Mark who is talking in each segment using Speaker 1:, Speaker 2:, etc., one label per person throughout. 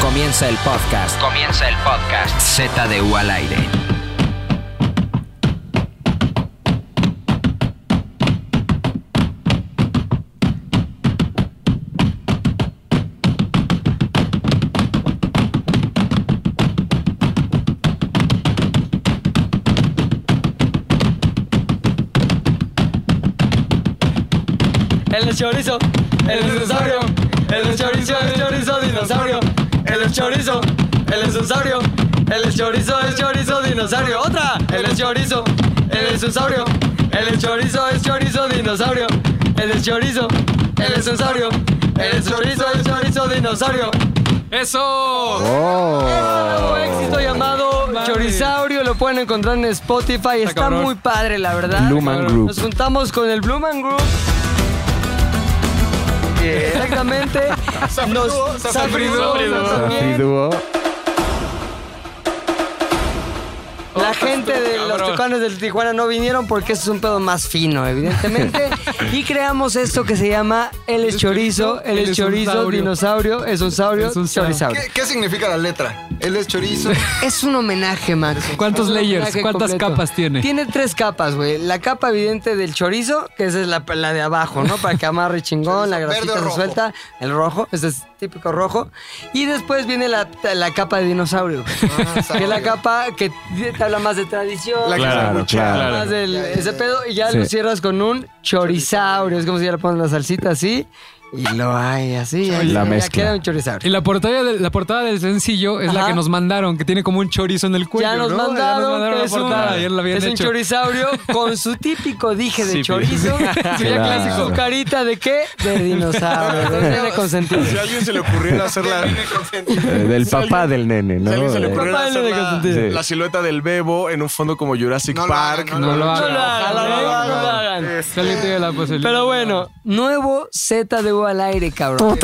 Speaker 1: Comienza el podcast. Comienza el podcast. Z de U al aire.
Speaker 2: El chorizo, el dinosaurio, el chorizo, el chorizo, dinosaurio, el chorizo, el dinosaurio, el chorizo, el chorizo, dinosaurio, otra, el chorizo, el dinosaurio, el chorizo, el chorizo, dinosaurio, el chorizo, el dinosaurio, el chorizo, el chorizo, dinosaurio.
Speaker 3: ¡Eso!
Speaker 2: Nuevo éxito llamado
Speaker 3: Madre.
Speaker 2: Chorizaurio, lo pueden encontrar en Spotify, está,
Speaker 3: cabrón.
Speaker 2: muy padre la verdad.
Speaker 4: Blue Man Group.
Speaker 2: Nos juntamos con el Blue Man Group. Exactamente. Nos Safriduo,
Speaker 3: Safriduo.
Speaker 2: también.
Speaker 4: Safridúo.
Speaker 2: La gente de los
Speaker 3: Cabrón.
Speaker 2: tucanes del Tijuana no vinieron porque eso es un pedo más fino, evidentemente. y creamos esto que se llama El es Chorizo, El es Chorizo,
Speaker 3: Esonsaurio.
Speaker 2: Dinosaurio, Es Esonsaurio,
Speaker 3: Esonsaurio.
Speaker 2: Chorizaurio.
Speaker 5: ¿Qué, qué significa la letra? Él es chorizo.
Speaker 2: Es un homenaje, Max.
Speaker 3: ¿Cuántos
Speaker 2: Es un
Speaker 3: layers?
Speaker 2: homenaje
Speaker 3: ¿Cuántas capas tiene?
Speaker 2: Tiene tres capas, güey. La capa evidente del chorizo, que esa es la, la de abajo, ¿no? Para que amarre chingón, la
Speaker 5: Chorizo verde
Speaker 2: grasita
Speaker 5: o
Speaker 2: se
Speaker 5: rojo.
Speaker 2: suelta. El rojo, ese es típico rojo. Y después viene la, la capa de dinosaurio,
Speaker 5: Ah,
Speaker 2: que es la
Speaker 5: sabio.
Speaker 2: capa que te habla más de tradición.
Speaker 5: La que
Speaker 4: Claro,
Speaker 5: se abuchea.
Speaker 4: claro.
Speaker 2: Más del,
Speaker 5: Ya, ya,
Speaker 2: ese
Speaker 5: ya.
Speaker 2: pedo y ya
Speaker 4: Sí.
Speaker 2: lo cierras con un chorizaurio. Es como si ya le pones la salsita así y lo hay así.
Speaker 4: La
Speaker 2: ya
Speaker 4: mezcla.
Speaker 2: queda un
Speaker 3: Y
Speaker 2: chorizaurio.
Speaker 3: la portada, del, la portada del sencillo es la
Speaker 2: Ajá.
Speaker 3: que nos mandaron, que tiene como un chorizo en el cuello.
Speaker 2: Ya nos
Speaker 3: ¿no?
Speaker 2: mandaron,
Speaker 3: mandaron
Speaker 2: que
Speaker 3: la
Speaker 2: es, un,
Speaker 3: portada, ya la habían
Speaker 2: es un
Speaker 3: hecho.
Speaker 2: chorizaurio con su típico dije de
Speaker 3: Sí,
Speaker 2: chorizo. y
Speaker 3: Sí, ya
Speaker 2: Su
Speaker 3: clásico.
Speaker 2: carita de qué? De dinosaurio. No tiene consentido.
Speaker 6: Si a alguien se le ocurriera hacer la,
Speaker 4: Eh, Del papá del nene, ¿no?
Speaker 6: si a alguien se le
Speaker 4: Eh,
Speaker 6: ocurriera
Speaker 2: Papá, no
Speaker 6: hacer
Speaker 2: le
Speaker 6: la,
Speaker 4: consentí.
Speaker 6: la silueta del bebo en un fondo como Jurassic
Speaker 5: No lo
Speaker 6: Park,
Speaker 5: hagan,
Speaker 3: No lo
Speaker 2: No
Speaker 3: hagan.
Speaker 2: lo hagan, no lo hagan, no lo hagan.
Speaker 3: Si alguien tiene la posibilidad.
Speaker 2: Pero bueno, nuevo Z de U al aire, cabrón.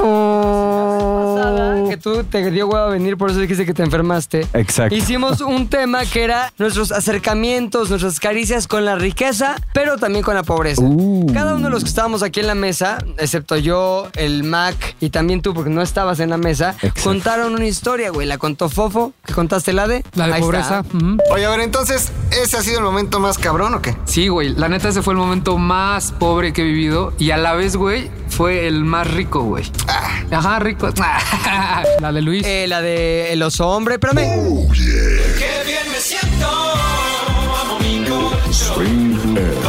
Speaker 2: Pasada, Que tú te dio hueva venir, por eso dijiste que te enfermaste.
Speaker 4: Exacto.
Speaker 2: Hicimos un tema que era nuestros acercamientos, nuestras caricias con la riqueza, pero también con la pobreza.
Speaker 4: Uh.
Speaker 2: Cada uno de los que estábamos aquí en la mesa, excepto yo, el Mac y también tú, porque no estabas en la mesa,
Speaker 4: Exacto.
Speaker 2: contaron una historia, güey. La contó Fofo, que contaste la de.
Speaker 3: La de
Speaker 2: Ahí
Speaker 3: pobreza.
Speaker 2: está.
Speaker 3: ujú.
Speaker 5: Oye, a ver, entonces, ¿ese ha sido el momento más cabrón o qué?
Speaker 7: Sí, güey. La neta, ese fue el momento más pobre que he vivido. Y a la vez, güey, fue el más rico, güey. Ajá, rico.
Speaker 3: La de Luis.
Speaker 2: Ah. Eh, la de El oso hombre, espérame.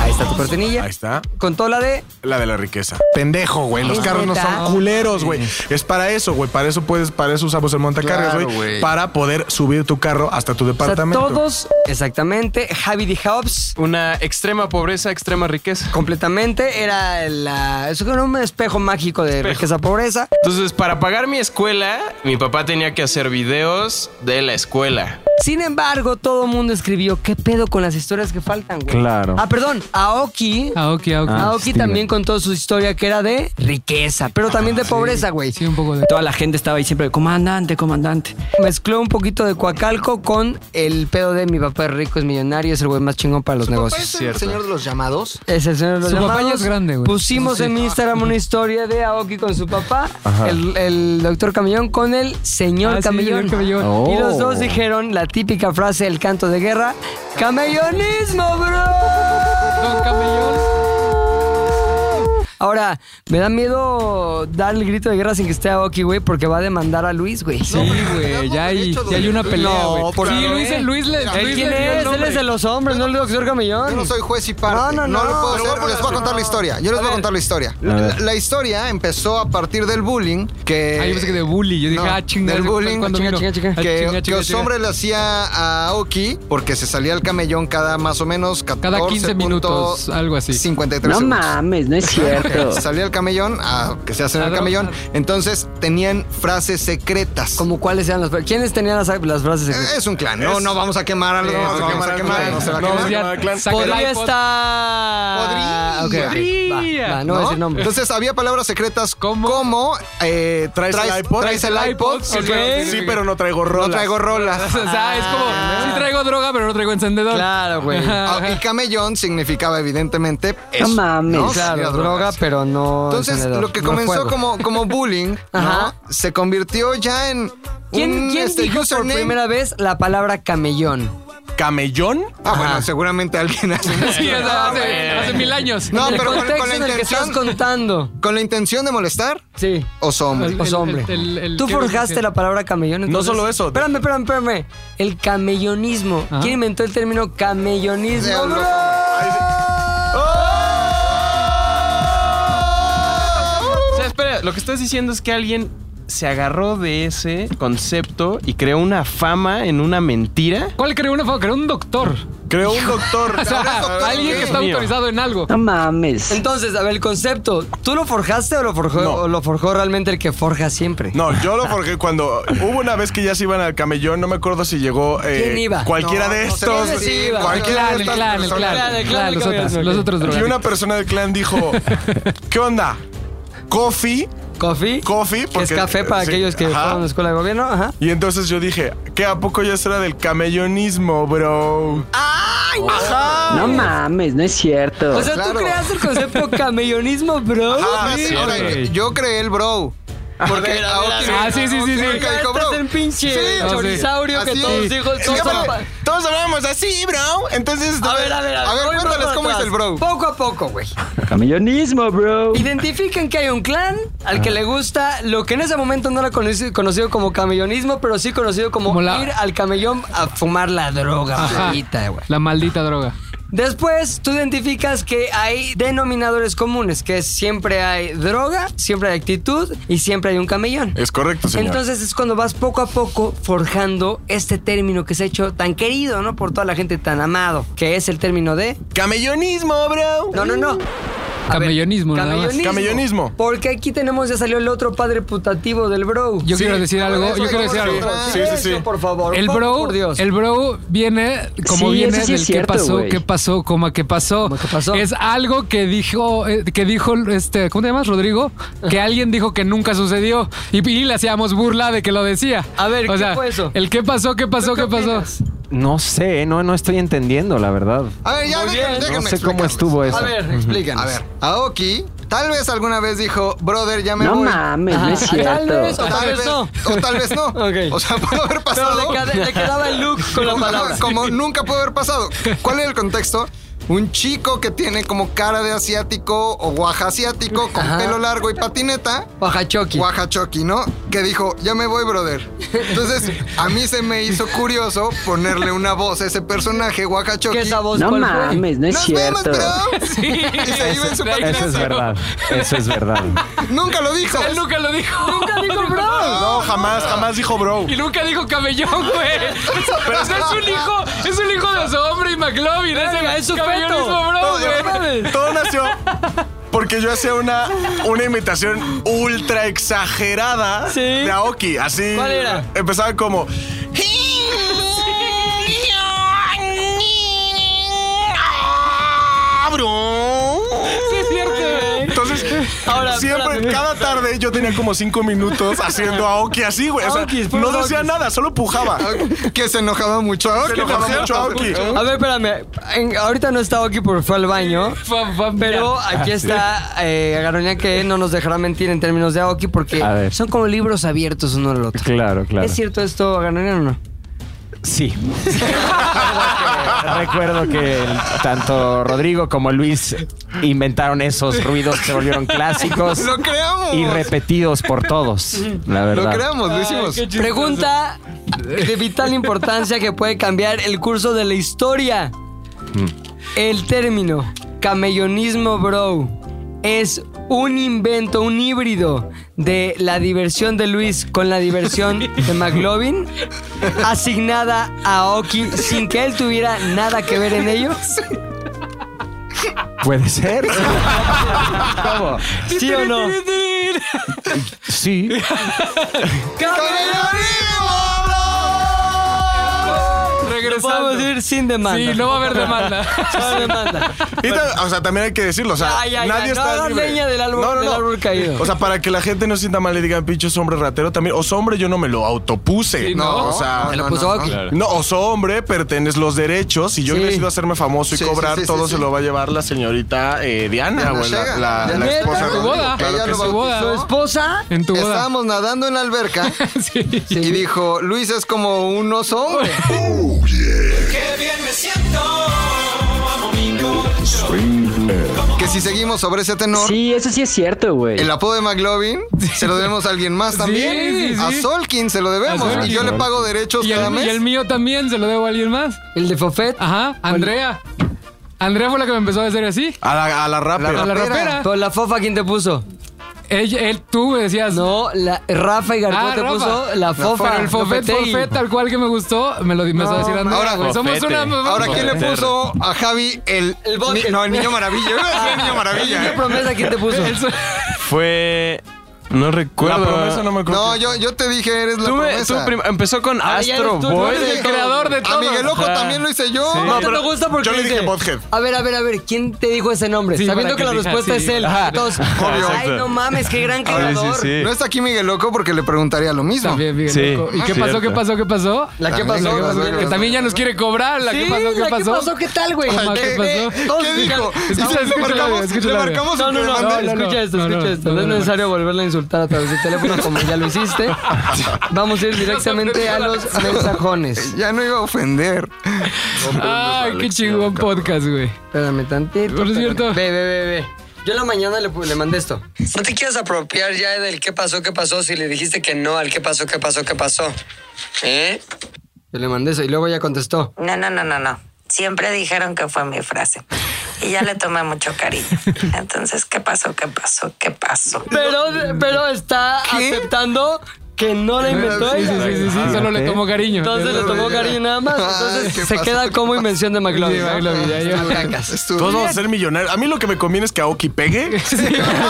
Speaker 2: Ahí está tu cortinilla.
Speaker 6: Ahí está.
Speaker 2: Contó la de.
Speaker 6: La de la riqueza. Pendejo, güey. Los
Speaker 2: Es
Speaker 6: carros no
Speaker 2: neta.
Speaker 6: son culeros, güey. Es para eso, güey. Para eso puedes, para eso usamos el montacargas,
Speaker 5: Claro,
Speaker 6: güey.
Speaker 5: güey.
Speaker 6: para poder subir tu carro hasta tu
Speaker 2: O sea,
Speaker 6: departamento.
Speaker 2: todos, exactamente, Javi de Hobbs,
Speaker 8: Una extrema pobreza, extrema riqueza.
Speaker 2: completamente, era la, es como un espejo mágico de riqueza pobreza.
Speaker 8: Entonces, para pagar mi escuela, mi papá tenía que hacer videos de la escuela.
Speaker 2: Sin embargo, todo el mundo escribió, ¿qué pedo con las historias que faltan, güey?
Speaker 4: Claro.
Speaker 2: Ah, perdón, Aoki.
Speaker 3: Aoki, Aoki.
Speaker 4: Ah,
Speaker 2: Aoki
Speaker 4: Steven.
Speaker 2: también contó su historia que era de riqueza, pero también
Speaker 4: Ah,
Speaker 2: de pobreza, güey.
Speaker 3: Sí, un poco de.
Speaker 9: Toda la gente estaba ahí siempre, comandante, comandante.
Speaker 2: Mezcló un poquito de Coacalco con el pedo de mi papá es rico, es millonario, es el güey más chingón para los negocios.
Speaker 5: ¿Papá es el señor de los llamados?
Speaker 2: Es el señor de los
Speaker 3: Su papá
Speaker 2: llamados.
Speaker 3: ya es grande, güey.
Speaker 2: Pusimos en Instagram una historia de Aoki con su papá, el, el doctor Camellón, con el señor
Speaker 3: Ah, sí,
Speaker 2: Camellón.
Speaker 3: señor Camellón.
Speaker 4: Oh.
Speaker 2: Y los dos dijeron la típica frase del canto de guerra: ¡Camellonismo, bro! Ah,
Speaker 3: Don Camellón.
Speaker 2: Ahora, me da miedo dar el grito de guerra sin que esté Aoki, güey, porque va a demandar a Luis, güey.
Speaker 3: Sí, güey. Ya hay, ya hay una pelea, güey.
Speaker 2: por
Speaker 3: sí,
Speaker 2: favor.
Speaker 3: Luis, Luis, le-
Speaker 2: ¿El
Speaker 3: Luis
Speaker 2: quién
Speaker 3: le dio
Speaker 2: es?
Speaker 3: el
Speaker 2: Él
Speaker 3: nombre.
Speaker 2: es de los hombres, no el doctor Camellón.
Speaker 5: Yo no soy juez y parte.
Speaker 2: No, no, no.
Speaker 5: lo puedo
Speaker 2: Pero
Speaker 5: hacer,
Speaker 2: voy a
Speaker 5: les voy a contar la historia. Yo les voy a contar la historia.
Speaker 4: A
Speaker 5: La,
Speaker 4: ver.
Speaker 5: la historia empezó a partir del bullying que...
Speaker 3: Ah, yo pensé que de bully. Yo dije,
Speaker 5: No,
Speaker 3: ah, chinga.
Speaker 5: del bullying,
Speaker 3: ¿cuándo
Speaker 2: chinga,
Speaker 3: vino?
Speaker 2: chinga, chinga.
Speaker 3: Ah,
Speaker 5: que,
Speaker 3: chinga,
Speaker 5: que
Speaker 3: chinga,
Speaker 5: los
Speaker 3: chinga.
Speaker 5: hombres le hacía a Aoki porque se salía el camellón cada más o menos 14
Speaker 3: Cada 15 minutos, algo así.
Speaker 5: 53
Speaker 9: No
Speaker 5: segundos.
Speaker 9: mames, no es cierto.
Speaker 5: Se salía el camellón a que se hacen
Speaker 3: A
Speaker 5: el
Speaker 3: ver,
Speaker 5: camellón.
Speaker 3: a ver.
Speaker 5: Entonces tenían frases secretas.
Speaker 2: Como cuáles eran las ¿Quiénes tenían las, las frases?
Speaker 5: Eh, Es un clan. No, no vamos a quemar algo.
Speaker 6: no
Speaker 5: No,
Speaker 6: vamos a
Speaker 5: vamos a
Speaker 6: quemar,
Speaker 5: quemar.
Speaker 6: no
Speaker 5: no se va a
Speaker 3: No,
Speaker 5: quemar.
Speaker 3: ya, saca el
Speaker 2: Podría
Speaker 3: iPod.
Speaker 2: estar.
Speaker 5: Podría.
Speaker 2: Ok, ok, va, va, no,
Speaker 5: ¿no?
Speaker 2: voy a decir nombre.
Speaker 5: Entonces había palabras secretas
Speaker 3: ¿Cómo?
Speaker 5: como eh,
Speaker 6: ¿Traes el iPod?
Speaker 5: traes el iPod,
Speaker 3: Ok.
Speaker 6: Sí, pero no traigo rolas.
Speaker 5: no traigo rolas.
Speaker 3: O sea, es como, sí traigo droga, pero no traigo encendedor.
Speaker 2: Claro, güey.
Speaker 5: Ah, Y camellón significaba evidentemente
Speaker 9: No
Speaker 5: eso.
Speaker 9: mames.
Speaker 5: ¿no?
Speaker 2: Claro,
Speaker 5: Las
Speaker 2: droga,
Speaker 5: drogas.
Speaker 2: pero no.
Speaker 5: Entonces
Speaker 2: encendedor,
Speaker 5: lo que
Speaker 2: no
Speaker 5: comenzó
Speaker 2: fuego.
Speaker 5: como, como bullying ¿no?
Speaker 2: Ajá.
Speaker 5: se convirtió ya en
Speaker 2: ¿Quién,
Speaker 5: un,
Speaker 2: quién
Speaker 5: este,
Speaker 2: dijo por
Speaker 5: username.
Speaker 2: primera vez la palabra camellón?
Speaker 6: ¿Camellón?
Speaker 5: Ah, bueno, seguramente alguien hace
Speaker 3: Sí, o sea, hace, hace mil años.
Speaker 5: No,
Speaker 2: el
Speaker 5: pero con,
Speaker 2: contexto
Speaker 5: con la
Speaker 2: en el que estás
Speaker 5: intención,
Speaker 2: contando.
Speaker 5: con la intención de molestar
Speaker 2: Sí.
Speaker 5: o sombre.
Speaker 3: El-
Speaker 2: Pues hombre.
Speaker 3: el- el-
Speaker 2: Tú
Speaker 3: ¿qué
Speaker 2: forjaste
Speaker 3: dice?
Speaker 2: la palabra camellón. entonces-
Speaker 6: solo eso.
Speaker 2: Espérame, espérame, espérame. El camellonismo.
Speaker 3: Ajá.
Speaker 2: ¿Quién inventó el término camellonismo?
Speaker 5: Diablo.
Speaker 8: O sea, espera, lo que estás diciendo es que alguien se agarró de ese concepto y creó una fama en una mentira.
Speaker 3: ¿Cuál creó una foto? Creó un doctor.
Speaker 6: Creo un Ah, doctor.
Speaker 3: O sea, alguien que está
Speaker 8: mío.
Speaker 3: autorizado en algo.
Speaker 10: No mames.
Speaker 2: Entonces, a ver, el concepto, ¿tú lo forjaste o lo forjó,
Speaker 6: No.
Speaker 2: o lo forjó realmente el que forja siempre?
Speaker 6: No, yo lo forjé cuando hubo una vez que ya se iban al camellón, no me acuerdo si llegó eh,
Speaker 2: ¿Quién iba?
Speaker 6: cualquiera
Speaker 5: No,
Speaker 6: de
Speaker 5: no se
Speaker 6: estos.
Speaker 2: puede decir, iba.
Speaker 6: cualquiera
Speaker 3: El clan, el
Speaker 6: estas
Speaker 3: clan, el
Speaker 6: personas.
Speaker 3: clan.
Speaker 2: El clan,
Speaker 3: El clan,
Speaker 2: el
Speaker 3: los
Speaker 2: clan,
Speaker 3: otros,
Speaker 2: ok.
Speaker 3: los otros
Speaker 6: Y una
Speaker 3: drogadictos.
Speaker 6: persona del clan dijo, ¿qué onda? ¿Coffee?
Speaker 2: ¿Coffee?
Speaker 6: ¿Coffee?
Speaker 2: que es café para
Speaker 6: sí,
Speaker 2: aquellos que
Speaker 6: ajá.
Speaker 2: fueron a la escuela de gobierno. Ajá.
Speaker 6: Y entonces yo dije, ¿qué a poco ya será del camellonismo, bro?
Speaker 2: Ah,
Speaker 10: No mames, no es cierto.
Speaker 2: O sea, tú
Speaker 5: claro.
Speaker 2: creaste el concepto camellonismo, bro.
Speaker 5: Ah,
Speaker 2: Sí.
Speaker 5: ahora,
Speaker 3: güey.
Speaker 5: yo creé el bro. Porque Aoki-
Speaker 3: Ah, sí, sí, sí, sí.
Speaker 5: Aoki
Speaker 2: Este
Speaker 5: dijo, "Bro".
Speaker 2: es el pinche
Speaker 5: Sí.
Speaker 2: chorisaurio que
Speaker 5: Así
Speaker 2: todos
Speaker 5: es.
Speaker 2: dijo-
Speaker 5: Es
Speaker 2: todos
Speaker 5: que
Speaker 2: son
Speaker 5: aparte,
Speaker 2: pa-
Speaker 5: todos hablábamos así, bro. Entonces,
Speaker 2: A ver, a ver, a ver. voy por
Speaker 5: cuéntales cómo es
Speaker 2: atrás.
Speaker 5: el bro.
Speaker 2: Poco a poco, güey.
Speaker 10: Camellonismo, bro.
Speaker 2: Identifiquen que hay un clan al que le gusta lo que en ese momento no era conoci- conocido como camellonismo, pero sí conocido como,
Speaker 3: Como la-
Speaker 2: ir al camellón a fumar la droga,
Speaker 3: Ajá.
Speaker 2: maldita, güey.
Speaker 3: La maldita droga.
Speaker 2: Después, tú identificas que hay denominadores comunes, que es siempre hay droga, siempre hay actitud y siempre hay un camellón.
Speaker 6: Es correcto, Eh, señor.
Speaker 2: Entonces es cuando vas poco a poco forjando este término que se ha hecho tan querido, ¿no? Por toda la gente tan amado, que es el término de...
Speaker 6: ¡Camellonismo, bro!
Speaker 2: No, no, no. A ver,
Speaker 3: Camellonismo, nada más.
Speaker 6: Camellonismo.
Speaker 2: Porque aquí tenemos, ya salió el otro padre putativo del bro.
Speaker 3: Yo
Speaker 6: Sí.
Speaker 3: quiero decir algo. Yo quiero decir
Speaker 5: sí,
Speaker 3: algo.
Speaker 5: sí,
Speaker 2: Silencio,
Speaker 6: sí, sí.
Speaker 2: por favor.
Speaker 3: El
Speaker 2: por-
Speaker 3: bro,
Speaker 2: por Dios.
Speaker 3: el bro viene como
Speaker 10: Sí,
Speaker 3: viene
Speaker 10: eso sí
Speaker 3: del
Speaker 10: es cierto,
Speaker 3: qué pasó,
Speaker 10: güey.
Speaker 3: qué pasó, coma qué pasó.
Speaker 2: Coma, qué pasó.
Speaker 3: Es algo que dijo, eh, que dijo este, ¿cómo te llamas, Rodrigo? Que alguien dijo que nunca sucedió y, y le hacíamos burla de que lo decía.
Speaker 2: A ver, ¿qué fue eso?
Speaker 3: El qué pasó, qué pasó,
Speaker 2: ¿Tú qué
Speaker 3: qué pasó.
Speaker 2: opinas?
Speaker 1: No sé, no, no estoy entendiendo, la verdad.
Speaker 5: A ver, ya
Speaker 2: Muy
Speaker 5: déjenme,
Speaker 2: bien.
Speaker 5: déjenme
Speaker 1: No sé cómo
Speaker 5: explicarles.
Speaker 1: estuvo eso.
Speaker 2: A ver, explícanos.
Speaker 5: A ver, Aoki tal vez alguna vez dijo, brother, ya me
Speaker 10: No
Speaker 5: voy.
Speaker 10: mames, no es
Speaker 2: Ah, Tal vez,
Speaker 10: cierto.
Speaker 2: o tal vez no.
Speaker 5: O tal vez no.
Speaker 2: Ok.
Speaker 5: O sea, pudo
Speaker 2: Pero le,
Speaker 5: haber pasado.
Speaker 2: queda- le quedaba el look con la
Speaker 5: Ajá,
Speaker 2: palabra.
Speaker 5: Como nunca pudo haber pasado. ¿Cuál es el contexto? Un chico que tiene como cara de asiático o guaja asiático con
Speaker 2: Ajá.
Speaker 5: pelo largo y patineta.
Speaker 2: Oaxachoqui.
Speaker 5: Guajachoqui, ¿no? Que dijo, ya me voy, brother. Entonces, a mí se me hizo curioso ponerle una voz a ese personaje, Guajachoqui.
Speaker 2: ¿Qué es esa voz?
Speaker 10: No
Speaker 2: ¿Cuál fue?
Speaker 10: mames, no es
Speaker 5: ¡Nos vemos,
Speaker 10: cierto.
Speaker 5: bro! Y se iba en su página.
Speaker 1: Eso es verdad, eso es verdad.
Speaker 5: Nunca lo dijo.
Speaker 3: Él nunca lo dijo. Nunca dijo bro.
Speaker 6: No, jamás, jamás dijo bro.
Speaker 3: Y nunca dijo cabellón, güey. Pero es un hijo, es un hijo de su hombre y McLovin.
Speaker 2: Verga, es
Speaker 3: Es
Speaker 2: su
Speaker 3: el cabellonismo,
Speaker 2: feto.
Speaker 3: bro,
Speaker 6: Todo-
Speaker 3: güey.
Speaker 6: Todo nació porque yo hacía una, una imitación ultra exagerada
Speaker 2: Sí.
Speaker 6: de Aoki. Así.
Speaker 2: ¿Cuál era?
Speaker 6: Empezaba como.
Speaker 3: Sí, es cierto.
Speaker 6: Entonces,
Speaker 2: Ahora,
Speaker 6: siempre,
Speaker 2: espérame.
Speaker 6: cada tarde yo tenía como cinco minutos haciendo Aoki así, güey. O sea,
Speaker 2: Aokis, puros
Speaker 6: no decía
Speaker 2: Aokis.
Speaker 6: nada, solo pujaba.
Speaker 5: Que se enojaba mucho. Ah,
Speaker 6: Se
Speaker 5: que
Speaker 6: enojaba
Speaker 5: por
Speaker 6: mucho
Speaker 5: cierto,
Speaker 6: Aoki.
Speaker 2: A ver, espérame. En- ahorita no está aquí porque fue al baño.
Speaker 3: Fue- fue a mirar.
Speaker 2: Pero aquí
Speaker 1: Ah,
Speaker 2: está eh, Garoña que no nos dejará mentir en términos de Aoki porque
Speaker 1: A ver.
Speaker 2: son como libros abiertos uno al otro.
Speaker 1: Claro, claro.
Speaker 2: ¿Es cierto esto, Garoña, o no?
Speaker 1: Sí. Recuerdo que el- tanto Rodrigo como Luis inventaron esos ruidos que se volvieron clásicos
Speaker 5: Lo creamos.
Speaker 1: y repetidos por todos, la
Speaker 5: Lo
Speaker 1: verdad.
Speaker 5: creamos, lo hicimos.
Speaker 2: Pregunta de vital importancia que puede cambiar el curso de la historia.
Speaker 3: Mm.
Speaker 2: El término camellonismo bro es un invento, un híbrido de la diversión de Luis con la diversión de McLovin asignada a Oki sin que él tuviera nada que ver en ello.
Speaker 1: ¿Puede ser? ¿Cómo?
Speaker 2: ¿Sí o no?
Speaker 1: Sí.
Speaker 5: ¡Camellonismo, bro!
Speaker 3: regresando.
Speaker 2: podemos ir sin demanda.
Speaker 3: Sí, no va a haber demanda.
Speaker 2: Sin demanda.
Speaker 6: Y ta- o sea, también hay que decirlo. O sea,
Speaker 2: Ya, ya, ya,
Speaker 6: nadie
Speaker 2: no
Speaker 6: está
Speaker 2: hagas
Speaker 6: libre.
Speaker 2: leña del árbol- del árbol caído.
Speaker 6: O sea, para que la gente no sienta mal y digan, pinches hombre ratero también. Oso hombre, yo no me lo autopuse.
Speaker 3: Sí,
Speaker 6: no,
Speaker 3: no.
Speaker 6: o sea.
Speaker 2: Se
Speaker 6: No,
Speaker 2: lo puso Oki.
Speaker 6: oso hombre, pertenes los derechos. Si yo
Speaker 2: Sí.
Speaker 6: he decidido hacerme famoso y
Speaker 5: Sí,
Speaker 6: cobrar,
Speaker 5: sí, sí,
Speaker 6: todo
Speaker 5: sí,
Speaker 6: se
Speaker 5: sí.
Speaker 6: lo va a llevar la señorita eh, Diana,
Speaker 5: Diana
Speaker 6: güey, la-
Speaker 5: Shega.
Speaker 6: la, la
Speaker 5: Diana
Speaker 3: Neta,
Speaker 6: esposa.
Speaker 3: en tu
Speaker 6: de
Speaker 3: boda.
Speaker 6: Claro
Speaker 5: Ella
Speaker 6: que
Speaker 5: lo
Speaker 6: sí.
Speaker 3: tu boda.
Speaker 2: Su esposa.
Speaker 3: En tu boda.
Speaker 5: Estábamos nadando en la alberca y dijo, Luis es como un oso hombre. Que si seguimos sobre ese tenor,
Speaker 11: Sí, eso sí es cierto, güey.
Speaker 5: el apodo de McLovin se lo debemos a alguien más también.
Speaker 3: sí,
Speaker 5: A
Speaker 3: sí.
Speaker 5: Solkin se lo debemos.
Speaker 3: A Solkin.
Speaker 5: Y yo le pago derechos
Speaker 3: Y
Speaker 5: cada
Speaker 3: el,
Speaker 5: mes.
Speaker 3: y el mío también, se lo debo a alguien más.
Speaker 2: El de Fofet.
Speaker 3: Ajá, Andrea. Andrea fue la que me empezó a decir así.
Speaker 6: A la, a la rapper.
Speaker 3: A la
Speaker 5: Rapera.
Speaker 3: rapera.
Speaker 2: Pero la fofa, ¿quién te puso?
Speaker 3: Ella- él, tú me decías.
Speaker 2: No, la, Rafa y García
Speaker 3: Ah,
Speaker 2: te
Speaker 3: Rafa.
Speaker 2: puso la fofa.
Speaker 3: Pero el forfait,
Speaker 2: Lopetegui.
Speaker 3: forfait, tal cual que me gustó, me lo empezó a decir Andrea.
Speaker 5: Ahora,
Speaker 3: güey. somos
Speaker 1: Fofete.
Speaker 3: una.
Speaker 5: Ahora, ¿quién le puso a Javi el...
Speaker 2: El bote.
Speaker 5: ni- no, el niño maravilla. Yo iba a decir el niño maravilla.
Speaker 2: ¿Qué
Speaker 5: ¿eh?
Speaker 2: promesa quién te puso?
Speaker 8: Fue. No
Speaker 6: La
Speaker 8: recuerdo.
Speaker 6: promesa no me acuerdo.
Speaker 5: No, Eh, yo, yo te dije, eres la
Speaker 8: Tú me-
Speaker 6: eh,
Speaker 8: tú
Speaker 5: promesa.
Speaker 8: prim- empezó con
Speaker 2: Ah, ya
Speaker 8: Astro
Speaker 2: eres tú,
Speaker 8: Boy.
Speaker 2: tú eres
Speaker 3: el creador de
Speaker 5: a
Speaker 3: todo.
Speaker 5: Ah, Miguel Ojo
Speaker 8: Ajá.
Speaker 5: también lo hice yo.
Speaker 2: No, te lo gusta porque
Speaker 6: yo le dije
Speaker 2: dice,
Speaker 6: Bothead.
Speaker 2: A ver, a ver, a ver, ¿quién te dijo ese nombre?
Speaker 3: Sí,
Speaker 2: Sabiendo
Speaker 3: para
Speaker 2: que,
Speaker 3: que
Speaker 2: la
Speaker 3: diga,
Speaker 2: respuesta
Speaker 3: sí.
Speaker 2: es él.
Speaker 8: Ajá.
Speaker 2: Todos,
Speaker 8: Obvio.
Speaker 2: Ay,
Speaker 8: Exacto.
Speaker 2: no mames, qué gran creador.
Speaker 5: No está aquí Miguel Loco porque le preguntaría lo mismo.
Speaker 3: También, Miguel
Speaker 8: Sí,
Speaker 3: Ojo. ¿Y qué
Speaker 8: cierto.
Speaker 3: pasó? ¿Qué pasó? ¿Qué pasó?
Speaker 2: La que
Speaker 5: También, la
Speaker 2: pasó.
Speaker 5: que pasó,
Speaker 2: también.
Speaker 5: la
Speaker 3: Que también ya nos quiere cobrar. ¿La
Speaker 2: Sí,
Speaker 3: que pasó? ¿Qué
Speaker 2: la
Speaker 3: pasó?
Speaker 2: que pasó, ¿qué tal, güey?
Speaker 3: Ajá, ¿qué pasó?
Speaker 5: ¿Qué dijo?
Speaker 3: Escucha,
Speaker 5: ¿Le
Speaker 3: escucha,
Speaker 5: marcamos,
Speaker 3: escucha,
Speaker 5: le
Speaker 3: escucha.
Speaker 5: marcamos
Speaker 2: No,
Speaker 5: el
Speaker 2: no,
Speaker 5: que
Speaker 2: no,
Speaker 5: le
Speaker 2: no,
Speaker 5: mande?
Speaker 3: no,
Speaker 2: escucha esto,
Speaker 3: no,
Speaker 2: escucha
Speaker 3: no,
Speaker 2: esto.
Speaker 3: no,
Speaker 2: No es
Speaker 3: no, no.
Speaker 2: necesario volverla a insultar a través del teléfono como ya lo hiciste. Vamos a ir directamente a los mensajones.
Speaker 5: Ya no iba a ofender.
Speaker 3: Ay, qué chingón podcast, güey.
Speaker 2: Espérame tantito.
Speaker 3: Por
Speaker 2: espérame.
Speaker 3: cierto.
Speaker 2: Ve, ve, ve, ve. Yo en la mañana le, pu- le mandé esto. No te quieras apropiar ya del qué pasó, qué pasó, si le dijiste que no al qué pasó, qué pasó, qué pasó. ¿Eh? Yo le mandé eso y luego ella contestó.
Speaker 12: No, no, no, no, no. Siempre dijeron que fue mi frase. Y ya le tomé mucho cariño. Entonces, ¿qué pasó? ¿Qué pasó? ¿Qué pasó?
Speaker 2: Pero, pero está aceptando que no la inventó
Speaker 3: Sí,
Speaker 2: ella.
Speaker 3: sí, sí, sí, sí, solo le tomo cariño.
Speaker 2: Entonces le tomó cariño nada más. Entonces
Speaker 5: Ay, ¿qué
Speaker 2: se
Speaker 5: pasó?
Speaker 2: queda como invención de McLovin.
Speaker 3: Sí,
Speaker 2: ¿no?
Speaker 3: McLovin, ya, ya.
Speaker 2: Tú cacas.
Speaker 5: Estuvo
Speaker 6: Todos vamos
Speaker 5: bien.
Speaker 6: a ser millonarios. A mí lo que me conviene es que Aoki pegue.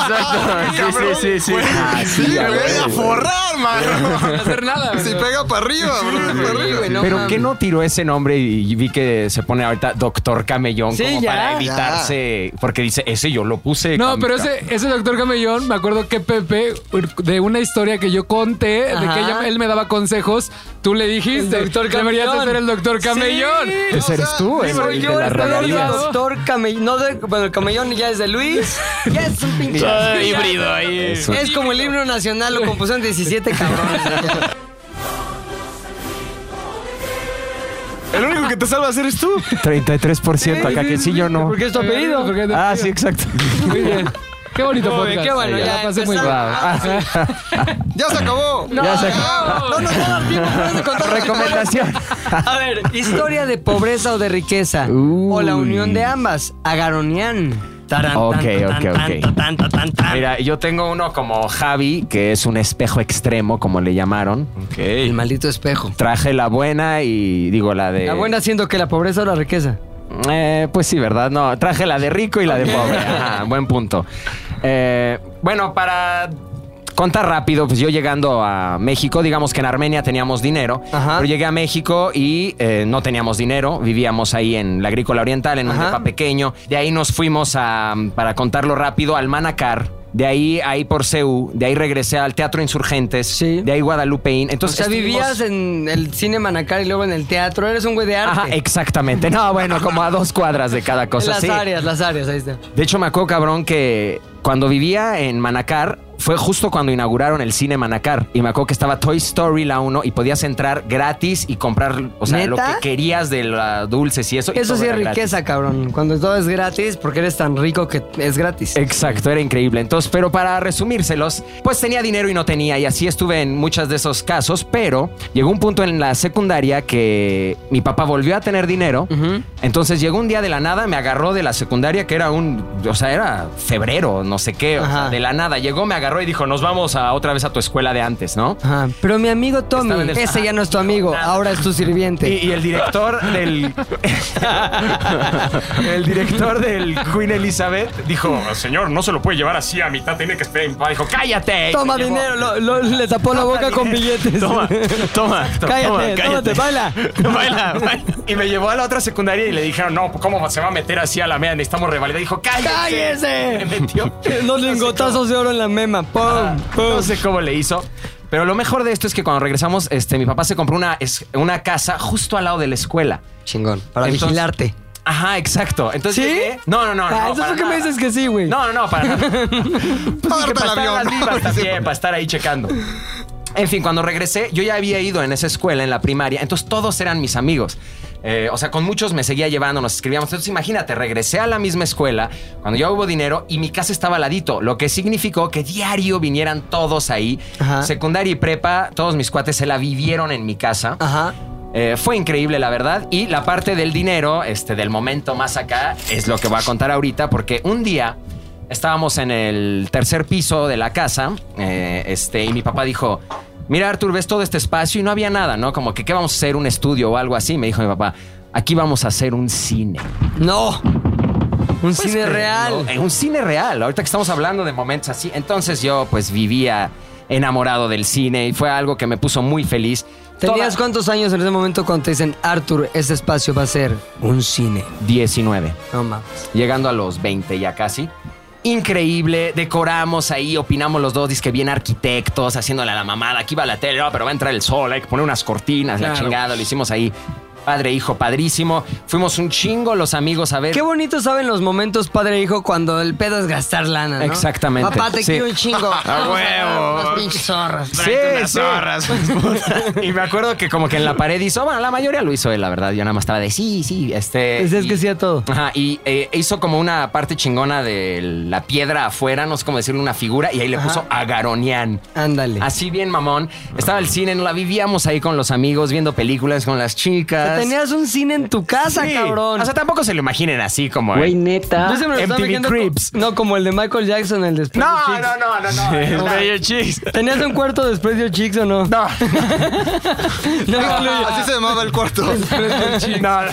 Speaker 8: Sí, sí, sí, sí.
Speaker 1: Ah,
Speaker 5: Sí,
Speaker 6: Me voy a
Speaker 5: güey.
Speaker 6: forrar, mano.
Speaker 3: No hacer nada. güey.
Speaker 5: Si pega para arriba, bro, para arriba.
Speaker 2: güey, no
Speaker 1: Pero
Speaker 2: mames.
Speaker 1: que no tiró ese nombre y y vi que se pone ahorita Doctor Camellón
Speaker 2: Sí,
Speaker 1: como
Speaker 2: ya,
Speaker 1: para evitarse. Porque dice, ese yo lo puse.
Speaker 3: No,
Speaker 1: cam-
Speaker 3: pero ese, ese doctor Camellón, me acuerdo que Pepe, de una historia que yo conté, de
Speaker 2: Ajá.
Speaker 3: que ella- él me daba consejos, tú le dijiste,
Speaker 2: El doctor
Speaker 3: deberías de
Speaker 2: Camellón".
Speaker 3: ser el doctor Camellón.
Speaker 2: Sí.
Speaker 1: Ese eres tú, el,
Speaker 2: Soy
Speaker 1: el
Speaker 2: yo
Speaker 1: de
Speaker 2: el
Speaker 1: las
Speaker 2: peor
Speaker 1: regalías.
Speaker 2: doctor camellón. No de, bueno, el camellón ya es de Luis. Ya es un pinche.
Speaker 8: Híbrido ahí.
Speaker 1: Eso.
Speaker 2: Es como el himno nacional, lo compusieron 17 cabrones.
Speaker 6: El único que te salva hacer es tú.
Speaker 1: 33% acá que sí yo no.
Speaker 2: Porque es tu apellido.
Speaker 3: Porque-
Speaker 1: Ah, sí, exacto.
Speaker 3: Muy bien. Qué bonito
Speaker 2: Muy bien,
Speaker 3: podcast.
Speaker 2: qué bueno,
Speaker 3: La
Speaker 2: ya
Speaker 3: pasé muy
Speaker 2: empezamos.
Speaker 3: bien.
Speaker 5: Ya se acabó.
Speaker 2: ya se acabó. No nos va a dar tiempo para de contar.
Speaker 1: Recomendación.
Speaker 2: A ver, historia de pobreza o de riqueza. O la unión de ambas. Agaronian. Tarán,
Speaker 1: Ok,
Speaker 2: tan,
Speaker 1: ok,
Speaker 2: tan,
Speaker 1: ok.
Speaker 2: tan, tan, tan, tan, tan.
Speaker 1: Mira, yo tengo uno como Javi, que es un espejo extremo, como le llamaron.
Speaker 2: El maldito espejo.
Speaker 1: Traje la buena y digo la de.
Speaker 2: La buena siendo que la pobreza o la riqueza.
Speaker 1: Eh, pues sí, ¿verdad? No, traje la de rico y la de pobre. Ajá, buen punto. Eh, bueno, para contar rápido, pues yo llegando a México, digamos que en Armenia teníamos dinero,
Speaker 2: Ajá.
Speaker 1: pero llegué a México y eh, no teníamos dinero, vivíamos ahí en la Agrícola Oriental, en un
Speaker 2: Ajá.
Speaker 1: depa pequeño. De ahí nos fuimos a, para contarlo rápido, al Manacar. De ahí, ahí por CEU, de ahí regresé al Teatro Insurgentes,
Speaker 2: Sí.
Speaker 1: de ahí Guadalupeín.
Speaker 2: O
Speaker 1: Entonces
Speaker 2: sea,
Speaker 1: estuvimos-
Speaker 2: vivías en el cine Manacar y luego en el teatro. Eres un güey de arte.
Speaker 1: Ajá, exactamente. No, bueno, como a dos cuadras de cada cosa.
Speaker 2: las
Speaker 1: sí.
Speaker 2: áreas, las áreas, ahí está.
Speaker 1: De hecho, me acuerdo, cabrón, que cuando vivía en Manacar, fue justo cuando inauguraron el cine Manacar. Y me acuerdo que estaba Toy Story la 1 y podías entrar gratis y comprar, o sea,
Speaker 2: ¿Neta?
Speaker 1: lo que querías de la dulces y eso. y
Speaker 2: Eso
Speaker 1: todo
Speaker 2: sí es
Speaker 1: era gratis.
Speaker 2: riqueza, cabrón. Cuando todo es gratis, porque eres tan rico que es gratis.
Speaker 1: Exacto, era increíble. Entonces, pero para resumírselos, pues tenía dinero y no tenía, y así estuve en muchos de esos casos, pero llegó un punto en la secundaria que mi papá volvió a tener dinero, entonces llegó un día de la nada, me agarró de la secundaria, que era un, o sea, era febrero, no sé qué, o sea,
Speaker 2: Ajá.
Speaker 1: de la nada, llegó, me agarró agarró y dijo, nos vamos a otra vez a tu escuela de antes, ¿no?
Speaker 2: Ajá. Pero mi amigo Tommy,
Speaker 1: Estaba en el-
Speaker 2: ese ya no es tu amigo, ahora es tu sirviente.
Speaker 1: Y, y el director del. el director del Queen Elizabeth dijo: Señor, no se lo puede llevar así a mitad, tiene que estar en paz". Dijo: ¡Cállate!
Speaker 2: Toma
Speaker 1: Y se llevó-
Speaker 2: dinero, lo- lo- le tapó la boca con billetes.
Speaker 1: Toma, toma, toma,
Speaker 2: cállate,
Speaker 1: cállate.
Speaker 2: tómate, baila.
Speaker 1: Baila, baila. Y me llevó a la otra secundaria y le dijeron: No, ¿cómo se va a meter así a la media? Necesitamos revalidar. Dijo: ¡Cállese!
Speaker 2: ¡Cállese!
Speaker 1: Me metió.
Speaker 2: Los lingotazos de oro en la mema. ¡Pum!
Speaker 1: Ah, No sé cómo le hizo. Pero lo mejor de esto es que cuando regresamos, este, mi papá se compró una, es- una casa justo al lado de la escuela.
Speaker 2: Chingón. Para
Speaker 1: Entonces-
Speaker 2: vigilarte.
Speaker 1: Ajá, exacto. Entonces, llegué- No, no, no.
Speaker 2: Ah,
Speaker 1: no,
Speaker 2: eso es
Speaker 1: para
Speaker 2: lo que me
Speaker 1: nada.
Speaker 2: dices que sí, güey.
Speaker 1: No, no, no, para nada. Pues sí, que
Speaker 5: Parte el
Speaker 1: para estar
Speaker 5: avión.
Speaker 1: las vivas también, para estar ahí checando. En fin, cuando regresé, yo ya había ido en esa escuela, en la primaria, entonces todos eran mis amigos. Eh, o sea, con muchos me seguía llevando, nos escribíamos. Entonces, imagínate, regresé a la misma escuela cuando ya hubo dinero y mi casa estaba al ladito, lo que significó que diario vinieran todos ahí.
Speaker 2: Ajá.
Speaker 1: Secundaria y prepa, todos mis cuates se la vivieron en mi casa.
Speaker 2: Ajá.
Speaker 1: Eh, fue increíble, la verdad. Y la parte del dinero, este, del momento más acá, es lo que voy a contar ahorita, porque un día estábamos en el tercer piso de la casa, eh, este, y mi papá dijo. Mira, Artur, ves todo este espacio y no había nada, ¿no? Como que, ¿qué vamos a hacer? ¿Un estudio o algo así? Me dijo mi papá, aquí vamos a hacer un cine.
Speaker 2: No. Un cine
Speaker 1: Pues,
Speaker 2: real.
Speaker 1: no, eh, un cine real. Ahorita que estamos hablando de momentos así. Entonces yo, pues, vivía enamorado del cine y fue algo que me puso muy feliz.
Speaker 2: ¿Tenías
Speaker 1: Toda-
Speaker 2: cuántos años en ese momento cuando te dicen, Arthur, este espacio va a ser un cine?
Speaker 1: 19.
Speaker 2: No mames.
Speaker 1: llegando a los 20 ya casi. Increíble, decoramos ahí, opinamos los dos, que bien arquitectos, haciéndole a la mamada, aquí va la tele, no, pero va a entrar el sol, hay que poner unas cortinas, la
Speaker 2: Claro.
Speaker 1: chingada, lo hicimos ahí. Padre, hijo, padrísimo. Fuimos un chingo los amigos a ver.
Speaker 2: Qué bonito saben los momentos padre e hijo cuando el pedo es gastar lana, ¿no?
Speaker 1: Exactamente,
Speaker 2: Papá, te
Speaker 1: sí.
Speaker 2: quiero un chingo.
Speaker 6: ¡A huevo!
Speaker 2: Las pinches zorras.
Speaker 1: Sí, sí. y me acuerdo que como que en la pared hizo, bueno, la mayoría lo hizo él, la verdad. Yo nada más estaba de sí, sí, este.
Speaker 2: Pues es que
Speaker 1: y-
Speaker 2: sí a todo.
Speaker 1: Ajá, y eh, hizo como una parte chingona de la piedra afuera, no sé cómo decirle, una figura, y ahí le puso Agaronian.
Speaker 2: Ándale.
Speaker 1: Así bien mamón. Estaba el cine, no la vivíamos ahí con los amigos, viendo películas con las
Speaker 2: O
Speaker 1: chicas.
Speaker 2: sea, tenías un cine en tu casa,
Speaker 1: Sí.
Speaker 2: cabrón.
Speaker 1: O sea, tampoco se lo imaginen así como...
Speaker 13: Güey,
Speaker 1: eh.
Speaker 13: neta.
Speaker 2: Yo siempre lo estaba
Speaker 1: MTV
Speaker 2: imaginando co-
Speaker 1: Cribs.
Speaker 2: No, como el de Michael Jackson, el de Spread Your
Speaker 1: No,
Speaker 2: Cheeks.
Speaker 1: no, no, no, no.
Speaker 8: Bello chis.
Speaker 2: ¿Tenías un cuarto de Spread Your Cheeks o no?
Speaker 1: No,
Speaker 2: No, incluye.
Speaker 5: Así se llamaba el cuarto.
Speaker 1: no, no.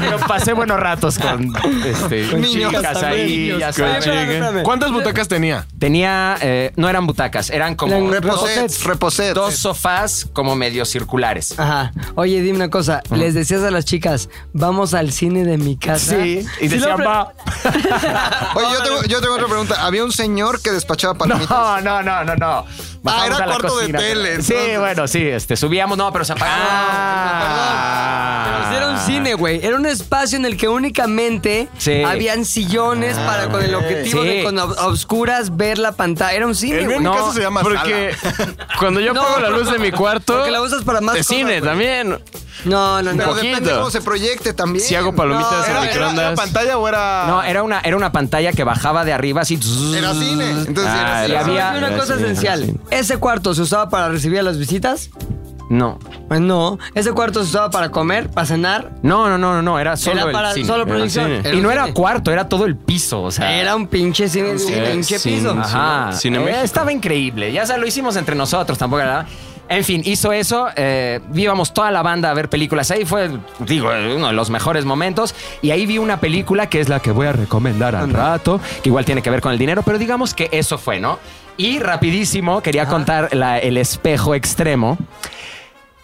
Speaker 1: Pero pasé buenos ratos con este,
Speaker 5: Niños
Speaker 1: chicas ahí,
Speaker 5: también,
Speaker 1: ya
Speaker 5: niños.
Speaker 1: sabes.
Speaker 2: espérame, espérame.
Speaker 6: ¿Cuántas butacas tenía?
Speaker 1: Tenía, eh, no eran butacas, eran como
Speaker 2: Eran
Speaker 5: Reposets, reposets.
Speaker 1: dos sofás como medio circulares.
Speaker 2: Ajá. Oye, dime una cosa. Les decías a las chicas, vamos al cine de mi casa.
Speaker 1: y decían,
Speaker 2: lo-
Speaker 1: va.
Speaker 5: Oye, yo tengo, yo tengo otra pregunta. Había un señor que despachaba palomitas.
Speaker 1: No, no, no, no, no. Bajamos
Speaker 5: Ah, era
Speaker 1: a la
Speaker 5: cuarto de
Speaker 1: cocina.
Speaker 5: tele,
Speaker 1: Sí,
Speaker 5: entonces.
Speaker 1: bueno, sí, este, subíamos, no, pero se apagaba.
Speaker 5: Ah.
Speaker 2: Pues Era un cine, güey. Era un espacio en el que únicamente
Speaker 1: Sí. Ah,
Speaker 2: habían sillones para con el objetivo
Speaker 1: Sí.
Speaker 2: de con ob- a oscuras ver la pantalla. Era un cine,
Speaker 6: En mi
Speaker 2: güey.
Speaker 1: No,
Speaker 6: casa se llama
Speaker 8: Porque cuando yo
Speaker 2: No.
Speaker 8: apago la luz de mi cuarto,
Speaker 2: Porque la usas para más
Speaker 8: de
Speaker 2: cosas,
Speaker 8: cine
Speaker 2: güey.
Speaker 8: también.
Speaker 2: No, no, no.
Speaker 5: Pero
Speaker 8: poquito.
Speaker 5: depende cómo se proyecte también.
Speaker 8: Si hago palomitas
Speaker 2: No,
Speaker 8: en
Speaker 6: ¿Era, era, era
Speaker 8: microondas.
Speaker 6: pantalla o era.?
Speaker 1: No, era una, era una pantalla que bajaba de arriba así.
Speaker 5: Era
Speaker 1: mm,
Speaker 5: cine. Entonces era
Speaker 8: Ah,
Speaker 1: Y
Speaker 5: cine.
Speaker 8: era-
Speaker 1: había-
Speaker 2: Y una cosa
Speaker 8: sí,
Speaker 2: esencial.
Speaker 8: sí.
Speaker 2: ¿Ese cuarto se usaba para recibir a las visitas?
Speaker 1: No.
Speaker 2: Pues no. ¿Ese cuarto se usaba para comer, para cenar?
Speaker 1: No, no, no, no, no, era solo
Speaker 2: era
Speaker 1: el
Speaker 2: para
Speaker 1: cine.
Speaker 2: solo
Speaker 1: Era
Speaker 2: proyección.
Speaker 8: cine.
Speaker 1: cine. Y no era cuarto, era todo el piso, o sea.
Speaker 2: Era un pinche cine, de un
Speaker 8: cine,
Speaker 2: pinche
Speaker 8: cine,
Speaker 2: piso.
Speaker 8: cine.
Speaker 1: Ajá.
Speaker 8: Cine
Speaker 1: Eh,
Speaker 8: México.
Speaker 1: estaba increíble. Ya se lo hicimos entre nosotros, tampoco era. En fin, hizo eso. eh, íbamos toda la banda a ver películas. Ahí fue, digo, eh, uno de los mejores momentos. Y ahí vi una película que es la que voy a recomendar al rato, que igual tiene que ver con el dinero, pero digamos que eso fue, ¿no? Y rapidísimo, quería contar la- el espejo extremo.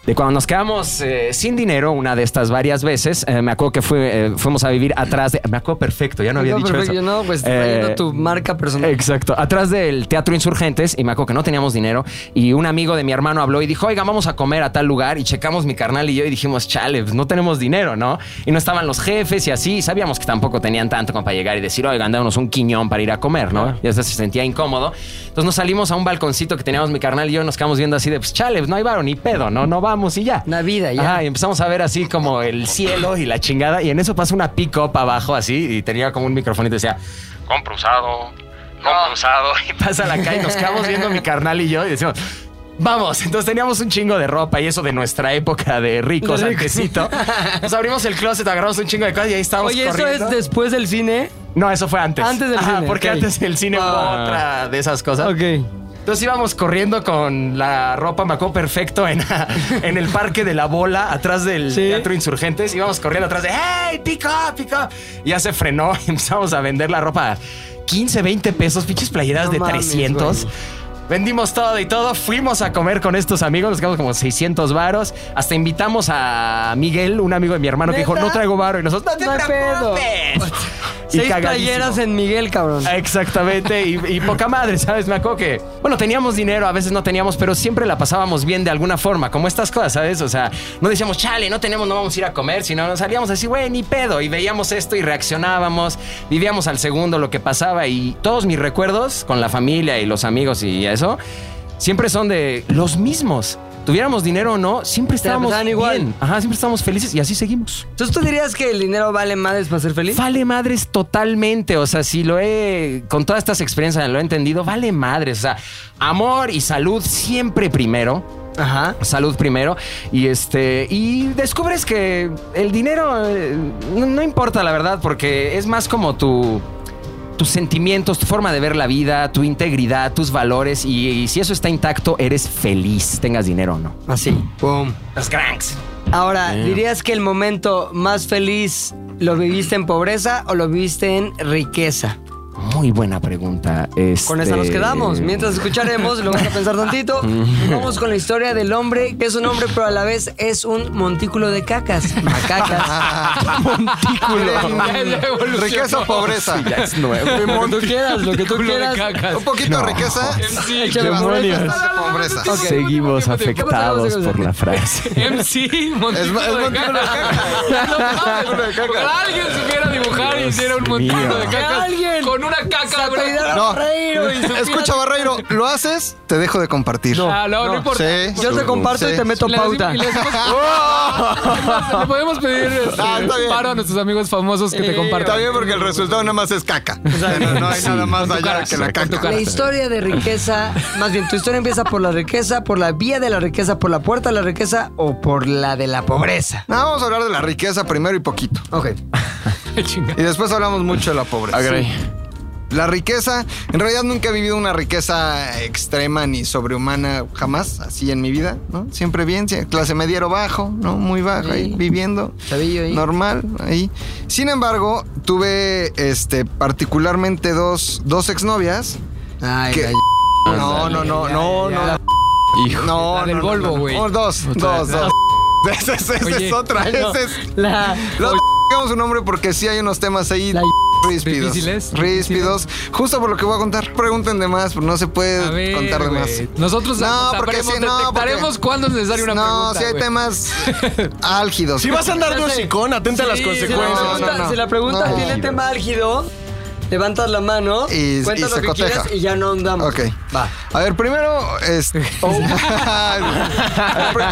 Speaker 1: De cuando nos quedamos eh, sin dinero, una de estas varias veces, eh, me acuerdo que fue, eh, fuimos a vivir atrás de. Me acuerdo perfecto, ya no había
Speaker 2: No,
Speaker 1: dicho
Speaker 2: perfecto,
Speaker 1: eso.
Speaker 2: no, pues está
Speaker 1: Eh,
Speaker 2: yendo tu marca personal.
Speaker 1: Exacto. Atrás del Teatro Insurgentes, y me acuerdo que no teníamos dinero, y un amigo de mi hermano habló y dijo, oiga, vamos a comer a tal lugar, y checamos mi carnal y yo, y dijimos, chale, pues no tenemos dinero, ¿no? Y no estaban los jefes y así, y sabíamos que tampoco tenían tanto como para llegar y decir, oigan, dámonos un quiñón para ir a comer, ¿no? Y hasta se sentía incómodo. Entonces nos salimos a un balconcito que teníamos mi carnal y yo, y nos quedamos viendo así de, pues chale, pues no hay varo ni pedo, ¿no? No vamos y ya.
Speaker 2: La vida, ya.
Speaker 1: Ajá, y empezamos a ver así como el cielo y la chingada. Y en eso pasa una pick-up abajo así y tenía como un micrófono y decía,
Speaker 2: Ah.
Speaker 1: compra usado, compra usado. Y pasa la calle, nos quedamos viendo mi carnal y yo y decimos, Vamos, entonces teníamos un chingo de ropa y eso de nuestra época de ricos,
Speaker 2: De ricos.
Speaker 1: antecito. Nos abrimos el closet, agarramos un chingo de cosas y ahí estábamos
Speaker 2: Oye, ¿eso
Speaker 1: corriendo.
Speaker 2: es después del cine?
Speaker 1: No, eso fue antes.
Speaker 2: Antes del
Speaker 1: Ajá,
Speaker 2: cine,
Speaker 1: Porque
Speaker 2: ok.
Speaker 1: antes el cine
Speaker 2: Ah.
Speaker 1: fue otra de esas cosas. Ok. Entonces íbamos corriendo con la ropa, me acuerdo perfecto, en, en el parque de la bola, atrás del Teatro Insurgentes. Íbamos corriendo atrás de, ¡Hey, pick up, pick up! Y ya se frenó y empezamos a vender la ropa a 15, 20 pesos, pinches playeras
Speaker 2: No
Speaker 1: de
Speaker 2: mames,
Speaker 1: 300. Vendimos todo y todo, fuimos a comer con estos amigos, nos quedamos como 600 varos. Hasta invitamos a Miguel, un amigo de mi hermano, que dijo,
Speaker 2: ¿Neta?
Speaker 1: no traigo varo. Y nosotros, no te
Speaker 2: No hay pedo.
Speaker 1: preocupes. Y
Speaker 2: Seis
Speaker 1: cagadísimo.
Speaker 2: playeras en Miguel, cabrón.
Speaker 1: Exactamente, y, y poca madre, ¿sabes? Me acuerdo que, bueno, teníamos dinero, a veces no teníamos, pero siempre la pasábamos bien de alguna forma, como estas cosas, ¿sabes? O sea, no decíamos, chale, no tenemos, no vamos a ir a comer, sino nos salíamos así, güey, ni pedo, y veíamos esto y reaccionábamos, vivíamos al segundo lo que pasaba, y todos mis recuerdos con la familia y los amigos y eso, siempre son de los mismos. Tuviéramos dinero o no, siempre
Speaker 2: Te la
Speaker 1: estábamos
Speaker 2: pasaban igual.
Speaker 1: bien. Ajá, siempre estábamos felices y así seguimos.
Speaker 2: Entonces tú dirías que el dinero vale madres para ser feliz.
Speaker 1: Vale madres totalmente. O sea, si lo he. Con todas estas experiencias lo he entendido, vale madres. O sea, amor y salud siempre primero. Ajá. Salud primero. Y este. Y descubres que el dinero eh, no, no importa, la verdad, porque es más como tu. Tus sentimientos, tu forma de ver la vida, tu integridad, tus valores. Y, y si eso está intacto, eres feliz, tengas dinero o no.
Speaker 2: Así. Boom.
Speaker 1: Los cranks.
Speaker 2: Ahora,
Speaker 1: Yeah.
Speaker 2: ¿dirías que el momento más feliz lo viviste en pobreza o lo viviste en riqueza?
Speaker 1: Muy buena pregunta.
Speaker 2: Con esa nos
Speaker 1: Este-
Speaker 2: quedamos. Mientras escucharemos, lo vamos a pensar tantito. Vamos con la historia del hombre, que es un hombre, pero a la vez es un montículo de cacas. Macacas.
Speaker 5: Montículo. riqueza o pobreza.
Speaker 2: Sí, ya es nuevo. Lo que tú quieras, lo que tú quieras.
Speaker 5: Un poquito
Speaker 1: No.
Speaker 5: de riqueza.
Speaker 1: Sí,
Speaker 5: Échale más
Speaker 1: demonios.
Speaker 5: riqueza, pobreza.
Speaker 1: Seguimos afectados por la frase.
Speaker 3: MC, montículo
Speaker 5: es
Speaker 3: de
Speaker 5: montículo
Speaker 3: caca. Ojalá alguien supiera dibujar y hiciera un montículo
Speaker 1: mío.
Speaker 3: de caca. Con una caca, güey.
Speaker 5: No. Escucha, Barreiro, ¿lo haces? Te dejo de compartir.
Speaker 3: Ah, no, no importa.
Speaker 5: Sí.
Speaker 3: Yo te comparto y te meto
Speaker 5: Le-
Speaker 3: pauta.
Speaker 5: le-
Speaker 3: Le podemos pedir este,
Speaker 5: Ah, está bien.
Speaker 3: paro a nuestros amigos famosos que te compartan.
Speaker 5: Está bien porque el resultado nada más es caca. O sea, no, no hay
Speaker 3: Sí.
Speaker 5: nada más
Speaker 3: Con tu
Speaker 5: allá
Speaker 3: cara,
Speaker 5: que la
Speaker 3: con tu
Speaker 5: caca.
Speaker 3: cara.
Speaker 2: La historia de riqueza, más bien, tu historia empieza por la riqueza, por la vía de la riqueza, por la puerta de la riqueza o por la de la pobreza.
Speaker 5: No, vamos a hablar de la riqueza primero y poquito.
Speaker 2: Ok.
Speaker 5: y después hablamos mucho de la pobreza.
Speaker 8: Ah, caray.
Speaker 5: La riqueza, en realidad nunca he vivido una riqueza extrema ni sobrehumana jamás, así en mi vida, ¿no? Siempre bien, sí, clase media o bajo, ¿no? Muy bajo, ahí viviendo.
Speaker 2: Chavillo ahí.
Speaker 5: Normal, ahí. Sin embargo, tuve este, particularmente dos, dos exnovias.
Speaker 2: Ay,
Speaker 5: que-
Speaker 2: la-
Speaker 5: No, no, no, no, no.
Speaker 8: Hijo.
Speaker 5: No,
Speaker 3: La del
Speaker 5: no, no,
Speaker 3: Volvo,
Speaker 5: no, no.
Speaker 3: güey.
Speaker 5: Oh, Dos, dos, dos. Esa es, esa
Speaker 3: Oye,
Speaker 5: es otra,
Speaker 3: ay, no.
Speaker 5: esa es...
Speaker 2: La...
Speaker 5: No digamos su nombre porque sí hay unos temas ahí ríspidos.
Speaker 3: Difíciles.
Speaker 5: Ríspidos. Justo por lo que voy a contar. Pregunten de más, no se
Speaker 3: A ver,
Speaker 5: puede contar de más.
Speaker 3: güey. Nosotros
Speaker 5: No, porque
Speaker 3: sabremos,
Speaker 5: sí, no,
Speaker 3: detectaremos
Speaker 5: porque-
Speaker 3: cuándo es necesaria una
Speaker 5: No,
Speaker 3: pregunta.
Speaker 5: si hay
Speaker 3: güey.
Speaker 5: temas álgidos.
Speaker 6: Si vas a andar de
Speaker 2: Ya sé.
Speaker 6: hocicón, atenta a las
Speaker 3: Sí,
Speaker 2: Si la
Speaker 6: consecuencias.
Speaker 2: pregunta,
Speaker 5: no, no.
Speaker 2: si la pregunta
Speaker 5: No.
Speaker 2: tiene tema álgido, levantas la mano,
Speaker 5: Y-
Speaker 2: cuentas
Speaker 5: y se
Speaker 2: lo que
Speaker 5: coteja.
Speaker 2: quieras y ya no andamos.
Speaker 5: Ok.
Speaker 2: Va.
Speaker 5: A ver, primero, este. Voy a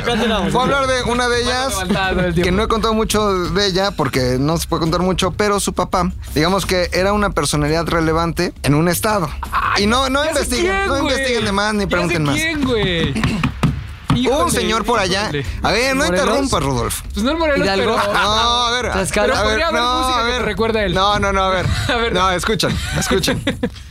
Speaker 5: hablar de una de ellas
Speaker 3: levantada todo el tiempo.
Speaker 5: que no he contado mucho de ella porque no se puede contar mucho, pero su papá, digamos que era una personalidad relevante en un estado. Y no, no
Speaker 3: Ya sé
Speaker 5: investiguen,
Speaker 3: quién,
Speaker 5: no
Speaker 3: güey.
Speaker 5: investiguen de más ni
Speaker 3: Ya
Speaker 5: pregunten
Speaker 3: sé
Speaker 5: más.
Speaker 3: quién, güey?
Speaker 5: Hubo un
Speaker 3: Híjole,
Speaker 5: señor por allá.
Speaker 3: híjole.
Speaker 5: A ver, no
Speaker 2: ¿Morelos?
Speaker 5: interrumpas, Rodolfo.
Speaker 3: Pues no el Morelos,
Speaker 2: Hidalgo.
Speaker 3: pero...
Speaker 5: No, a ver.
Speaker 2: Tlaxcala.
Speaker 5: a
Speaker 3: Pero
Speaker 5: ver,
Speaker 3: podría haber música que te recuerde a él.
Speaker 5: No, no, no, a ver.
Speaker 3: A ver.
Speaker 5: No, escuchen, escuchen.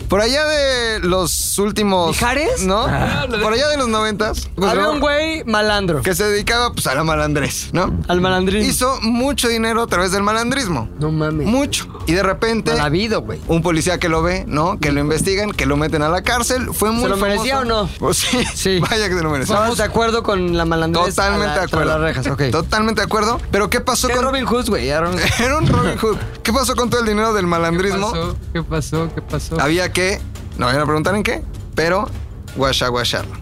Speaker 5: Por allá de los últimos.
Speaker 2: ¿Mijares?
Speaker 5: ¿No?
Speaker 3: lo de-
Speaker 5: Por allá de los noventas. pues,
Speaker 2: Había
Speaker 5: ¿no?
Speaker 2: un güey malandro.
Speaker 5: que se dedicaba pues a la malandrés, ¿no?
Speaker 2: Al malandrín.
Speaker 5: Hizo mucho dinero a través del malandrismo.
Speaker 2: No mames.
Speaker 5: Mucho. Y de repente.
Speaker 2: Mal habido, güey.
Speaker 5: Un policía que lo ve, ¿no? Que lo investigan, que lo meten a la cárcel. Fue muy
Speaker 2: lo merecía
Speaker 5: famoso.
Speaker 2: o no?
Speaker 5: Pues sí.
Speaker 2: Sí.
Speaker 5: Vaya que se lo merecía.
Speaker 2: Estamos de acuerdo con la malandrés.
Speaker 5: Totalmente
Speaker 2: a la-
Speaker 5: de acuerdo.
Speaker 2: tras las rejas, ok.
Speaker 5: Totalmente de acuerdo. Pero ¿qué pasó
Speaker 2: Era
Speaker 5: con
Speaker 2: Robin Hood, güey. era Robin-
Speaker 5: Era un Robin Hood. ¿Qué pasó con todo el dinero del
Speaker 3: ¿Qué
Speaker 5: malandrismo?
Speaker 3: pasó? ¿Qué pasó? ¿Qué pasó?
Speaker 5: Había que, no vayan a preguntar en qué, pero guasha guasharlo.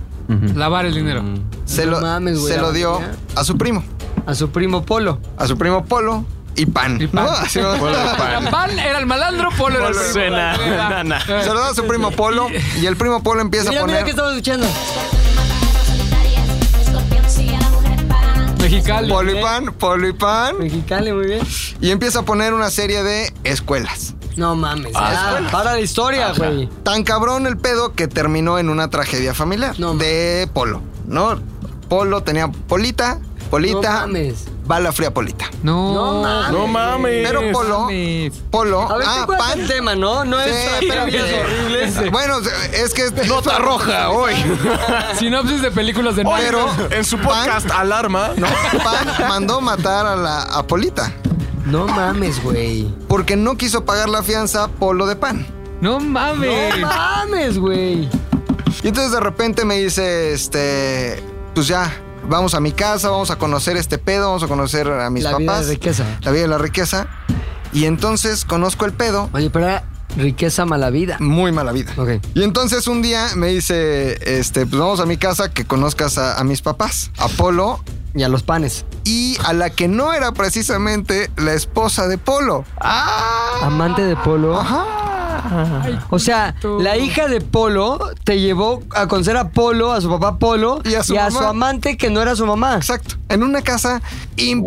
Speaker 3: Lavar el dinero.
Speaker 5: Mm. Se,
Speaker 2: No
Speaker 5: lo,
Speaker 2: mames, güey,
Speaker 5: se
Speaker 2: la
Speaker 5: lo dio
Speaker 2: batería.
Speaker 5: a su primo,
Speaker 2: A su primo Polo.
Speaker 5: a su primo Polo y Pan.
Speaker 3: Y Pan.
Speaker 5: ¿no? Así va.
Speaker 3: Pan era el malandro, Polo era el
Speaker 5: Polo
Speaker 8: Suena.
Speaker 3: Venga.
Speaker 8: nana.
Speaker 5: Se lo da a su primo Polo y el primo Polo empieza a
Speaker 2: Mira, mira
Speaker 5: poner.
Speaker 2: que estamos escuchando.
Speaker 3: Mexicali.
Speaker 5: Polo
Speaker 2: ¿eh?
Speaker 5: y Pan, Polo y Pan.
Speaker 2: Mexicali, muy bien.
Speaker 5: Y empieza a poner una serie de escuelas.
Speaker 2: No mames.
Speaker 5: Ah,
Speaker 2: ya, para la historia, güey.
Speaker 5: Tan cabrón el pedo que terminó en una tragedia familiar
Speaker 2: No,
Speaker 5: de Polo. ¿no? Polo tenía Polita, Polita, bala fría Polita.
Speaker 3: No,
Speaker 2: No mames. No mames.
Speaker 5: Pero Polo, Polo,
Speaker 2: A ver,
Speaker 5: ah,
Speaker 2: ¿tú cuál
Speaker 5: pan
Speaker 2: es el tema, no? No es-
Speaker 5: pero
Speaker 2: es horrible ese.
Speaker 5: Bueno, es que es nota
Speaker 6: roja hoy.
Speaker 3: Sinopsis de películas de
Speaker 5: Pero
Speaker 6: en su podcast alarma,
Speaker 5: ¿no? Pan mandó matar a la a Polita.
Speaker 2: No mames, güey.
Speaker 5: Porque no quiso pagar la fianza Polo de Pan.
Speaker 3: No mames.
Speaker 2: No mames, güey.
Speaker 5: Y entonces de repente me dice, este, pues ya, vamos a mi casa, vamos a conocer este pedo, vamos a conocer a mis
Speaker 2: La
Speaker 5: papás.
Speaker 2: vida de riqueza.
Speaker 5: La vida de la riqueza. Y entonces conozco el pedo.
Speaker 2: Oye, pero era riqueza mala vida.
Speaker 5: Muy mala vida.
Speaker 2: Ok.
Speaker 5: Y entonces un día me dice, este, pues vamos a mi casa que conozcas a, a mis papás, a Polo
Speaker 2: Y a los panes.
Speaker 5: y a la que no era precisamente la esposa de Polo.
Speaker 2: Amante de Polo.
Speaker 5: Ah.
Speaker 2: Ah. O sea, la hija de Polo te llevó a conocer a Polo, a su papá Polo
Speaker 5: Y a su mamá.
Speaker 2: amante que no era su mamá.
Speaker 5: Exacto. En una casa
Speaker 3: Wow.
Speaker 5: impresionante,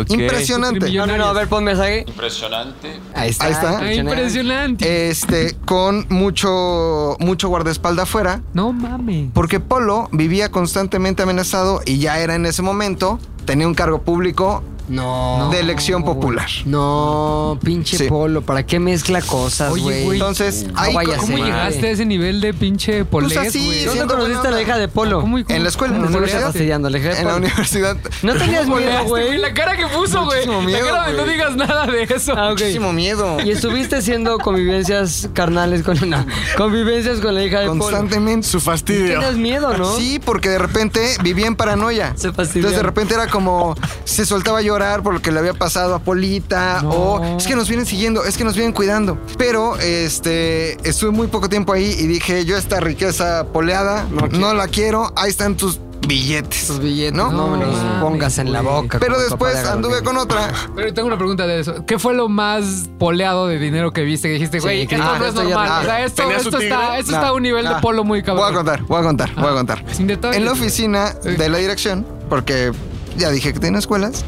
Speaker 8: Ah, sí. Ok.
Speaker 5: impresionante.
Speaker 2: No, no, no, a ver, pon mensaje.
Speaker 14: Impresionante.
Speaker 2: Ahí está.
Speaker 5: Ahí está.
Speaker 3: Ah, impresionante.
Speaker 5: Este, con mucho, mucho guardaespalda afuera,
Speaker 3: No mames.
Speaker 5: porque Polo vivía constantemente amenazado y ya era en ese momento, tenía un cargo público
Speaker 2: No.
Speaker 5: de elección popular.
Speaker 2: No, pinche
Speaker 5: Sí.
Speaker 2: Polo, ¿para qué mezcla cosas,
Speaker 3: Oye,
Speaker 2: güey?
Speaker 3: güey.
Speaker 5: Entonces,
Speaker 2: No
Speaker 5: ahí
Speaker 2: vayas
Speaker 5: co-
Speaker 3: ¿Cómo
Speaker 2: Sí,
Speaker 3: llegaste
Speaker 2: madre.
Speaker 3: a ese nivel de pinche polés,
Speaker 5: Pues así,
Speaker 3: güey?
Speaker 5: sí.
Speaker 2: ¿Dónde
Speaker 5: Siento
Speaker 2: conociste a
Speaker 5: buena
Speaker 2: la hija de Polo?
Speaker 3: ¿Cómo y cómo?
Speaker 5: en la escuela, en la
Speaker 2: ¿Cómo te
Speaker 5: universidad.
Speaker 2: estás fastidiando? La hija de
Speaker 5: En la
Speaker 2: Polo.
Speaker 5: universidad.
Speaker 2: No tenías miedo, güey.
Speaker 3: La cara que puso, güey.
Speaker 5: Muchísimo
Speaker 3: La
Speaker 5: miedo,
Speaker 3: cara de no
Speaker 5: güey.
Speaker 3: digas nada de eso.
Speaker 2: Ah, ok.
Speaker 5: Muchísimo miedo.
Speaker 2: Y estuviste haciendo convivencias carnales con una. Convivencias con la hija de Polo.
Speaker 5: Constantemente.
Speaker 6: su fastidio.
Speaker 2: Tienes miedo, ¿no?
Speaker 5: Sí, porque de repente vivía en paranoia.
Speaker 2: Se fastidiaba.
Speaker 5: Entonces de repente era como se soltaba a llorar por lo que le había pasado a Polita o es que nos vienen siguiendo, es que nos vienen cuidando. Pero este estuve muy poco tiempo ahí y dije, yo esta riqueza poleada no, la quiero, ahí están tus billetes.
Speaker 2: Tus billetes.
Speaker 5: ¿No?
Speaker 2: No, me los
Speaker 3: mames,
Speaker 2: pongas en la
Speaker 3: güey.
Speaker 2: boca.
Speaker 5: Pero
Speaker 2: como el papá de
Speaker 5: después anduve
Speaker 2: Gabriel.
Speaker 5: con otra.
Speaker 3: Pero tengo una pregunta de eso. ¿Qué fue lo más poleado de dinero que viste? Que dijiste, güey,
Speaker 2: que-
Speaker 3: esto
Speaker 2: ah,
Speaker 3: no es
Speaker 2: esto ya-
Speaker 3: normal.
Speaker 2: ah,
Speaker 3: o sea, esto,
Speaker 6: ¿tenía su
Speaker 3: esto,
Speaker 6: tigre?
Speaker 3: está, esto
Speaker 5: No,
Speaker 3: está a un nivel
Speaker 5: no.
Speaker 3: de polo muy
Speaker 5: Voy a
Speaker 3: cabrón.
Speaker 5: contar, voy a contar, voy
Speaker 2: Ah.
Speaker 5: a contar.
Speaker 3: Sin detalles.
Speaker 5: En la oficina de la dirección, porque ya dije que tenía escuelas,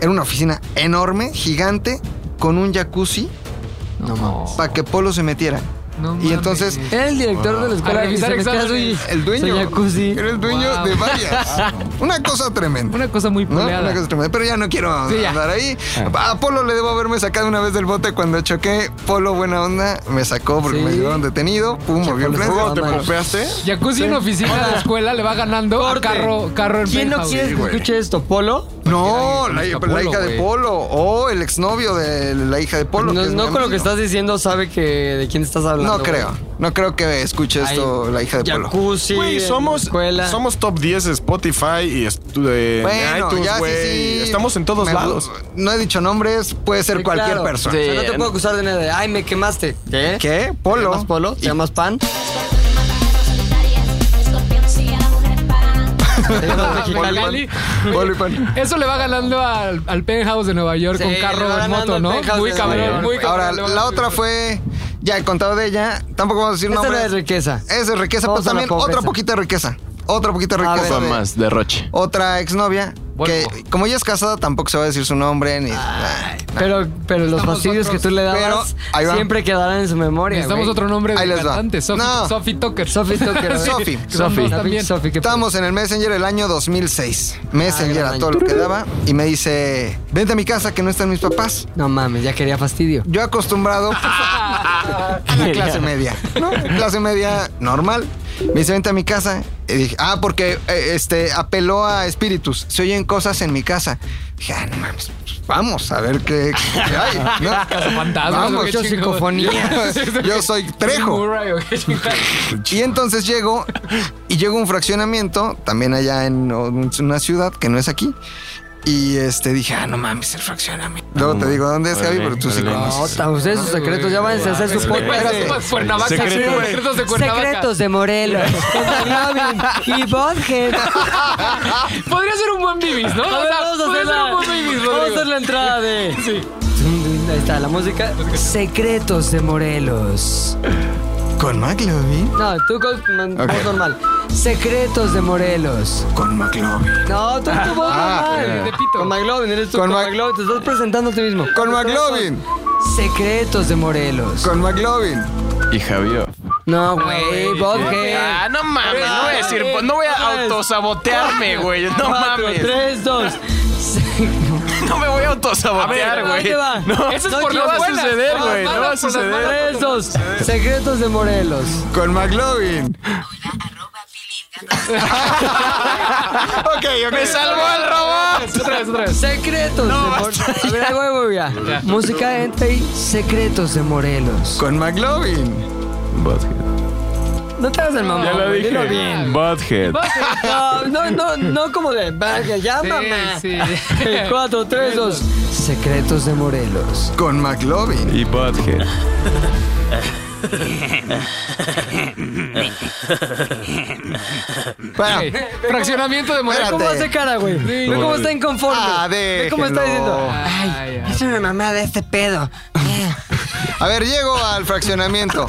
Speaker 5: era una oficina enorme, gigante, con un jacuzzi
Speaker 3: No, mames.
Speaker 5: para que Polo se metiera.
Speaker 3: No
Speaker 5: y entonces
Speaker 2: Era el director de la escuela
Speaker 3: A
Speaker 2: y se
Speaker 3: revisar
Speaker 2: metía a su
Speaker 3: exámenes.
Speaker 5: el dueño,
Speaker 2: su jacuzzi.
Speaker 5: era el dueño
Speaker 3: Wow.
Speaker 5: de varias. Una cosa tremenda.
Speaker 3: Una cosa muy
Speaker 5: ¿no? Una
Speaker 3: poleada.
Speaker 5: cosa tremenda. Pero ya no quiero
Speaker 3: Sí, ya. Ah.
Speaker 5: andar ahí. A Polo le debo haberme sacado una vez del bote cuando choqué. Polo, buena onda, me sacó porque
Speaker 2: Sí.
Speaker 5: me llevaron detenido. Pum, movió
Speaker 2: Polo
Speaker 5: el
Speaker 2: es
Speaker 5: frente.
Speaker 2: buena
Speaker 6: ¿Te
Speaker 2: onda.
Speaker 6: pompeaste?
Speaker 3: Jacuzzi en oficina de escuela le va ganando
Speaker 2: Corte.
Speaker 3: a carro, carro en
Speaker 2: ¿Quién no
Speaker 3: penthouse.
Speaker 2: quiere que escuche esto? ¿Polo?
Speaker 5: No,
Speaker 3: Conozco
Speaker 5: la,
Speaker 3: a
Speaker 5: la
Speaker 3: Polo,
Speaker 5: hija de
Speaker 3: güey.
Speaker 5: Polo o el exnovio de la hija de Polo.
Speaker 2: no
Speaker 5: que es
Speaker 2: no
Speaker 5: mi
Speaker 2: con lo que
Speaker 5: amigo.
Speaker 2: estás diciendo sabe que de quién estás hablando.
Speaker 5: No creo, no creo que escuche esto la hija de Polo.
Speaker 2: Jacuzzi,
Speaker 6: Güey,
Speaker 2: en
Speaker 6: somos,
Speaker 2: escuela.
Speaker 6: somos top 10 de Spotify y estu- de
Speaker 5: Bueno,
Speaker 6: iTunes,
Speaker 5: ya sí,
Speaker 6: güey.
Speaker 5: sí.
Speaker 6: Estamos en todos
Speaker 5: Me-
Speaker 6: lados.
Speaker 5: No he dicho nombres, puede ser
Speaker 2: Sí,
Speaker 5: cualquier
Speaker 2: claro.
Speaker 5: persona.
Speaker 2: O sea, no te puedo acusar de nada. de, Ay, me quemaste. ¿Qué?
Speaker 5: ¿Qué? Polo.
Speaker 2: ¿Te llamas Polo? ¿Te llamas Pan? ¿Te llamas Mexicali?
Speaker 3: Mexicali. Eso le va ganando al, al penthouse de Nueva York
Speaker 2: Sí,
Speaker 3: con
Speaker 2: le va
Speaker 3: carro en
Speaker 2: ganando
Speaker 3: moto,
Speaker 2: al
Speaker 3: ¿no?
Speaker 2: penthouse
Speaker 3: Muy
Speaker 2: de
Speaker 3: cabrón,
Speaker 2: Nueva York.
Speaker 3: muy cabrón.
Speaker 5: Ahora,
Speaker 3: Le va
Speaker 5: la
Speaker 3: ganando.
Speaker 5: otra fue, ya he contado de ella, tampoco vamos a decir
Speaker 2: Esta es la de
Speaker 5: nombres.
Speaker 2: riqueza.
Speaker 5: Esa es riqueza,
Speaker 2: Vamos a
Speaker 5: pero
Speaker 2: la
Speaker 5: también
Speaker 2: pobreza. Ah,
Speaker 5: otra poquita riqueza. Otra poquita
Speaker 2: A
Speaker 5: riqueza.
Speaker 2: ver.
Speaker 5: de-
Speaker 8: Más derroche.
Speaker 5: Otra exnovia,
Speaker 3: Vuelvo.
Speaker 5: que como ella es casada, tampoco se va a decir su nombre
Speaker 2: Ah,
Speaker 5: ni...
Speaker 2: Pero, pero los
Speaker 3: Necesitamos
Speaker 2: fastidios que
Speaker 3: otros,
Speaker 2: tú le
Speaker 5: pero
Speaker 2: dabas
Speaker 5: ahí va.
Speaker 2: siempre quedarán en su memoria.
Speaker 3: Necesitamos
Speaker 2: güey.
Speaker 3: otro nombre
Speaker 5: Ahí
Speaker 3: de
Speaker 5: les va.
Speaker 3: cantante. Sophie,
Speaker 5: No.
Speaker 3: Sophie Tucker.
Speaker 2: Sophie Tucker.
Speaker 5: Sophie.
Speaker 3: Sophie.
Speaker 2: También.
Speaker 3: También.
Speaker 2: Sophie, ¿qué pedo?
Speaker 5: Estábamos en el Messenger el año 2006. Messenger
Speaker 2: gran
Speaker 5: a todo
Speaker 2: año.
Speaker 5: lo que daba. Y me dice, vente a mi casa que no están mis papás.
Speaker 2: No mames, ya quería fastidio.
Speaker 5: Yo acostumbrado a la clase media. ¿no? Clase media normal. Me dice, vente a mi casa. Y dije, ah, porque eh, este, apeló a espíritus. Se oyen cosas en mi casa. Dije, ah, no mames. pues, Vamos a ver qué, qué hay. ¿no?
Speaker 3: Fantasmas,
Speaker 5: Vamos,
Speaker 3: ¿o qué
Speaker 5: yo
Speaker 3: chingo?
Speaker 5: psicofonía. Yo soy Trejo.
Speaker 3: Murray, ¿o qué chingo?
Speaker 5: Y entonces llego y llego a un fraccionamiento, también allá en una ciudad que no es aquí. Y este dije, ah, no mames, el fraccionamiento. Luego te digo, ¿dónde es Javi? Pero tú sí
Speaker 8: órale.
Speaker 5: conoces.
Speaker 2: No, ta- ustedes sus secretos ya van a hacer su
Speaker 7: Pues,
Speaker 2: podcast.
Speaker 5: espérate.
Speaker 2: de-
Speaker 3: Cuernavaca,
Speaker 6: Secreto,
Speaker 3: sí,
Speaker 6: güey.
Speaker 3: secretos de Cuernavaca.
Speaker 2: Secretos de Morelos. con McLovin y Bodhead.
Speaker 3: Podría ser un buen bibis, ¿no?
Speaker 2: A
Speaker 3: O
Speaker 2: ver,
Speaker 3: sea,
Speaker 2: vamos a
Speaker 3: podría
Speaker 2: hacer
Speaker 3: ser
Speaker 2: la,
Speaker 3: un buen bibis,
Speaker 2: vamos a
Speaker 3: Rodrigo.
Speaker 2: hacer la entrada de. Dun, dun, Ahí está la música. Secretos de Morelos.
Speaker 5: Con McLovin.
Speaker 2: No, tú con man-
Speaker 5: Ok.
Speaker 2: voz normal. Secretos de Morelos.
Speaker 5: Con McLovin.
Speaker 2: No, tú con tu voz normal.
Speaker 3: de pito.
Speaker 2: Con McLovin, eres tú. Con,
Speaker 5: Con Mac-
Speaker 2: McLovin, te estás presentando a ti mismo.
Speaker 5: Con McLovin.
Speaker 2: Secretos de Morelos.
Speaker 5: Con McLovin.
Speaker 8: Y Javier.
Speaker 2: No, güey, Bobhead.
Speaker 8: Ah, no mames, no voy a decir, pues, no voy a autosabotearme, güey. No mames.
Speaker 15: Tres, dos.
Speaker 8: No me voy a autosabotear, güey. No,
Speaker 15: Eso es
Speaker 8: no
Speaker 15: por
Speaker 8: va a suceder,
Speaker 2: Ah,
Speaker 8: güey. No va a suceder.
Speaker 15: Tres, dos. Secretos de Morelos.
Speaker 5: Con McLovin. ok, ok.
Speaker 8: ¡Me salvó el robot!
Speaker 15: Otra vez, otra vez.
Speaker 2: Secretos de Morelos. A ver, ahí voy, voy, ya. Música entra ahí. Secretos de Morelos.
Speaker 5: Con McLovin.
Speaker 2: No te hagas el mamón.
Speaker 8: Ya lo
Speaker 2: güey, dilo bien.
Speaker 8: dije. Butthead.
Speaker 2: No, no, no, no como de. Vaya, ya, mamá.
Speaker 7: Sí,
Speaker 2: Cuatro, tres, dos. Secretos de Morelos.
Speaker 5: Con McLovin.
Speaker 8: Y Butthead.
Speaker 5: Bueno,
Speaker 7: Fraccionamiento de
Speaker 2: Ve cómo hace
Speaker 5: espérate.
Speaker 2: cara, güey. Ve cómo está inconforme.
Speaker 5: Ah,
Speaker 2: Ve cómo está
Speaker 5: déjenlo.
Speaker 2: diciendo.
Speaker 7: Ay,
Speaker 2: Es una mamada este pedo. Eh,
Speaker 5: A ver, llego al fraccionamiento.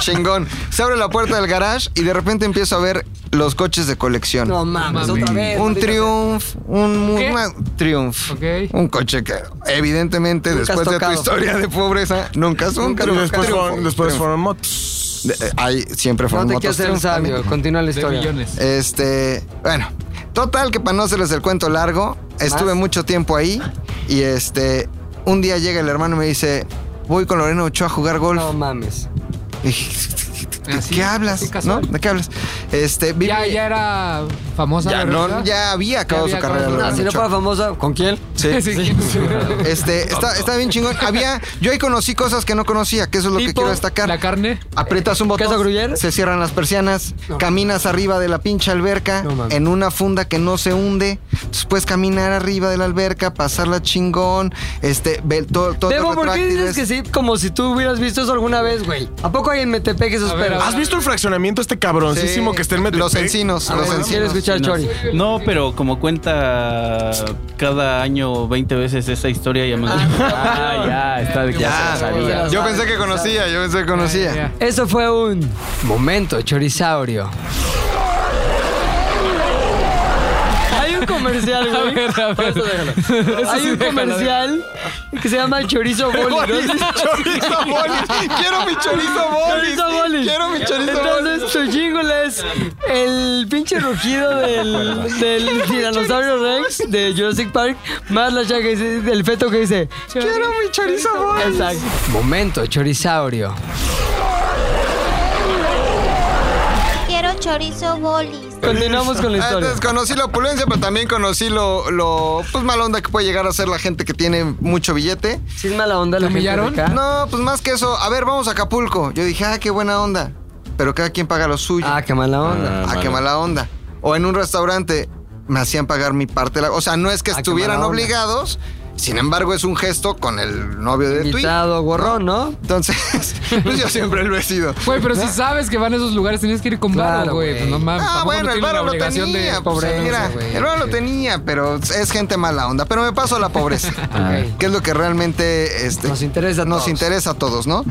Speaker 5: Chingón. Se abre la puerta del garage y de repente empiezo a ver los coches de colección.
Speaker 2: No mames, otra vez.
Speaker 5: un
Speaker 2: maldita
Speaker 5: Triumph, un
Speaker 7: ¿Qué?
Speaker 5: una- Triumph.
Speaker 7: Ok.
Speaker 5: Un coche que evidentemente
Speaker 2: Nunca has
Speaker 5: después de tu
Speaker 2: tocado.
Speaker 5: historia de pobreza nunca es un
Speaker 6: Y
Speaker 5: Triumph.
Speaker 6: después
Speaker 5: Triumph.
Speaker 6: fueron, después
Speaker 5: Triumph.
Speaker 6: fueron motos.
Speaker 5: De- eh, ahí siempre
Speaker 2: sea. No
Speaker 5: fueron
Speaker 2: te
Speaker 5: motos
Speaker 2: quieras ser un
Speaker 5: Triumph
Speaker 2: sabio.
Speaker 5: también.
Speaker 2: Continúa la
Speaker 3: De
Speaker 2: historia.
Speaker 3: millones.
Speaker 5: Este, bueno, total que para no hacerles el cuento largo, estuve mucho tiempo ahí y este, un día llega el hermano y me dice, voy con Lorena Ochoa a jugar golf.
Speaker 2: No mames.
Speaker 5: Y dije, ¿De
Speaker 7: Así,
Speaker 5: qué
Speaker 7: así
Speaker 5: hablas? ¿No?
Speaker 7: casual.
Speaker 5: ¿De qué hablas? Este, vi-
Speaker 7: Ya, ya era famosa.
Speaker 5: ya,
Speaker 7: la
Speaker 5: no,
Speaker 7: verdad.
Speaker 5: ya había acabado
Speaker 7: Ya había
Speaker 5: su carrera.
Speaker 7: acabado su-
Speaker 5: Lorena
Speaker 2: No, si no
Speaker 5: Ochoa.
Speaker 2: fuera famosa, ¿con quién?
Speaker 5: Sí.
Speaker 7: Sí, sí, sí.
Speaker 5: Este, está, está bien chingón. Había, yo ahí conocí cosas que no conocía, que eso es lo que
Speaker 2: Tipo,
Speaker 5: quiero destacar.
Speaker 7: La carne.
Speaker 5: Aprietas un botón,
Speaker 2: ¿Queso Gruyere?
Speaker 5: se cierran las persianas, caminas arriba de la pinche alberca
Speaker 2: No mames.
Speaker 5: en una funda que no se hunde, Entonces, puedes caminar arriba de la alberca, pasarla chingón, este, ve todo, todo
Speaker 2: Debo, ¿por qué dices que
Speaker 5: retráctiles.
Speaker 2: sí? Como si tú hubieras visto eso alguna vez, güey. ¿A poco hay en Metepec esos
Speaker 7: A ver,
Speaker 2: perros?
Speaker 7: a
Speaker 6: ¿Has visto el fraccionamiento este cabroncísimo
Speaker 5: Sí.
Speaker 6: que está en Metepec?
Speaker 5: Los encinos,
Speaker 2: Ah,
Speaker 5: los
Speaker 2: bueno, Quiero
Speaker 5: encinos.
Speaker 2: escuchar, Chori.
Speaker 14: No, pero como cuenta cada año 20 veces esa historia, ya me
Speaker 2: Ah,
Speaker 1: ya, está de que
Speaker 5: Ah, Ya,
Speaker 1: se la sabía.
Speaker 5: yo pensé que conocía, yo pensé que conocía.
Speaker 7: Ya, ya.
Speaker 2: Eso fue un momento chorisaurio. Hay un comercial, güey. Por eso déjalo. Hay un comercial que se llama Chorizo Boli. ¿no?
Speaker 5: Chorizo bolis, quiero mi chorizo bolis.
Speaker 2: Chorizo Boli.
Speaker 5: Quiero mi chorizo bolis.
Speaker 2: Entonces, tu jingle es el pinche rugido del, del tiranosaurio Rex de Jurassic Park, más la chaga que dice- del feto que dice:
Speaker 5: Quiero mi chorizo bolis.
Speaker 2: Exacto. Momento chorisaurio.
Speaker 16: Quiero chorizo bolis.
Speaker 2: Continuamos con la
Speaker 5: Ah,
Speaker 2: historia.
Speaker 5: Entonces conocí la opulencia, pero también conocí lo, lo pues mala onda que puede llegar a ser la gente que tiene mucho billete.
Speaker 2: Sin mala onda, la
Speaker 7: ¿Te
Speaker 2: gente de
Speaker 7: humillaron?
Speaker 2: acá.
Speaker 5: No, pues más que eso, a ver, vamos a Acapulco. Yo dije, ah, qué buena onda. Pero cada quien paga lo suyo.
Speaker 2: Ah, qué mala onda.
Speaker 5: Ah, qué mala onda. O en un restaurante me hacían pagar mi parte. de la- O sea, no es que
Speaker 2: Ah, qué
Speaker 5: estuvieran
Speaker 2: mala onda.
Speaker 5: obligados. Sin embargo, es un gesto con el novio de tu hija.
Speaker 2: Invitado gorrón, ¿no?
Speaker 5: Entonces, pues yo siempre lo he sido.
Speaker 7: Güey, pero si sabes que van a esos lugares, tenías que ir con
Speaker 2: Claro,
Speaker 7: varo, güey.
Speaker 2: güey.
Speaker 7: Pues no mames.
Speaker 5: Ah,
Speaker 7: tampoco
Speaker 5: bueno, el
Speaker 7: tienes la
Speaker 5: varo lo
Speaker 7: obligación de
Speaker 5: tenía. pues,
Speaker 7: pobreza,
Speaker 5: mira,
Speaker 7: güey.
Speaker 5: el varo lo tenía, pero es gente mala onda. Pero me paso a la pobreza, que es lo que realmente este,
Speaker 2: Nos interesa a
Speaker 5: nos
Speaker 2: todos.
Speaker 5: interesa a todos, ¿no?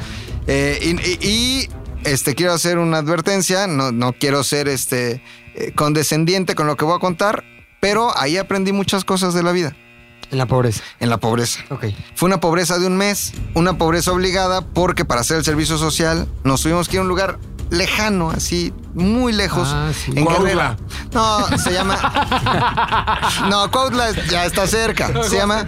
Speaker 5: Eh, y, y- y, este quiero hacer una advertencia, no, no quiero ser este eh, condescendiente con lo que voy a contar, pero ahí aprendí muchas cosas de la vida,
Speaker 2: En la pobreza.
Speaker 5: en la pobreza.
Speaker 2: Ok.
Speaker 5: Fue una pobreza de un mes, una pobreza obligada porque para hacer el servicio social nos tuvimos que ir a un lugar lejano, así, muy lejos.
Speaker 7: Ah, sí.
Speaker 5: en Guerrero.
Speaker 6: Cuautla.
Speaker 5: No, se llama... no, Cuautla ya está cerca. Se llama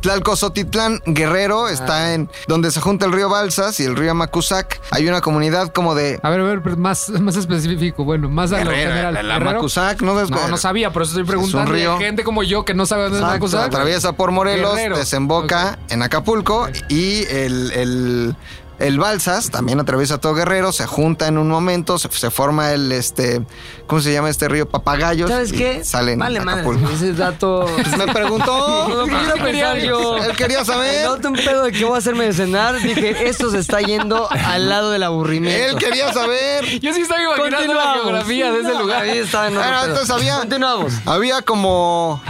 Speaker 5: Tlalcozotitlán Guerrero,
Speaker 7: Ah.
Speaker 5: está en donde se junta el río Balsas y el río Amacuzac. Hay una comunidad como de...
Speaker 7: A ver, a ver, pero más, más específico, bueno, más a lo general.
Speaker 5: el
Speaker 7: Guerrero.
Speaker 5: Amacuzac, ¿no? Es-
Speaker 7: No, no sabía, por eso estoy preguntando.
Speaker 5: río.
Speaker 7: Y hay gente como yo que no sabe dónde es
Speaker 5: Exacto,
Speaker 7: Macusac.
Speaker 5: Atraviesa por Morelos,
Speaker 7: Guerrero.
Speaker 5: desemboca en Acapulco y el, el- el Balsas también atraviesa todo Guerrero, se junta en un momento, se, se forma el este, ¿cómo se llama este río? Papagayos.
Speaker 2: ¿Sabes
Speaker 5: y
Speaker 2: qué?
Speaker 5: Salen
Speaker 2: vale, madre.
Speaker 5: Acapulco.
Speaker 2: Ese dato.
Speaker 5: Pues me preguntó.
Speaker 2: No, no quiero pensar yo.
Speaker 5: Él quería saber.
Speaker 2: No te un pedo de qué voy a hacerme de cenar. Dije, esto se está yendo al lado del
Speaker 5: Él
Speaker 2: aburrimiento.
Speaker 5: quería saber.
Speaker 7: Yo sí estaba imaginando la
Speaker 2: Continuamos.
Speaker 7: geografía de ese lugar.
Speaker 2: Ahí estaba en otro
Speaker 5: Bueno,
Speaker 2: pedo.
Speaker 5: entonces había-
Speaker 2: Continuamos.
Speaker 5: Había como,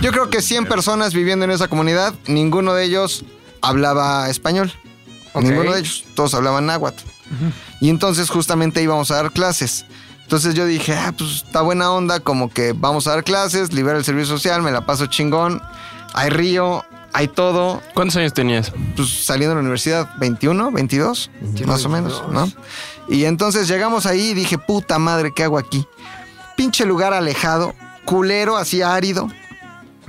Speaker 5: yo creo que 100 personas viviendo en esa comunidad, ninguno de ellos hablaba español.
Speaker 7: Ok.
Speaker 5: Ninguno de ellos, todos hablaban náhuatl. Y entonces justamente íbamos a dar clases. Entonces yo dije, ah, pues está buena onda, como que vamos a dar clases, libera el servicio social, me la paso chingón, hay río, hay todo,
Speaker 8: ¿Cuántos años tenías?
Speaker 5: pues saliendo de la universidad, 21, 22, más o menos, ¿no? Y entonces llegamos ahí y dije, puta madre, ¿qué hago aquí? Pinche lugar alejado, culero, así árido.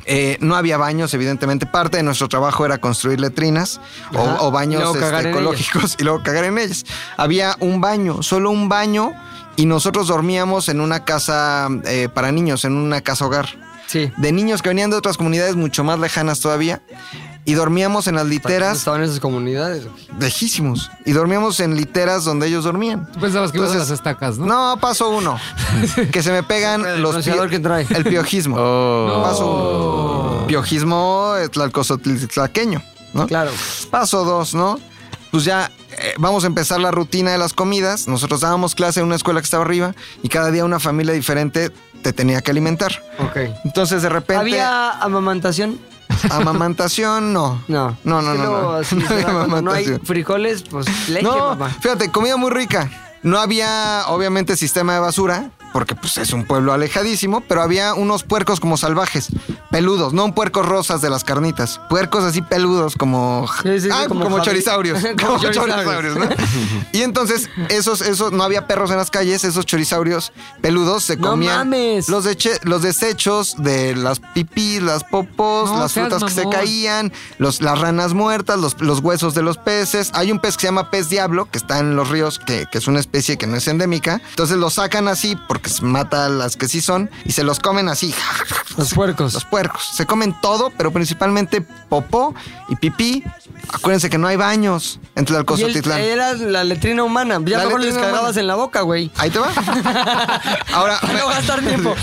Speaker 5: Eh, no había baños, evidentemente. Parte de nuestro trabajo era construir letrinas o,
Speaker 15: Ajá.
Speaker 5: o baños
Speaker 15: Y luego
Speaker 5: este,
Speaker 15: cagar en
Speaker 5: ecológicos y luego cagar en ellas. Había un baño, solo un baño, y nosotros dormíamos en una casa eh, para niños, en una casa hogar.
Speaker 2: Sí.
Speaker 5: De niños que venían de otras comunidades mucho más lejanas todavía. Y dormíamos en las literas.
Speaker 2: Estaban en esas comunidades.
Speaker 5: Lejísimos. Y dormíamos en literas donde ellos dormían.
Speaker 3: Tú pensabas que ibas a las estacas, ¿no?
Speaker 5: No, paso uno. que se me pegan los
Speaker 2: pronunciador que trae. Oh.
Speaker 5: El piojismo.
Speaker 6: oh.
Speaker 1: No.
Speaker 5: Paso uno. Piojismo eh, tlalcosotlitlaqueño, ¿no?
Speaker 2: Claro.
Speaker 5: Paso dos, ¿no? Pues ya eh, vamos a empezar la rutina de las comidas. Nosotros dábamos clase en una escuela que estaba arriba y cada día una familia diferente te tenía que alimentar.
Speaker 2: Ok.
Speaker 5: Entonces de repente...
Speaker 2: ¿Había amamantación?
Speaker 5: Amamantación, no.
Speaker 2: No.
Speaker 5: No, no,
Speaker 2: Es que
Speaker 5: no,
Speaker 2: luego, así
Speaker 5: no. No
Speaker 2: se
Speaker 5: había
Speaker 2: da cuando no hay
Speaker 5: amamantación.
Speaker 2: frijoles, pues leche,
Speaker 5: No,
Speaker 2: papá.
Speaker 5: fíjate, comida muy rica. No había, obviamente, sistema de basura, porque pues es un pueblo alejadísimo, pero había unos puercos como salvajes, peludos, no un puercos rosas de las carnitas, puercos así peludos como,
Speaker 2: Sí, sí,
Speaker 5: Ah,
Speaker 2: como
Speaker 5: como,
Speaker 2: Javi-
Speaker 5: chorizaurios.
Speaker 2: como
Speaker 5: como
Speaker 2: chorizaurios.
Speaker 5: chorizaurios, ¿no? y entonces, esos, esos, no había perros en las calles, esos chorizaurios peludos se
Speaker 2: ¡No
Speaker 5: comían
Speaker 2: mames!
Speaker 5: Los, deche- los desechos de las pipí, las popos,
Speaker 2: No
Speaker 5: las
Speaker 2: seas
Speaker 5: frutas que se
Speaker 2: mamón.
Speaker 5: caían, los, las ranas muertas, los, los huesos de los peces. Hay un pez que se llama pez diablo, que está en los ríos, que, que es una especie que no es endémica. Entonces los sacan así porque se mata a las que sí son y se los comen así.
Speaker 2: Los puercos.
Speaker 5: Los puercos. Se comen todo, pero principalmente popó y pipí. Acuérdense que no hay baños
Speaker 2: Y
Speaker 5: entre el
Speaker 2: el-
Speaker 5: Alcozotitlán.
Speaker 2: Era la letrina humana. Ya
Speaker 5: La
Speaker 2: mejor les
Speaker 5: letrina
Speaker 2: cagabas
Speaker 5: humana.
Speaker 2: en la boca, güey.
Speaker 5: Ahí te va. Ahora.
Speaker 2: No gastar tiempo.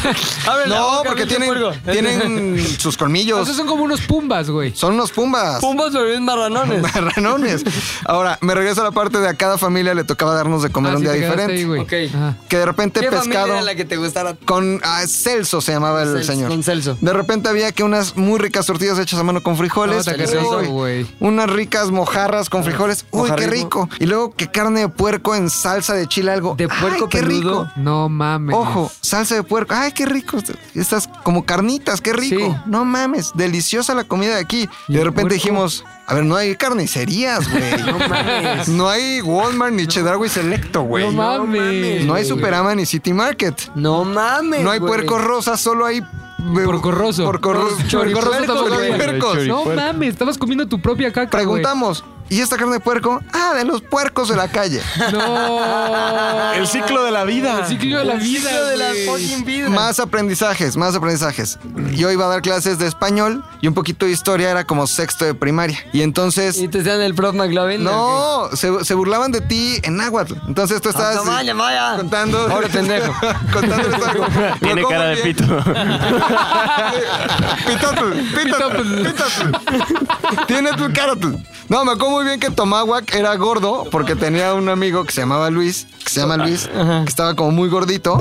Speaker 2: Abre la
Speaker 5: no,
Speaker 2: boca,
Speaker 5: porque
Speaker 2: pinche
Speaker 5: tienen,
Speaker 2: puerco.
Speaker 5: tienen sus colmillos.
Speaker 3: Esos son como unos pumbas, güey.
Speaker 5: Son unos pumbas.
Speaker 2: Pumbos pero bien marranones.
Speaker 5: Marranones. Ahora, me regreso a la parte de a cada familia le tocaba darnos de
Speaker 3: Ah,
Speaker 5: comer un
Speaker 3: sí,
Speaker 5: día
Speaker 3: te quedaste
Speaker 5: diferente.
Speaker 3: ahí, güey. Ah,
Speaker 2: Ok.
Speaker 3: Ajá.
Speaker 5: Que de repente
Speaker 2: ¿Qué familia
Speaker 5: pescado.
Speaker 2: era la que te gustara?
Speaker 5: Con ah, Celso se llamaba el
Speaker 2: Celso,
Speaker 5: señor.
Speaker 2: con Celso.
Speaker 5: De repente había que unas muy ricas tortillas hechas a mano con frijoles.
Speaker 3: Nota que se
Speaker 5: Uy,
Speaker 3: hizo, güey. Ah,
Speaker 5: unas ricas mojarras con frijoles. Uy, qué
Speaker 3: Mojarrismo.
Speaker 5: rico. Y luego que carne de puerco en salsa de chile algo. De
Speaker 3: puerco
Speaker 5: qué
Speaker 3: peludo.
Speaker 5: rico.
Speaker 3: No mames.
Speaker 5: Ojo, salsa de puerco. Ay, qué rico. Estas como carnitas, qué rico. No mames, deliciosa la comida de aquí. Y de repente dijimos, a ver, no hay carnicerías, güey.
Speaker 2: No mames.
Speaker 5: No hay Walmart ni Chedraui Selecto, güey.
Speaker 3: No mames.
Speaker 5: No
Speaker 3: güey.
Speaker 5: hay Superama ni City Market.
Speaker 2: No mames.
Speaker 5: No hay
Speaker 2: güey.
Speaker 5: puercos rosas, solo hay... eh,
Speaker 3: Porcorroso.
Speaker 5: Porcorroso.
Speaker 3: Porcorroso tampoco había.
Speaker 5: Choripuercos.
Speaker 3: No mames, estabas comiendo tu propia caca.
Speaker 5: Preguntamos, ¿y esta carne de puerco? Ah, de los puercos de la calle.
Speaker 3: güey. No.
Speaker 6: El ciclo de la vida.
Speaker 3: El ciclo de la vida.
Speaker 2: de la
Speaker 3: güey.
Speaker 2: fucking vida.
Speaker 5: Más aprendizajes, más aprendizajes. Yo iba a dar clases de español y un poquito de historia, era como sexto de primaria. Y entonces...
Speaker 2: Y te decían el prof McLovin. ¿o
Speaker 5: No, se, se burlaban de ti en náhuatl. Entonces tú
Speaker 2: qué? Ah,
Speaker 5: estabas
Speaker 2: no, vaya, vaya.
Speaker 5: contando.
Speaker 2: Pobre pendejo.
Speaker 5: contándoles algo.
Speaker 14: Tiene
Speaker 5: Lo
Speaker 14: cara
Speaker 5: como
Speaker 14: de
Speaker 5: bien.
Speaker 14: pito.
Speaker 5: Pitotl, pitotl, pitotl. Tiene tu carotl. No, me acuerdo muy bien que Tomahuac era gordo porque tenía un amigo que se llamaba Luis, que se llama Luis, que estaba como muy gordito.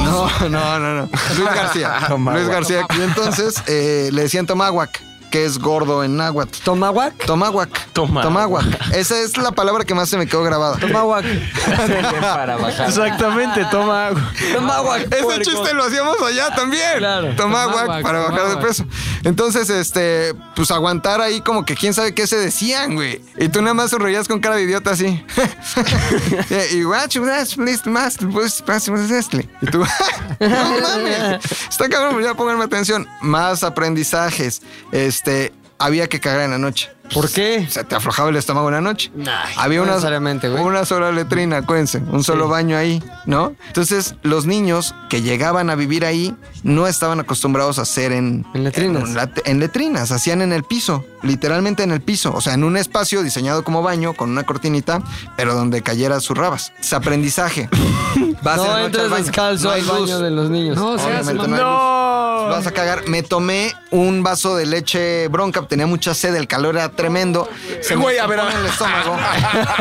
Speaker 5: No, no, no, no. Luis García. Luis García. Y entonces eh, le decían Tomahuac, que es gordo en náhuatl.
Speaker 2: ¿Tomahuac?
Speaker 5: Tomahuac.
Speaker 8: Tomahuac.
Speaker 5: Tomahuac. Esa es la palabra que más se me quedó grabada.
Speaker 2: Tomahuac.
Speaker 1: Para bajar.
Speaker 8: Exactamente, toma agua.
Speaker 2: Tomahuac.
Speaker 5: Ese
Speaker 2: puerco.
Speaker 5: chiste lo hacíamos allá también.
Speaker 2: Claro.
Speaker 5: Tomá
Speaker 3: Tomá
Speaker 5: guac
Speaker 3: guac,
Speaker 5: para
Speaker 3: tomá
Speaker 5: bajar de
Speaker 3: guac.
Speaker 5: peso. Entonces, este, pues aguantar ahí como que quién sabe qué se decían, güey. Y tú nada más sonreías con cara de idiota así. y guacho, guacho, listo, más, pues, más, más, este. Y tú, no mames. Está cabrón, pues ya pónganme atención. Más aprendizajes. Este, había que cagar en la noche.
Speaker 2: ¿Por qué?
Speaker 5: Se te aflojaba el estómago en la noche. Había
Speaker 2: no
Speaker 5: una,
Speaker 2: necesariamente, güey.
Speaker 5: una sola letrina, acuérdense, un solo baño ahí, ¿no? Entonces, los niños que llegaban a vivir ahí no estaban acostumbrados a hacer en,
Speaker 2: En letrinas.
Speaker 5: en lat- en letrinas, hacían en el piso, literalmente en el piso, o sea, en un espacio diseñado como baño, con una cortinita, pero donde cayeran sus rabas. Es aprendizaje. Vas en
Speaker 2: No
Speaker 5: la noche
Speaker 2: entres
Speaker 5: al baño,
Speaker 2: descalzo
Speaker 5: no hay
Speaker 2: al baño
Speaker 5: luz.
Speaker 2: de los niños.
Speaker 3: No, seas
Speaker 5: Obviamente no
Speaker 3: mamón.
Speaker 5: hay luz. Vas a cagar. Me tomé un vaso de leche bronca. Tenía mucha sed, el calor era tremendo. Se me
Speaker 6: Güey, a ver,
Speaker 5: tapó en el estómago.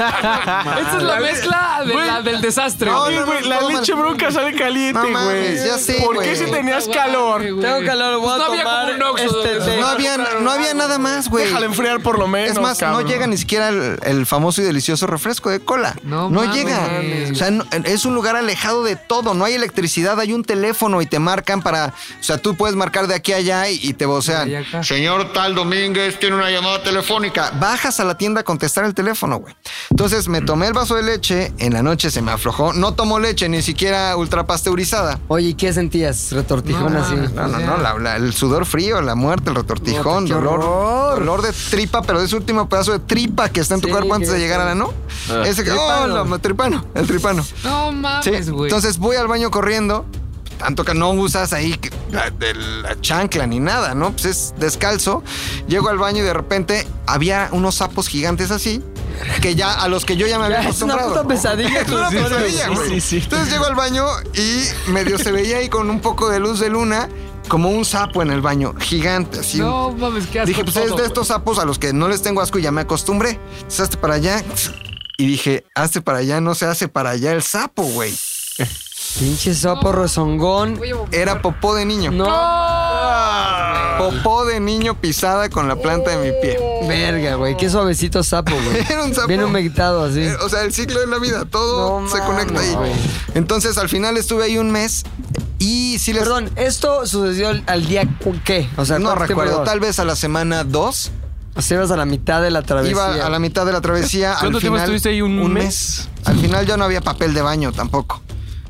Speaker 3: Esta es la mezcla de
Speaker 6: Güey.
Speaker 3: la- del desastre.
Speaker 5: No,
Speaker 3: güey.
Speaker 5: no,
Speaker 6: Oye, güey, la
Speaker 5: todo mal.
Speaker 6: leche bronca sale caliente,
Speaker 5: No
Speaker 6: güey.
Speaker 5: mames, ya sé,
Speaker 6: ¿Por
Speaker 5: güey.
Speaker 6: qué si tenías
Speaker 3: Guau,
Speaker 6: calor?
Speaker 3: güey.
Speaker 2: Tengo calor, voy
Speaker 3: Pues
Speaker 2: a
Speaker 3: no había
Speaker 2: tomar
Speaker 3: como un Oxxo
Speaker 2: este
Speaker 3: donde-
Speaker 2: té.
Speaker 5: No había, no había nada más, güey.
Speaker 6: Déjala enfriar por lo menos.
Speaker 5: Es más,
Speaker 6: cabrón.
Speaker 5: no llega ni siquiera el, el famoso y delicioso refresco de cola.
Speaker 3: No
Speaker 5: No,
Speaker 3: mames.
Speaker 5: llega. O sea, no- es un lugar alejado de todo. No hay electricidad, hay un teléfono y te marcan para. O sea, tú tú puedes marcar de aquí a allá y, y te vocean. Señor tal Domínguez tiene una llamada telefónica. Bajas a la tienda a contestar el teléfono, güey. Entonces me tomé el vaso de leche, en la noche se me aflojó. No tomo leche, ni siquiera ultrapasteurizada.
Speaker 2: Oye, ¿y qué sentías? Retortijón así.
Speaker 5: No, no, no, la- la- el sudor frío, la muerte, el retortijón,
Speaker 2: Puta, qué
Speaker 5: dolor,
Speaker 2: horror.
Speaker 5: dolor de tripa, pero de ese último pedazo de tripa que está en tu cuerpo antes de llegar a la no.
Speaker 2: Ah.
Speaker 5: Ese que, oh,
Speaker 2: Tripano.
Speaker 5: la- tripano, el tripano.
Speaker 3: No mames,
Speaker 5: Sí,
Speaker 3: güey.
Speaker 5: Entonces voy al baño corriendo. Tanto que no usas ahí que- la, de la chancla ni nada, ¿no? Pues es descalzo. Llego al baño y de repente había unos sapos gigantes así. Que ya, a los que yo ya me había
Speaker 2: Ya, es una
Speaker 5: acostumbrado.
Speaker 2: puta pesadilla,
Speaker 5: Es una
Speaker 2: sí,
Speaker 5: pesadilla,
Speaker 2: sí,
Speaker 5: güey.
Speaker 2: sí, sí.
Speaker 5: Entonces llego al baño y medio se veía ahí con un poco de luz de luna, como un sapo en el baño, gigante, así.
Speaker 3: No mames, qué asco
Speaker 5: Dije, pues
Speaker 3: todo,
Speaker 5: es de
Speaker 3: güey.
Speaker 5: estos sapos a los que no les tengo asco y ya me acostumbré. Entonces, hazte para allá. Y dije, hazte para allá, no se hace para allá el sapo, güey.
Speaker 2: Pinche sapo rezongón.
Speaker 5: Era popó de niño. Popó de niño pisada con la planta de mi pie.
Speaker 2: Verga, güey. Qué suavecito sapo, güey.
Speaker 5: Era un sapo.
Speaker 2: Bien humectado así.
Speaker 5: Eh, O sea, el ciclo de la vida, todo se conecta ahí. Entonces, al final estuve ahí un mes y sí les...
Speaker 2: Perdón, ¿esto sucedió al, al día cu- qué? O sea,
Speaker 5: no
Speaker 2: ¿cuánto tiempo
Speaker 5: recuerdo,
Speaker 2: llevas?
Speaker 5: tal vez a la semana 2.
Speaker 2: O sea, ibas a la mitad de la travesía.
Speaker 5: Iba a la mitad de la travesía. al
Speaker 2: ¿Cuánto tiempo
Speaker 5: final,
Speaker 2: estuviste ahí? ¿Un mes?
Speaker 5: Al final ya no había papel de baño tampoco.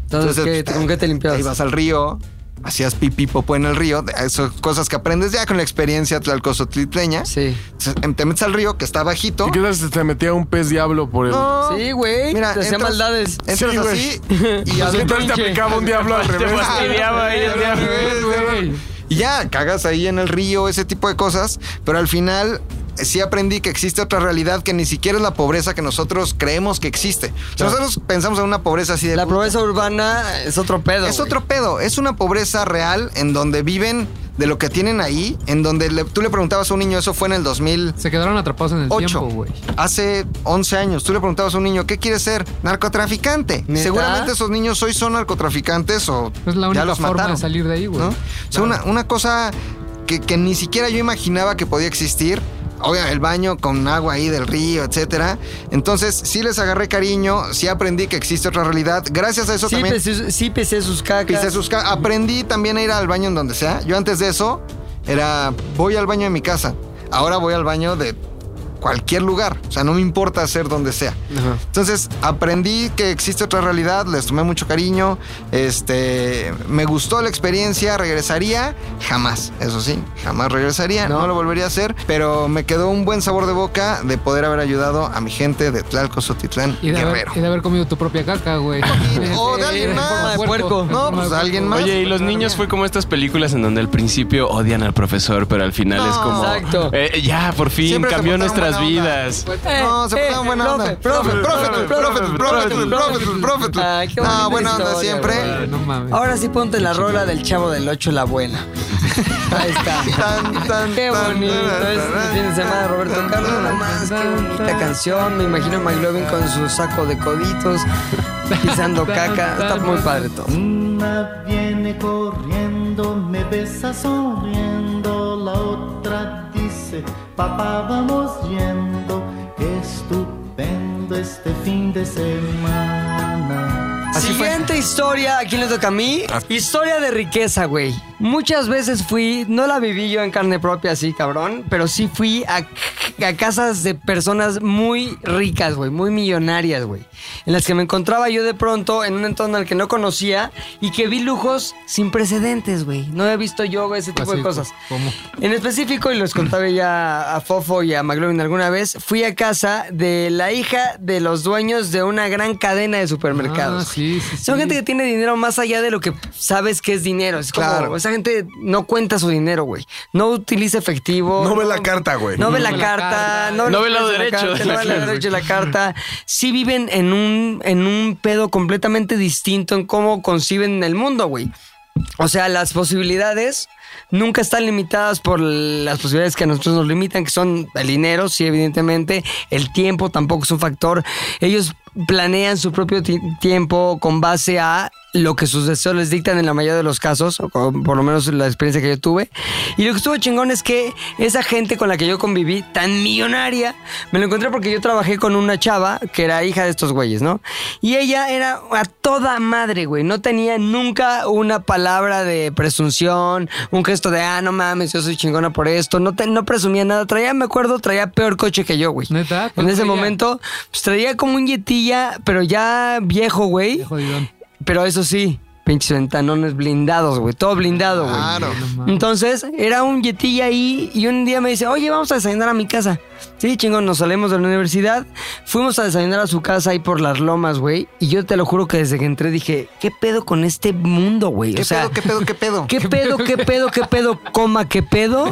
Speaker 2: Entonces, ¿qué? ¿Con qué te limpiabas?
Speaker 5: Ibas al río, hacías pipí popó en el río. de- Eso, cosas que aprendes ya con la experiencia tlalcosotlipeña.
Speaker 2: Sí.
Speaker 5: Te metes al río que está bajito.
Speaker 17: ¿Y qué tal si te metía un pez diablo por el...?
Speaker 5: No.
Speaker 2: Sí, güey.
Speaker 5: Mira,
Speaker 2: te hacía
Speaker 5: entras-
Speaker 2: maldades.
Speaker 5: entras
Speaker 17: Sí, güey.
Speaker 5: así
Speaker 17: Pues,
Speaker 5: y a
Speaker 17: ¿Qué tal te aplicaba un diablo al revés?
Speaker 5: Y ya, cagas ahí en el río, ese tipo de cosas, pero al final eh, sí aprendí que existe otra realidad que ni siquiera es la pobreza que nosotros creemos que existe. O sea, nosotros pensamos en una pobreza así de... La
Speaker 2: pobreza urbana es otro pedo.
Speaker 5: eh, Es otro pedo, es una pobreza real en donde viven de lo que tienen ahí, en donde le- tú le preguntabas a un niño, eso fue en el 2000...
Speaker 3: Se quedaron atrapados en el
Speaker 5: Ocho.
Speaker 3: tiempo, güey.
Speaker 5: Hace 11 años, tú le preguntabas a un niño, ¿qué quiere ser? Narcotraficante.
Speaker 3: ¿Neta?
Speaker 5: Seguramente esos niños hoy son narcotraficantes o
Speaker 3: Es la
Speaker 5: ya
Speaker 3: única
Speaker 5: los
Speaker 3: forma
Speaker 5: mataron.
Speaker 3: de salir de ahí, güey.
Speaker 5: ¿no? O sea, una, una cosa que, que ni siquiera yo imaginaba que podía existir. Obvio, el baño con agua ahí del río, etcétera. Entonces, sí les agarré cariño, sí aprendí que existe otra realidad. Gracias a eso
Speaker 2: Sí,
Speaker 5: también.
Speaker 2: pesé- sí pesé sus cacas.
Speaker 5: pisé sus ca- Aprendí también a ir al baño en donde sea. Yo antes de eso era voy al baño de mi casa. Ahora voy al baño de cualquier lugar. O sea, no me importa hacer donde sea. Entonces aprendí que existe otra realidad, les tomé mucho cariño, este, me gustó la experiencia, regresaría, jamás, eso sí, jamás regresaría, no, lo volvería a hacer, pero me quedó un buen sabor de boca de poder haber ayudado a mi gente de Tlalco, Sotitlán,
Speaker 3: Y de, haber,
Speaker 5: Guerrero.
Speaker 3: y de haber comido tu propia caca, güey.
Speaker 5: O de alguien más. No, pues alguien más.
Speaker 8: Oye, y los niños fue como estas películas en donde al principio odian al profesor, pero al final es como.
Speaker 2: Exacto.
Speaker 8: "Eh, ya, por fin,
Speaker 5: Siempre se
Speaker 8: cambió
Speaker 5: portaron
Speaker 8: nuestras
Speaker 5: buena onda.
Speaker 8: vidas.
Speaker 5: No, se
Speaker 2: eh,
Speaker 5: portaron buena
Speaker 2: profe,
Speaker 5: onda.
Speaker 2: profe, profe,
Speaker 5: profe,
Speaker 2: profe,
Speaker 5: profe,
Speaker 2: profe,
Speaker 5: profe,
Speaker 2: profe,
Speaker 5: profe, profe, profe.
Speaker 2: Ay, qué
Speaker 5: No,
Speaker 2: bonita
Speaker 5: buena onda
Speaker 2: historia,
Speaker 5: siempre.
Speaker 2: güey. Ahora sí ponte la rola del chavo del 8, la abuela. Ahí está. qué bonito. es el fin de semana de Roberto Carlos. Nada más. Qué bonita canción. Me imagino a McLovin con su saco de coditos, pisando caca. Está muy padre todo.
Speaker 18: Una viene corriendo, me besa sonriendo, la otra dice, papá vamos yendo, qué estupendo este fin de semana.
Speaker 2: Siguiente historia, aquí le toca a mí. Historia de riqueza, güey. Muchas veces fui, no la viví yo en carne propia así, cabrón, pero sí fui a, a casas de personas muy ricas, güey, muy millonarias, güey. En las que me encontraba yo de pronto en un entorno al que no conocía y que vi lujos sin precedentes, güey. No había visto yo güey, ese tipo de cosas. En específico, y los contaba ya a Fofo y a McLovin alguna vez, fui a casa de la hija de los dueños de una gran cadena de
Speaker 6: Ah,
Speaker 2: supermercados. Son gente que tiene dinero más allá de lo que sabes que es dinero. Es como,
Speaker 6: Claro.
Speaker 2: esa gente no cuenta su dinero, güey. No utiliza efectivo.
Speaker 6: No ve la carta, güey.
Speaker 2: No ve la carta, no,
Speaker 6: No
Speaker 2: los
Speaker 6: ve el lado
Speaker 2: precios de la carta,
Speaker 6: derecho de la
Speaker 2: no ve el lado
Speaker 6: carta.
Speaker 2: derecho de la carta. Sí viven en un, en un pedo completamente distinto en cómo conciben el mundo, güey. O sea, las posibilidades nunca están limitadas por las posibilidades que a nosotros nos limitan, que son el dinero, sí, evidentemente. El tiempo tampoco es un factor. Ellos planean su propio ti- tiempo con base a lo que sus deseos les dictan en la mayoría de los casos, o con- por lo menos la experiencia que yo tuve. Y lo que estuvo chingón es que esa gente con la que yo conviví, tan millonaria, me lo encontré porque yo trabajé con una chava que era hija de estos güeyes, ¿no? Y ella era a toda madre, güey. No tenía nunca una palabra de presunción, un gesto de, ah, no mames, yo soy chingona por esto. No, te- no presumía nada. Traía, me acuerdo, traía peor coche que yo, güey. ¿Neta? En ese momento, pues, traía como un yetilla, pero ya viejo, güey. Pero eso sí, pinches ventanones blindados, güey. Todo blindado, güey. Claro. Entonces, era un yetilla ahí y un día me dice, oye, vamos a desayunar a mi casa. Sí, chingón, nos salimos de la universidad, fuimos a desayunar a su casa ahí por las lomas, güey. Y yo te lo juro que desde que entré dije, ¿qué pedo con este mundo, güey?
Speaker 5: ¿Qué
Speaker 2: O sea,
Speaker 5: pedo, qué pedo, qué pedo?
Speaker 2: ¿Qué pedo, qué pedo, qué pedo, coma, qué pedo?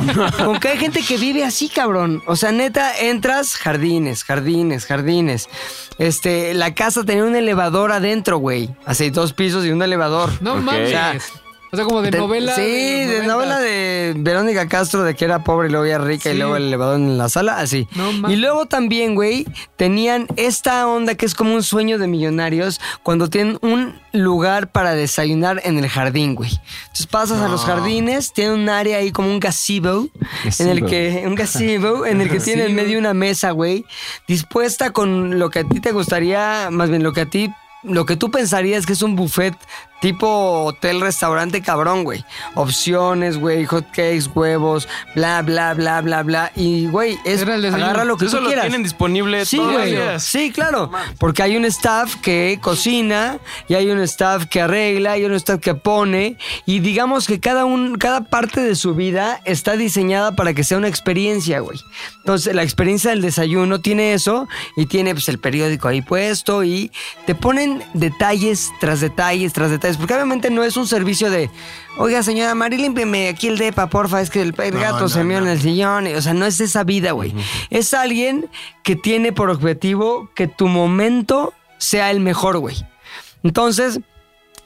Speaker 2: Con que hay gente que vive así, cabrón. O sea, neta, entras, jardines, jardines, jardines. Este, la casa tenía un elevador adentro, güey. Así, dos pisos y un elevador.
Speaker 3: No
Speaker 2: Ok.
Speaker 3: mames.
Speaker 2: O sea,
Speaker 3: O sea, como de
Speaker 2: te-
Speaker 3: novela.
Speaker 2: Sí, de,
Speaker 3: los
Speaker 2: novela
Speaker 3: 90.
Speaker 2: de Verónica Castro, de que era pobre y luego ya rica y
Speaker 3: Sí.
Speaker 2: luego el elevador en la sala, así. y luego también, güey, tenían esta onda que es como un sueño de millonarios cuando tienen un lugar para desayunar en el jardín, güey. Entonces pasas a los
Speaker 15: No.
Speaker 2: jardines, tienen un área ahí como un gazebo, en el
Speaker 15: Gazebo.
Speaker 2: que un gazebo en el que tienen en
Speaker 15: Gazebo.
Speaker 2: medio una mesa, güey, dispuesta con lo que a ti te gustaría, más bien lo que a ti lo que tú pensarías que es un buffet tipo hotel, restaurante cabrón, güey. Opciones, güey, hot cakes, huevos, bla, bla, bla, bla, bla. Y, güey, es,
Speaker 8: desayuno.
Speaker 2: agarra lo que
Speaker 8: Eso
Speaker 2: tú
Speaker 8: lo
Speaker 2: quieras.
Speaker 8: tienen disponible
Speaker 2: sí,
Speaker 8: todos los
Speaker 2: güey.
Speaker 8: días.
Speaker 2: Sí, claro. Porque hay un staff que cocina y hay un staff que arregla y hay un staff que pone. Y digamos que cada, un, cada parte de su vida está diseñada para que sea una experiencia, güey. Entonces, la experiencia del desayuno tiene eso y tiene pues, el periódico ahí puesto y te ponen detalles tras detalles tras detalles. Porque obviamente no es un servicio de, oiga, señora Mari, límpiame aquí el depa, porfa, es que el, el
Speaker 15: No,
Speaker 2: gato
Speaker 15: no,
Speaker 2: se meó
Speaker 15: no.
Speaker 2: en el sillón. O sea, no es esa vida, güey. Es alguien que tiene por objetivo que tu momento sea el mejor, güey. Entonces,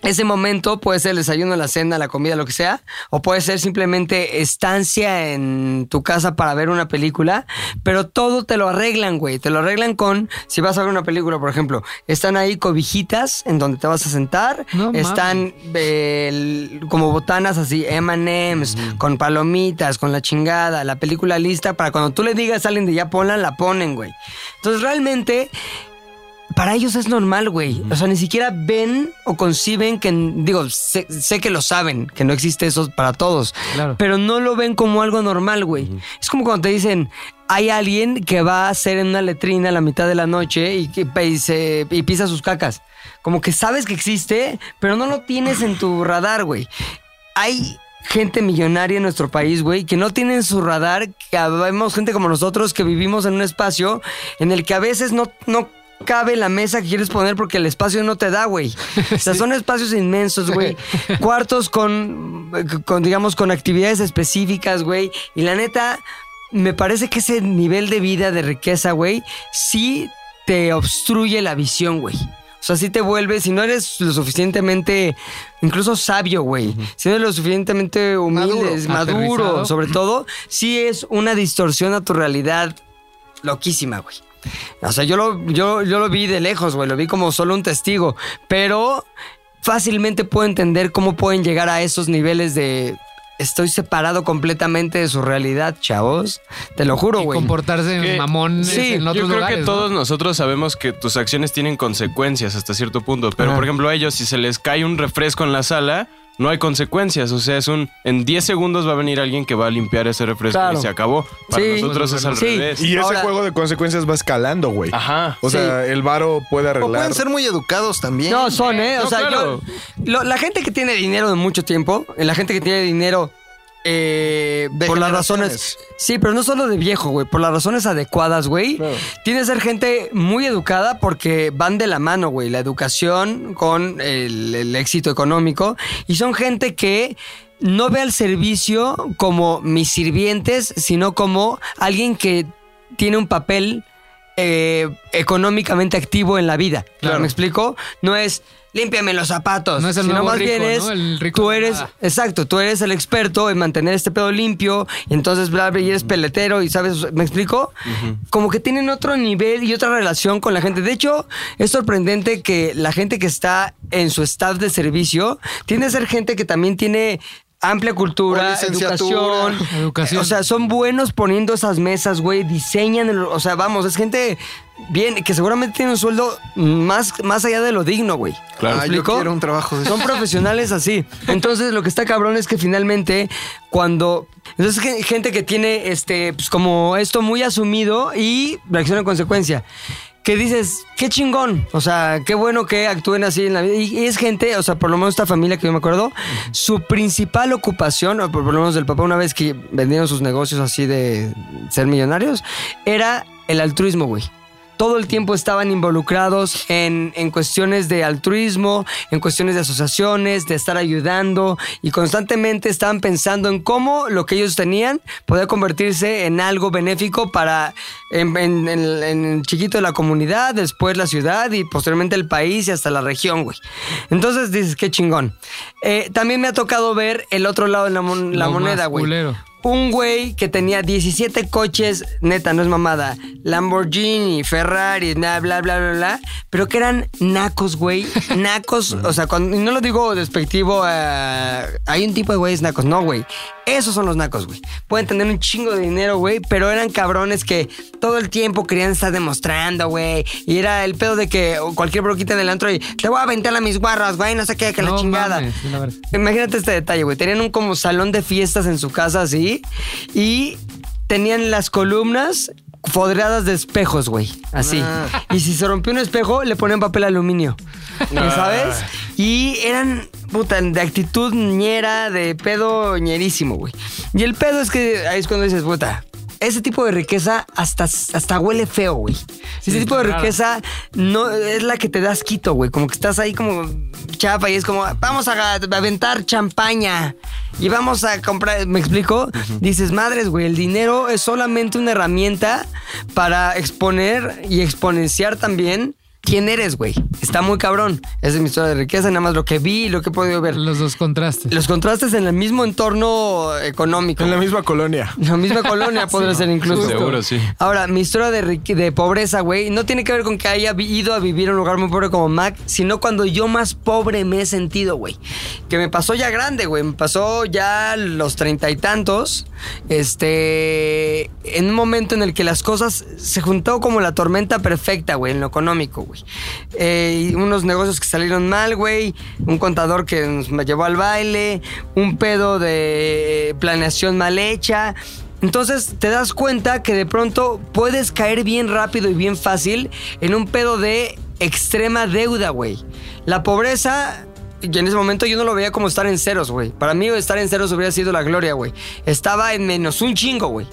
Speaker 2: ese momento puede ser el desayuno, la cena, la comida, lo que sea, o puede ser simplemente estancia en tu casa para ver una película, pero todo te lo arreglan, güey. Te lo arreglan con, si vas a ver una película, por ejemplo, están ahí cobijitas en donde te vas a sentar,
Speaker 15: mames.
Speaker 2: están eh, el- como botanas así, MMs, con palomitas, con la chingada, la película lista, para cuando tú le digas a alguien de ya ponla, la ponen, güey. Entonces realmente para ellos es normal, güey. O sea, ni siquiera ven o conciben que, digo, sé, sé que lo saben, que no existe eso para todos, pero no lo ven como algo normal, güey. Es como cuando te dicen, hay alguien que va a hacer en una letrina a la mitad de la noche y, que, y se- y pisa sus cacas. Como que sabes que existe, pero no lo tienes en tu radar, güey. Hay gente millonaria en nuestro país, güey, que no tienen su radar, que vemos gente como nosotros que vivimos en un espacio en el que a veces no, no cabe la mesa que quieres poner porque el espacio no te da, güey. O sea, son espacios inmensos, güey. Cuartos con, con, digamos, con actividades específicas, güey. Y la neta, me parece que ese nivel de vida, de riqueza, güey, sí te obstruye la visión, güey. O sea, sí te vuelves, si no eres lo suficientemente, incluso sabio, güey, si no eres lo suficientemente humilde, maduro,
Speaker 15: Aterrizado.
Speaker 2: sobre todo, sí es una distorsión a tu realidad loquísima, güey. O sea, yo lo, yo, yo lo vi de lejos, güey, lo vi como solo un testigo, pero fácilmente puedo entender cómo pueden llegar a esos niveles de... Estoy separado completamente de su realidad, chavos. Te lo juro, güey.
Speaker 3: Comportarse en mamón en otros
Speaker 8: yo creo
Speaker 3: lugares.
Speaker 8: que
Speaker 3: ¿no?
Speaker 8: todos nosotros sabemos que tus acciones tienen consecuencias hasta cierto punto, pero por ejemplo a ellos si se les cae un refresco en la sala, no hay consecuencias, o sea, es un en 10 segundos va a venir alguien que va a limpiar ese refresco
Speaker 2: Claro.
Speaker 8: y se acabó. Para
Speaker 2: Sí.
Speaker 8: nosotros es al
Speaker 2: Sí.
Speaker 8: revés.
Speaker 17: Y ese
Speaker 2: Ahora-
Speaker 17: juego de consecuencias va escalando, güey.
Speaker 8: Ajá.
Speaker 17: O sea, el varo puede
Speaker 5: O
Speaker 17: arreglar.
Speaker 5: pueden ser muy educados también.
Speaker 2: No, son, ¿eh? O
Speaker 5: No,
Speaker 2: sea,
Speaker 5: claro.
Speaker 2: yo- lo- la gente que tiene dinero de mucho tiempo, eh, la gente que tiene dinero eh, por las razones. Sí, pero no solo de viejo, güey. Por las razones adecuadas, güey. Tiene que ser gente muy educada porque van de la mano, güey. La educación con el, el éxito económico. Y son gente que. No ve al servicio como mis sirvientes, sino como alguien que tiene un papel eh, económicamente activo en la vida.
Speaker 15: Claro.
Speaker 2: ¿Me explico? No es límpiame los zapatos.
Speaker 15: No es el
Speaker 2: sino
Speaker 15: nuevo
Speaker 2: más
Speaker 15: rico,
Speaker 2: bien
Speaker 15: ¿no?
Speaker 2: es
Speaker 15: El rico
Speaker 2: tú
Speaker 15: de
Speaker 2: eres,
Speaker 15: nada.
Speaker 2: exacto, tú eres el experto en mantener este pedo limpio y entonces bla bla y eres peletero y sabes, ¿me explico? Como que tienen otro nivel y otra relación con la gente. De hecho, es sorprendente que la gente que está en su staff de servicio tiende a ser gente que también tiene amplia cultura,
Speaker 5: O licenciatura.
Speaker 2: educación, o sea, son buenos poniendo esas mesas, güey. Diseñan, el- o sea, vamos, es gente bien, que seguramente tiene un sueldo más, más allá de lo digno, güey.
Speaker 5: Claro.
Speaker 2: ¿Me
Speaker 5: Ah, yo
Speaker 2: explico?
Speaker 5: quiero un trabajo de esos.
Speaker 2: Son profesionales así. Entonces, lo que está cabrón es que finalmente, cuando. Entonces, gen- gente que tiene este, pues, como esto muy asumido y reacciona en consecuencia. Que dices, qué chingón. O sea, qué bueno que actúen así en la vida. Y, y es gente, o sea, por lo menos esta familia que yo me acuerdo, su principal ocupación, o por por lo menos del papá, una vez que vendieron sus negocios así de ser millonarios, era el altruismo, güey todo el tiempo estaban involucrados en, en cuestiones de altruismo, en cuestiones de asociaciones, de estar ayudando y constantemente estaban pensando en cómo lo que ellos tenían podía convertirse en algo benéfico para en, en- en- en el chiquito de la comunidad, después la ciudad y posteriormente el país y hasta la región, güey. Entonces dices, qué chingón. Eh, también me ha tocado ver el otro lado de la, mon- la
Speaker 3: Lo más
Speaker 2: moneda, güey
Speaker 3: culero.
Speaker 2: un güey que tenía 17 coches, neta, no es mamada, Lamborghini, Ferrari, bla, bla, bla, bla, bla, pero que eran nacos, güey, nacos, o sea, cuando, y no lo digo despectivo, eh, hay un tipo de güeyes nacos, no, güey, esos son los nacos, güey. Pueden tener un chingo de dinero, güey, pero eran cabrones que todo el tiempo querían estar demostrando, güey, y era el pedo de que cualquier broquita en el antro y te voy a aventar a mis guarras, güey, no sé qué, que la chingada. Imagínate este detalle, güey. Tenían un como salón de fiestas en su casa así y tenían las columnas fodreadas de espejos, güey. Así. Y si se rompió un espejo, le ponían papel aluminio.
Speaker 15: Ah.
Speaker 2: ¿Sabes? Y eran, puta, de actitud ñera, de pedo ñerísimo, güey. Y el pedo es que ahí es cuando dices, puta, ese tipo de riqueza hasta, hasta huele feo, güey. ese tipo de
Speaker 15: rara.
Speaker 2: riqueza no es la que te das quito, güey. Como que estás ahí como chapa y es como, vamos a, ga- a aventar champaña y vamos a comprar. ¿Me explico? Dices, madres, güey, el dinero es solamente una herramienta para exponer y exponenciar también. ¿Quién eres, güey? Está muy cabrón. Esa es mi historia de riqueza, nada más lo que vi y lo que he podido ver. Los dos contrastes. Los contrastes en el mismo entorno económico. En la misma colonia. La misma colonia podría
Speaker 8: Sí.
Speaker 2: ser incluso.
Speaker 8: Seguro, sí.
Speaker 2: Ahora, mi historia de, rique- de pobreza, güey, no tiene que ver con que haya vi- ido a vivir a un lugar muy pobre como Mac, sino cuando yo más pobre me he sentido, güey. Que me pasó ya grande, güey. Me pasó ya los treinta y tantos. Este. En un momento en el que las cosas se juntó como la tormenta perfecta, güey, en lo económico, güey. Eh, y unos negocios que salieron mal, güey. Un contador que nos me llevó al baile. Un pedo de planeación mal hecha. Entonces te das cuenta que de pronto puedes caer bien rápido y bien fácil en un pedo de extrema deuda, güey. La pobreza, y en ese momento yo no lo veía como estar en ceros, güey. Para mí estar en ceros hubiera sido la gloria, güey. Estaba en menos un chingo, güey.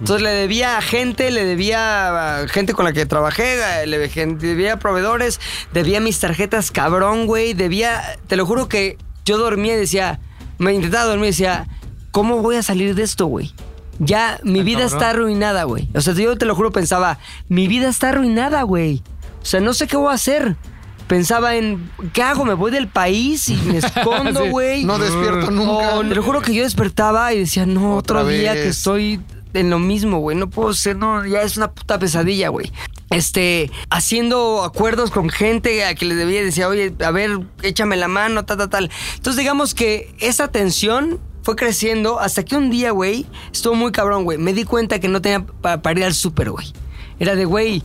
Speaker 2: Entonces le debía a gente, le debía a gente con la que trabajé, eh, le gen- debía a proveedores, debía mis tarjetas cabrón, güey, debía, te lo juro que yo dormía y decía, me intentaba dormir y decía, ¿cómo voy a salir de esto, güey? Ya mi vida
Speaker 15: cabrón.
Speaker 2: está arruinada, güey. O sea, yo te lo juro pensaba, mi vida está arruinada, güey. O sea, no sé qué voy a hacer. Pensaba en, ¿qué hago? ¿Me voy del país y me escondo,
Speaker 5: Sí.
Speaker 2: güey?
Speaker 5: No
Speaker 2: Mm.
Speaker 5: despierto nunca.
Speaker 2: O, te lo juro que yo despertaba y decía, no, otro
Speaker 5: Otra
Speaker 2: día que
Speaker 5: vez.
Speaker 2: estoy en lo mismo, güey. No puedo ser, no, ya es una puta pesadilla, güey. Este, haciendo acuerdos con gente a que le debía decía, oye, a ver, échame la mano, tal, tal, tal. Entonces, digamos que esa tensión fue creciendo hasta que un día, güey, estuvo muy cabrón, güey. Me di cuenta que no tenía para, para ir al súper, güey. Era de, güey,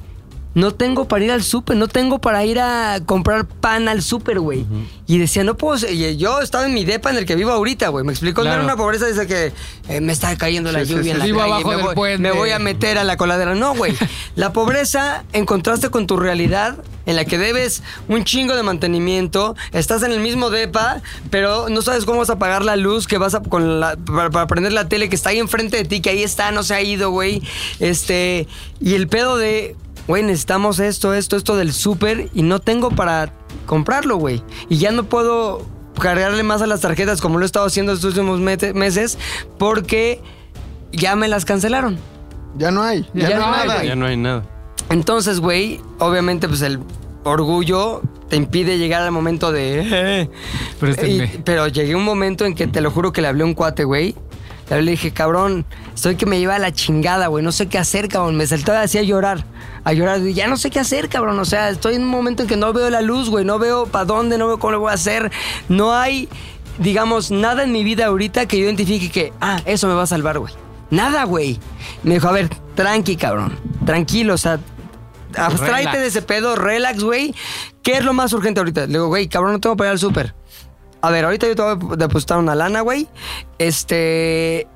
Speaker 2: no tengo para ir al súper, no tengo para ir a comprar pan al súper, güey. Y decía, no puedo. ser- y yo estaba en mi depa en el que vivo ahorita, güey. Me explicó, no
Speaker 15: Claro.
Speaker 2: era una pobreza desde que eh, me está cayendo la
Speaker 15: Sí, sí,
Speaker 2: lluvia
Speaker 15: sí.
Speaker 2: en la
Speaker 15: Vivo
Speaker 2: calle,
Speaker 15: abajo
Speaker 2: me
Speaker 15: del
Speaker 2: voy-
Speaker 15: puente.
Speaker 2: me voy a meter a la coladera. No, güey. La pobreza, en contraste con tu realidad, en la que debes un chingo de mantenimiento, estás en el mismo depa, pero no sabes cómo vas a pagar la luz que vas a con la- para, para prender la tele que está ahí enfrente de ti, que ahí está, no se ha ido, güey. Este, y el pedo de, güey, necesitamos esto, esto, esto del súper y no tengo para comprarlo, güey. Y ya no puedo cargarle más a las tarjetas como lo he estado haciendo estos últimos mete- meses porque ya me las cancelaron. Ya no hay.
Speaker 5: Ya no hay,
Speaker 2: güey.
Speaker 8: Ya no hay nada.
Speaker 2: Entonces, güey, obviamente, pues el orgullo te impide llegar al momento de. "Eh,
Speaker 3: Préstenme.
Speaker 2: Y- pero llegué a un momento en que te lo juro que le hablé a un cuate, güey. Le hablé y le dije, cabrón, estoy que me lleva a la chingada, güey. No sé qué hacer, cabrón. Me saltaba así a llorar. A llorar. Y Ya no sé qué hacer, cabrón. O sea, estoy en un momento en que no veo la luz, güey. No veo para dónde, no veo cómo lo voy a hacer. No hay, digamos, nada en mi vida ahorita que yo identifique que, ah, eso me va a salvar, güey. Nada, güey. Me dijo, a ver, tranqui, cabrón. Tranquilo, o sea, abstráete
Speaker 15: Relax.
Speaker 2: de ese pedo, relax, güey. ¿Qué es lo más urgente ahorita? Le digo, güey, cabrón, no tengo para ir al súper. A ver, ahorita yo te voy a depositar una lana, güey. Este.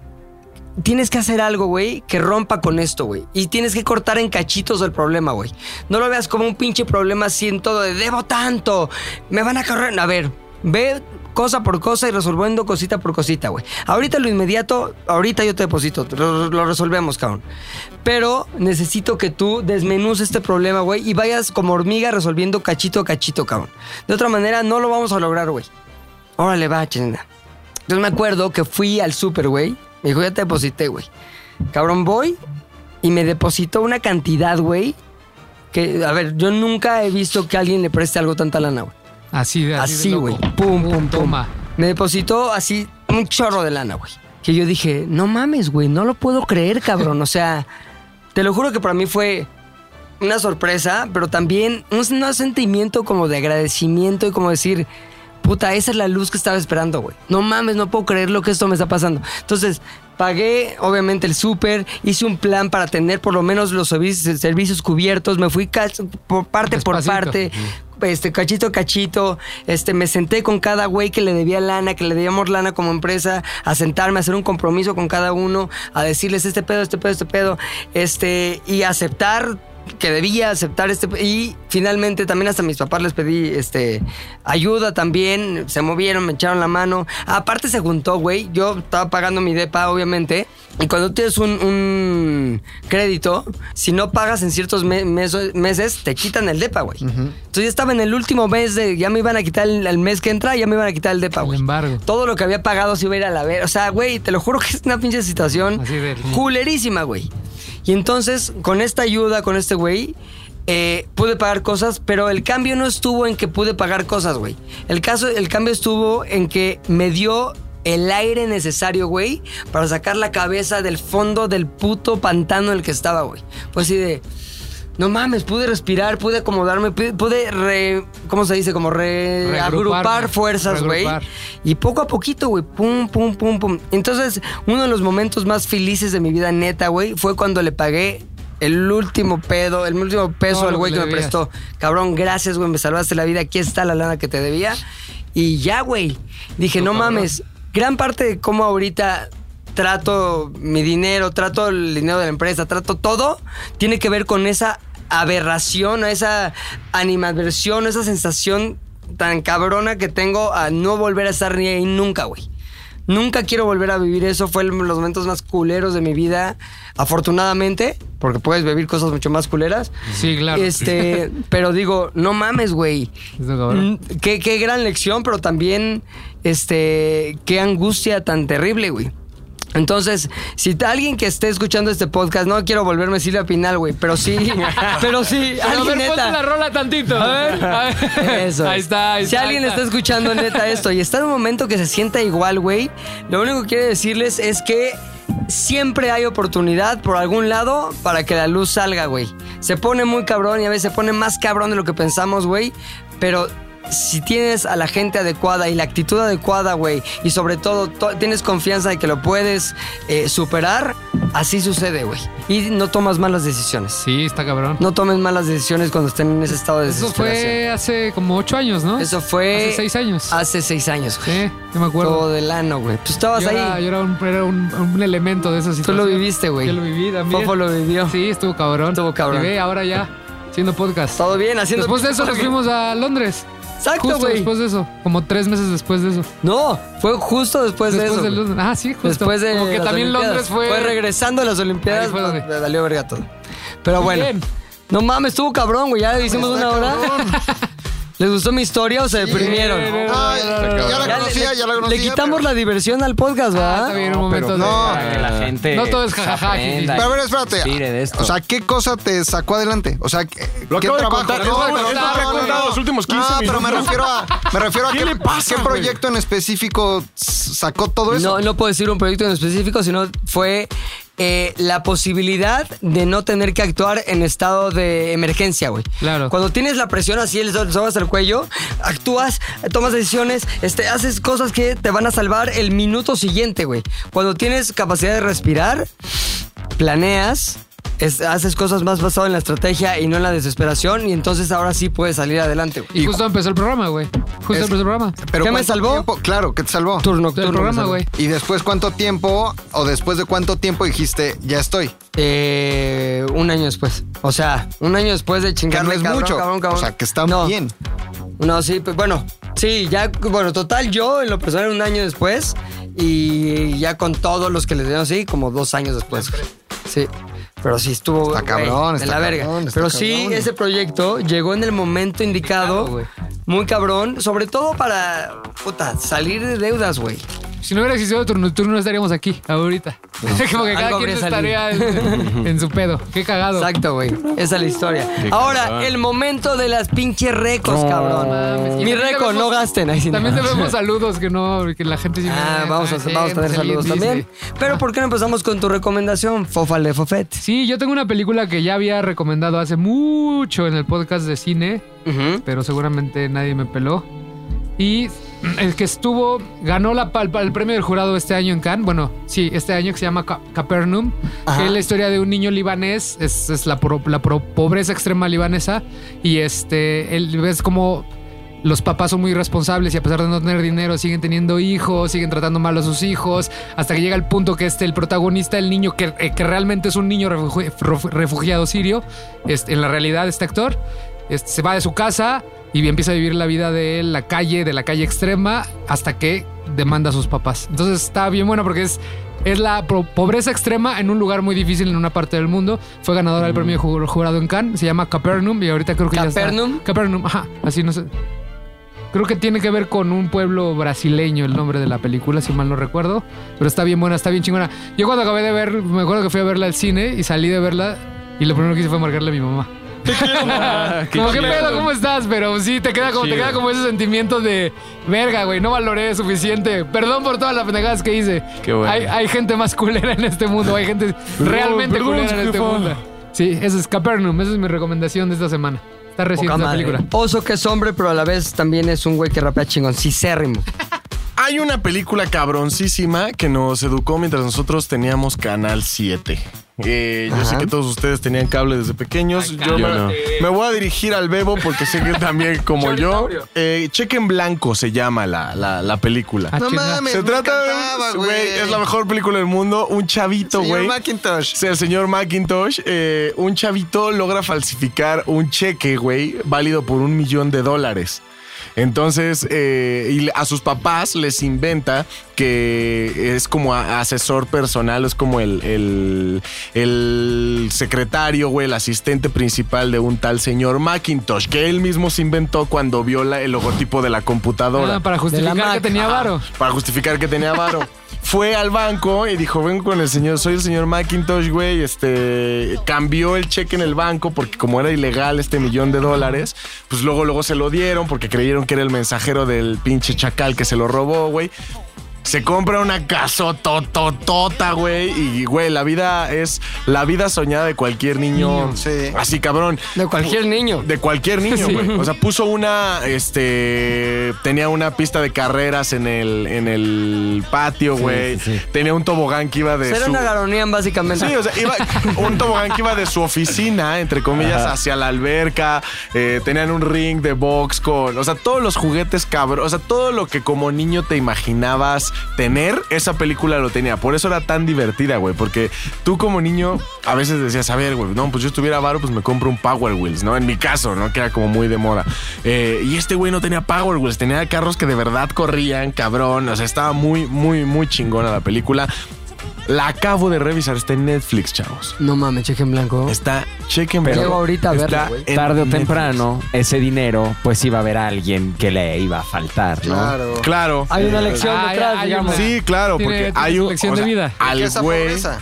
Speaker 2: Tienes que hacer algo, güey, que rompa con esto, güey. Y tienes que cortar en cachitos el problema, güey. No lo veas como un pinche problema así en todo de debo tanto, me van a correr. A ver, ve cosa por cosa y resolviendo cosita por cosita, güey. Ahorita lo inmediato, ahorita yo te deposito, lo, lo resolvemos, cabrón. Pero necesito que tú desmenuces este problema, güey, y vayas como hormiga resolviendo cachito a cachito, cabrón. De otra manera, no lo vamos a lograr, güey. Órale, va, chinga. Entonces me acuerdo que fui al súper, güey. Me dijo, ya te deposité, güey. Cabrón, voy y me depositó una cantidad, güey. Que, a ver, yo nunca he visto que alguien le preste algo tanta lana, güey.
Speaker 3: Así de así. de
Speaker 2: Así,
Speaker 3: loco.
Speaker 2: güey. Pum, pum, pum. Me depositó así un chorro de lana, güey. Que yo dije, no mames, güey, no lo puedo creer, cabrón. O sea, te lo juro que para mí fue una sorpresa, pero también un, un sentimiento como de agradecimiento y como decir, puta, esa es la luz que estaba esperando, güey. No mames, no puedo creer lo que esto me está pasando. Entonces, pagué obviamente el súper, hice un plan para tener por lo menos los servi- servicios cubiertos, me fui cach- por parte
Speaker 3: Despacito.
Speaker 2: por parte, este cachito a cachito, este me senté con cada güey que le debía lana, que le debíamos lana como empresa, a sentarme, a hacer un compromiso con cada uno, a decirles este pedo, este pedo, este pedo, este y aceptar que debía aceptar este pe- y finalmente también hasta a mis papás les pedí este ayuda también, se movieron, me echaron la mano. Aparte se juntó, güey, yo estaba pagando mi depa obviamente y cuando tienes un, un crédito, si no pagas en ciertos me- meso- meses te quitan el depa, güey. Entonces ya estaba en el último mes de. Ya me iban a quitar el, el mes que entra, ya me iban a quitar el depa, güey. Todo lo que había pagado se iba a ir a la ver. O sea, güey, te lo juro que es una pinche situación culerísima, güey. Y entonces, con esta ayuda, con este güey. eh, pude pagar cosas, pero el cambio no estuvo en que pude pagar cosas, güey. El caso, el cambio estuvo en que me dio el aire necesario, güey, para sacar la cabeza del fondo del puto pantano en el que estaba, güey. Pues así de, no mames, pude respirar, pude acomodarme, pude, pude re, ¿cómo se dice? Como re,
Speaker 15: Reagruparme,
Speaker 2: agrupar fuerzas, güey.
Speaker 15: reagrupar.
Speaker 2: Y poco a poquito, güey, pum, pum, pum, pum. Entonces, uno de los momentos más felices de mi vida neta, güey, fue cuando le pagué el último pedo, el último peso
Speaker 15: Todo
Speaker 2: al
Speaker 15: lo
Speaker 2: güey
Speaker 15: que
Speaker 2: que
Speaker 15: le
Speaker 2: me
Speaker 15: debías.
Speaker 2: prestó. Cabrón, gracias, güey, me salvaste la vida. Aquí está la lana que te debía. Y ya, güey. Dije, no mames, gran parte de cómo ahorita trato mi dinero, trato el dinero de la empresa, trato todo, tiene que ver con esa aberración, a esa animadversión, esa sensación tan cabrona que tengo a no volver a estar ni ahí nunca, güey. Nunca quiero volver a vivir eso. Fue el- los momentos más culeros de mi vida. Afortunadamente, porque puedes vivir cosas mucho más culeras.
Speaker 3: Sí, claro.
Speaker 2: Este, pero digo, no mames, güey.
Speaker 3: Está cabrón.
Speaker 2: Mm, Qué, qué gran lección, pero también, este, qué angustia tan terrible, güey. Entonces, si t- alguien que esté escuchando este podcast, no quiero volverme Silvia Pinal, güey, pero sí, pero sí,
Speaker 3: Pero a
Speaker 2: alguien
Speaker 3: ver, ponte
Speaker 2: neta.
Speaker 3: la rola tantito. A ver, a ver.
Speaker 2: Eso.
Speaker 3: Ahí está, ahí
Speaker 2: si
Speaker 3: está,
Speaker 2: alguien
Speaker 3: ahí
Speaker 2: está escuchando neta esto y está en un momento que se sienta igual, güey, lo único que quiero decirles es que siempre hay oportunidad por algún lado para que la luz salga, güey. Se pone muy cabrón y a veces se pone más cabrón de lo que pensamos, güey, pero si tienes a la gente adecuada y la actitud adecuada, güey, y sobre todo to- tienes confianza de que lo puedes eh, superar, así sucede, güey. Y no tomas malas decisiones.
Speaker 3: Sí, está cabrón.
Speaker 2: No tomes malas decisiones cuando estén en ese estado de
Speaker 3: Eso
Speaker 2: desesperación.
Speaker 3: fue hace como ocho años, ¿no?
Speaker 2: Eso fue.
Speaker 3: Hace seis
Speaker 2: años. Hace seis años, güey. Sí,
Speaker 3: yo me acuerdo.
Speaker 2: Todo del ano, güey. Tú estabas
Speaker 3: Yo
Speaker 2: ahí.
Speaker 3: era- yo era un, era un- un elemento de esa situación.
Speaker 2: lo viviste, güey.
Speaker 3: Yo lo viví también.
Speaker 2: Fofo lo vivió.
Speaker 3: Sí, estuvo cabrón. Estuvo
Speaker 2: cabrón.
Speaker 3: Y ve, ahora ya, haciendo podcast.
Speaker 2: Todo bien, haciendo
Speaker 3: Después de eso nos
Speaker 2: podcast.
Speaker 3: fuimos a Londres.
Speaker 2: Exacto,
Speaker 3: Justo
Speaker 2: güey.
Speaker 3: después de eso. Como tres meses después de eso.
Speaker 2: No, fue justo después, de eso.
Speaker 3: de
Speaker 2: güey.
Speaker 3: Londres. Ah, sí, justo.
Speaker 2: Después de.
Speaker 3: Como que
Speaker 2: las
Speaker 3: también Londres
Speaker 2: Olimpiadas.
Speaker 3: fue...
Speaker 2: regresando a las Olimpiadas.
Speaker 3: Ahí fue donde-
Speaker 2: Me valió verga todo. Pero
Speaker 3: Muy
Speaker 2: bueno.
Speaker 3: bien.
Speaker 2: No mames, estuvo cabrón, güey. Ya hicimos una hora. ¿Les gustó mi historia o se deprimieron?
Speaker 5: Ay, ya la conocía, ya la
Speaker 2: Le
Speaker 5: conocía. Ah,
Speaker 2: quitamos la diversión al podcast, ¿verdad?
Speaker 3: está bien, Ah, un momento de- para que la gente No todo es jajaja, aprenda
Speaker 5: Pero a ver,
Speaker 3: y
Speaker 5: espérate.
Speaker 3: inspire de esto.
Speaker 5: O sea, ¿qué cosa te sacó adelante? O sea, ¿qué,
Speaker 6: Lo
Speaker 5: qué
Speaker 6: acabo de
Speaker 5: trabajo?
Speaker 6: contar, es lo- es lo que ha contado los últimos 15
Speaker 5: No, pero me
Speaker 6: minutos.
Speaker 5: refiero a, me refiero a
Speaker 6: ¿Qué
Speaker 5: qué,
Speaker 6: le pasa,
Speaker 5: qué
Speaker 6: güey?
Speaker 5: proyecto en específico s- sacó todo eso.
Speaker 2: No, no puedo decir un proyecto en específico, sino fue eh, la posibilidad de no tener que actuar en estado de emergencia, güey. Claro. Cuando tienes la presión así, el sol sobas el cuello, actúas, tomas decisiones, este, haces cosas que te van a salvar el minuto siguiente, güey. Cuando tienes capacidad de respirar, planeas. es- haces cosas más basado en la estrategia y no en la desesperación y entonces ahora sí puedes salir adelante. güey.
Speaker 3: Y justo empezó el programa, güey. Justo
Speaker 2: Es-
Speaker 3: empezó el programa.
Speaker 5: Pero
Speaker 2: ¿Qué me
Speaker 5: ¿cuánto
Speaker 2: salvó?
Speaker 5: tiempo? Claro, ¿qué te salvó?
Speaker 2: Turno, turno me
Speaker 3: programa, salvó. güey.
Speaker 5: Y después, ¿cuánto tiempo o después de cuánto tiempo dijiste, ya estoy?
Speaker 2: Eh, un año después. O sea, un año después de chingarle
Speaker 5: es
Speaker 2: cabrón,
Speaker 5: mucho.
Speaker 2: cabrón, cabrón.
Speaker 5: O sea, que está
Speaker 2: No.
Speaker 5: bien.
Speaker 2: No, sí, pues bueno, sí, ya, bueno, total, yo en lo personal un año después y ya con todos los que les dieron, sí, como dos años después. Sí, pero sí estuvo.
Speaker 5: Está
Speaker 2: güey,
Speaker 5: cabrón,
Speaker 2: de la
Speaker 5: está
Speaker 2: verga.
Speaker 5: cabrón, está
Speaker 2: pero sí,
Speaker 5: cabrón.
Speaker 2: ese proyecto llegó en el momento indicado, muy cabrón, sobre todo para, puta, salir de deudas, güey.
Speaker 3: Si no hubiera existido turno, turno, no estaríamos aquí ahorita. Como que cada
Speaker 2: Algo
Speaker 3: quien
Speaker 2: habría salido.
Speaker 3: estaría en, en su pedo. Qué cagado.
Speaker 2: Exacto, güey. Esa es la historia.
Speaker 3: Qué
Speaker 2: Ahora,
Speaker 3: cabrón.
Speaker 2: el momento de las pinches recos, cabrón.
Speaker 3: Y
Speaker 2: Mi
Speaker 3: también
Speaker 2: reco,
Speaker 3: debemos-
Speaker 2: no gasten. Ahí sí, no.
Speaker 3: También debemos saludos que no, que la gente sí.
Speaker 2: Ah, vamos a, vamos a tener saludos también. Pero ¿por qué no empezamos con tu recomendación, Fofal de Fofet?
Speaker 3: Sí, yo tengo una película que ya había recomendado hace mucho en el podcast de cine, pero seguramente nadie me peló. Y el que estuvo, ganó la, pal- el premio del jurado este año en Cannes, bueno, sí, este año que se llama Ca- Capernaum, que es la historia de un niño libanés, es, es la, pro- la pro- pobreza extrema libanesa, y este, él ves como los papás son muy responsables y a pesar de no tener dinero siguen teniendo hijos, siguen tratando mal a sus hijos, hasta que llega el punto que este, el protagonista, el niño que, eh, que realmente es un niño refugi- refu- refugiado sirio, este, en la realidad este actor, este, se va de su casa y empieza a vivir la vida de la calle, de la calle extrema, hasta que demanda a sus papás. Entonces está bien bueno porque es... Es la pro- pobreza extrema en un lugar muy difícil en una parte del mundo. Fue ganadora del premio ju- jurado en Cannes. Se llama Capernaum y ahorita creo que ya
Speaker 2: ¿Capernaum?
Speaker 3: está. Capernaum. Ajá. Así no sé. Creo que tiene que ver con un pueblo brasileño el nombre de la película, si mal no recuerdo. Pero está bien buena, está bien chingona. Yo cuando acabé de ver, me acuerdo que fui a verla al cine y salí de verla y lo primero que hice fue marcarle a mi mamá.
Speaker 15: qué
Speaker 3: como, ¿qué
Speaker 15: chido.
Speaker 3: pedo? ¿Cómo estás? Pero sí, te queda, como, te
Speaker 15: chido.
Speaker 3: queda como ese sentimiento de, verga, güey, no valoré suficiente. Perdón por todas las pendejadas que hice.
Speaker 15: Qué bueno.
Speaker 3: hay, hay gente más culera en este mundo, hay gente realmente
Speaker 15: perdón,
Speaker 3: culera en este
Speaker 15: jefa.
Speaker 3: mundo. Sí, esa es Capernaum, esa es mi recomendación de esta semana. Está reciente
Speaker 2: Poca
Speaker 3: la
Speaker 2: madre.
Speaker 3: película.
Speaker 2: Oso que es hombre, pero a la vez también es un güey que rapea chingón. Cicérrimo.
Speaker 6: Hay una película cabroncísima que nos educó mientras nosotros teníamos Canal 7. Eh, yo sé que todos ustedes tenían cable desde pequeños. Yo me,
Speaker 8: no.
Speaker 6: me voy a dirigir al Bebo porque sé que también, como yo, eh, Cheque en Blanco se llama la, la- la película.
Speaker 2: Ah,
Speaker 5: No mames,
Speaker 6: Se
Speaker 5: Ah, me
Speaker 6: trata
Speaker 5: encantaba,
Speaker 6: de. un- Güey,
Speaker 5: güey.
Speaker 6: es la mejor película del mundo. Un chavito,
Speaker 5: Señor
Speaker 6: güey.
Speaker 5: Macintosh.
Speaker 6: Sí, El señor Macintosh. eh, un chavito logra falsificar un cheque, güey, válido por un millón de dólares. Entonces, eh, y le- a sus papás les inventa que es como a- asesor personal, es como el, el, el secretario o el asistente principal de un tal señor Macintosh, que él mismo se inventó cuando vio la- el logotipo de la computadora.
Speaker 3: Ah, para justificar que tenía varo.
Speaker 6: Para justificar que tenía varo. Fue al banco y dijo, vengo con el señor, soy el señor Macintosh, güey. Este, cambió el cheque en el banco porque como era ilegal este millón de dólares, pues luego, luego se lo dieron porque creyeron que era el mensajero del pinche chacal que se lo robó, güey. Se compra una casotototota, güey. Y, güey, la vida es la vida soñada de cualquier niño. Así, cabrón.
Speaker 2: De cualquier niño.
Speaker 6: De cualquier niño,
Speaker 2: Sí.
Speaker 6: güey. O sea, puso una, este, tenía una pista de carreras en el, en el patio, güey. Tenía un tobogán que iba de
Speaker 2: Pues Era
Speaker 6: su-
Speaker 2: una garonian, básicamente.
Speaker 6: Sí, o sea, iba un tobogán que iba de su oficina, entre comillas,
Speaker 8: Ajá.
Speaker 6: hacia la alberca. eh, tenían un ring de box con. O sea, todos los juguetes cabrón. O sea, todo lo que como niño te imaginabas tener, esa película lo tenía. Por eso era tan divertida, güey. Porque tú como niño a veces decías, a ver, güey, no, pues yo estuviera varo, pues me compro un Power Wheels, ¿no? En mi caso, ¿no? Que era como muy de moda. Eh, y este güey no tenía Power Wheels, tenía carros que de verdad corrían, cabrón. O sea, estaba muy, muy, muy chingona la película. La acabo de revisar, está en Netflix, chavos.
Speaker 2: No mames, cheque en blanco.
Speaker 6: Está, cheque en
Speaker 2: Llego
Speaker 6: blanco.
Speaker 2: ahorita a verlo,
Speaker 6: Está
Speaker 2: güey.
Speaker 6: en
Speaker 1: Tarde o
Speaker 6: Netflix.
Speaker 1: temprano, ese dinero, pues iba a haber alguien que le iba a faltar, ¿no?
Speaker 8: Ah.
Speaker 6: Claro.
Speaker 2: Hay una lección
Speaker 3: Ah,
Speaker 2: detrás,
Speaker 3: hay
Speaker 2: digamos.
Speaker 3: una-
Speaker 6: Sí, claro,
Speaker 3: Tiene-
Speaker 6: porque
Speaker 3: tiene
Speaker 6: hay
Speaker 3: su
Speaker 6: un.
Speaker 3: lección de vida.
Speaker 6: Al
Speaker 5: Riqueza,
Speaker 6: güey.
Speaker 5: pobreza.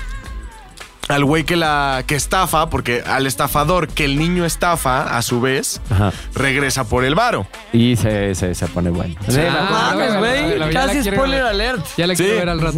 Speaker 6: Al güey que la. que estafa, porque al estafador que el niño estafa, a su vez,
Speaker 1: Ajá.
Speaker 6: regresa por el varo.
Speaker 1: Y se, se, se pone bueno.
Speaker 6: Sí,
Speaker 1: Ve la-
Speaker 2: Ah,
Speaker 3: Mames,
Speaker 2: güey,
Speaker 3: la- la- ya
Speaker 2: casi
Speaker 3: la quiero
Speaker 2: spoiler
Speaker 3: ver.
Speaker 2: alert.
Speaker 3: Ya la quiero
Speaker 6: Sí.
Speaker 3: ver al rato.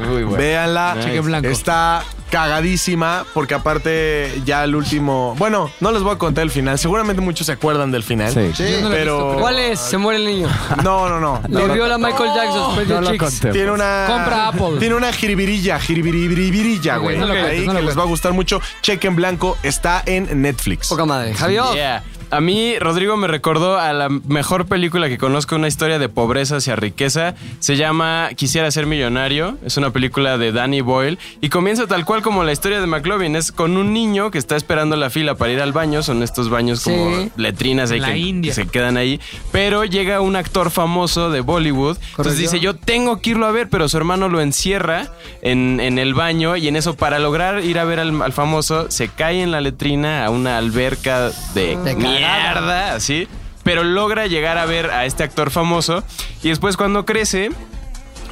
Speaker 1: Muy bueno.
Speaker 6: Véanla.
Speaker 3: Cheque en blanco.
Speaker 6: Está cagadísima porque aparte ya el último... Bueno, no les voy a contar el final. Seguramente muchos se acuerdan del final.
Speaker 1: Sí.
Speaker 2: Sí. Yo no
Speaker 3: lo he
Speaker 6: pero...
Speaker 2: ¿Cuál es? Se muere el niño.
Speaker 6: No, no, no.
Speaker 2: Le viola a Michael Jackson. después de
Speaker 1: No lo
Speaker 2: Chicks.
Speaker 1: conté.
Speaker 6: Tiene una.
Speaker 3: Compra Apple.
Speaker 6: Tiene una jiribirilla, jiribiribirilla,
Speaker 3: Ok,
Speaker 6: güey.
Speaker 3: no lo
Speaker 6: Ahí
Speaker 3: cuentes, no lo
Speaker 6: que les va a gustar mucho. Cheque en blanco está en Netflix.
Speaker 2: Poca madre. Javier.
Speaker 8: Yeah. A mí, Rodrigo me recordó a la mejor película que conozco, una historia de pobreza hacia riqueza. Se llama Quisiera ser millonario. Es una película de Danny Boyle y comienza tal cual como la historia de McLovin. Es con un niño que está esperando la fila para ir al baño. Son estos baños como
Speaker 2: Sí.
Speaker 8: letrinas ahí
Speaker 3: La
Speaker 8: que
Speaker 3: India.
Speaker 8: se quedan ahí. Pero llega un actor famoso de Bollywood. Entonces dice, yo tengo que irlo a ver, pero su hermano lo encierra en, en el baño y en eso, para lograr ir a ver al, al famoso, se cae en la letrina a una alberca de
Speaker 2: De cagada.
Speaker 8: mierda, así. Pero logra llegar a ver a este actor famoso y después cuando crece...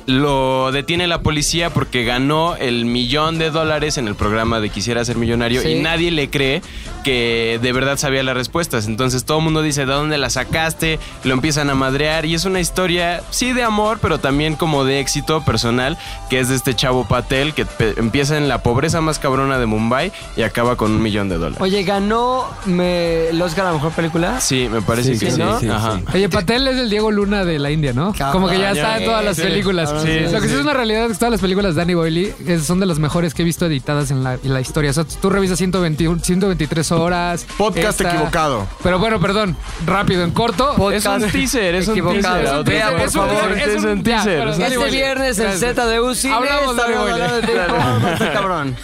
Speaker 8: Lo detiene la policía porque ganó el millón de dólares en el programa de Quisiera ser millonario
Speaker 2: Sí.
Speaker 8: y nadie le cree que de verdad sabía las respuestas. Entonces todo el mundo dice, ¿de dónde la sacaste? Lo empiezan a madrear y es una historia, sí, de amor, pero también como de éxito personal, que es de este chavo Patel que pe- empieza en la pobreza más cabrona de Mumbai y acaba con un millón de dólares.
Speaker 2: Oye, ganó me, el Oscar a la mejor película.
Speaker 8: Sí, me parece
Speaker 2: Sí,
Speaker 8: que
Speaker 2: sí,
Speaker 8: sí.
Speaker 2: ¿no?
Speaker 8: Ajá.
Speaker 3: Oye, Patel es el Diego Luna de la India, ¿no?
Speaker 2: Cabrón,
Speaker 3: Como que ya
Speaker 8: ya,
Speaker 3: está en todas las
Speaker 8: sí.
Speaker 3: películas.
Speaker 8: Cabrón, sí,
Speaker 3: Lo que sí
Speaker 8: sí.
Speaker 3: es una realidad es que todas las películas de Danny Boyle es- son de las mejores que he visto editadas en la, en la historia. O sea, tú revisas 121, 123 horas.
Speaker 6: Podcast
Speaker 3: esta-
Speaker 6: equivocado.
Speaker 3: Pero bueno, perdón, rápido, en corto.
Speaker 8: Es un teaser, es un
Speaker 2: Equivocado.
Speaker 8: teaser.
Speaker 2: Vea, por
Speaker 8: Es un-
Speaker 2: favor,
Speaker 8: es un teaser.
Speaker 3: Danny
Speaker 2: Este
Speaker 3: Boyle.
Speaker 2: viernes en
Speaker 3: Gracias.
Speaker 2: ZDU Cine
Speaker 3: Hablamos de Danny
Speaker 2: estaremos
Speaker 3: Boyle.
Speaker 2: hablando de Big Brother, cabrón.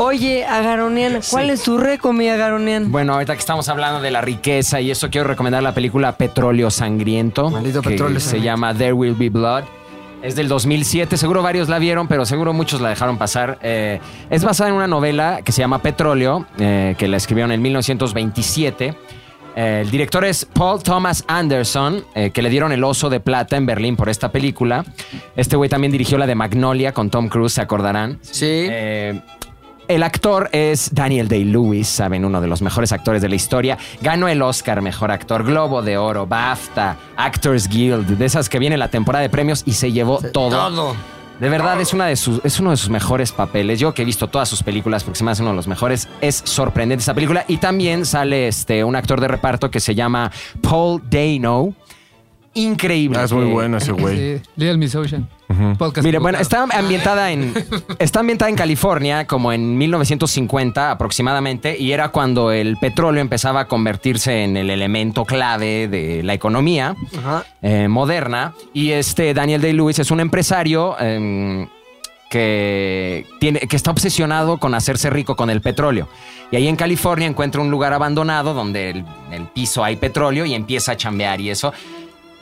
Speaker 2: Oye, Agaronian, ¿cuál es tu recomida, Agaronian?
Speaker 1: Bueno, ahorita que estamos hablando de la riqueza y eso, quiero recomendar la película Petróleo Sangriento.
Speaker 2: Maldito
Speaker 1: que
Speaker 2: petróleo
Speaker 1: Se llama There Will Be Blood. Es del 2007, seguro varios la vieron, pero seguro muchos la dejaron pasar. Eh, es basada en una novela que se llama Petróleo, eh, que la escribieron en 1927. Eh, el director es Paul Thomas Anderson, eh, que le dieron el Oso de Plata en Berlín por esta película. Este güey también dirigió la de Magnolia con Tom Cruise, se acordarán.
Speaker 2: Sí.
Speaker 1: Eh, el actor es Daniel Day-Lewis, saben, uno de los mejores actores de la historia. Ganó el Oscar, mejor actor, Globo de Oro, BAFTA, Actors Guild, de esas que viene la temporada de premios y se llevó todo. De verdad, es, una de sus, es uno de sus mejores papeles. Yo que he visto todas sus películas, porque se me hace uno de los mejores, es sorprendente esa película. Y también sale este, un actor de reparto que se llama Paul Dano. Increíble.
Speaker 6: Ah, es muy
Speaker 1: Eh,
Speaker 6: bueno ese güey.
Speaker 3: Sí, Little Miss Ocean. Podcast.
Speaker 1: Mire, bueno,
Speaker 3: equivocado.
Speaker 1: está ambientada en está ambientada en California como en 1950 aproximadamente y era cuando el petróleo empezaba a convertirse en el elemento clave de la economía
Speaker 2: Ajá.
Speaker 1: eh, moderna y este Daniel Day-Lewis es un empresario em, que, tiene, que está obsesionado con hacerse rico con el petróleo. Y ahí en California encuentra un lugar abandonado donde el, el piso hay petróleo y empieza a chambear y eso.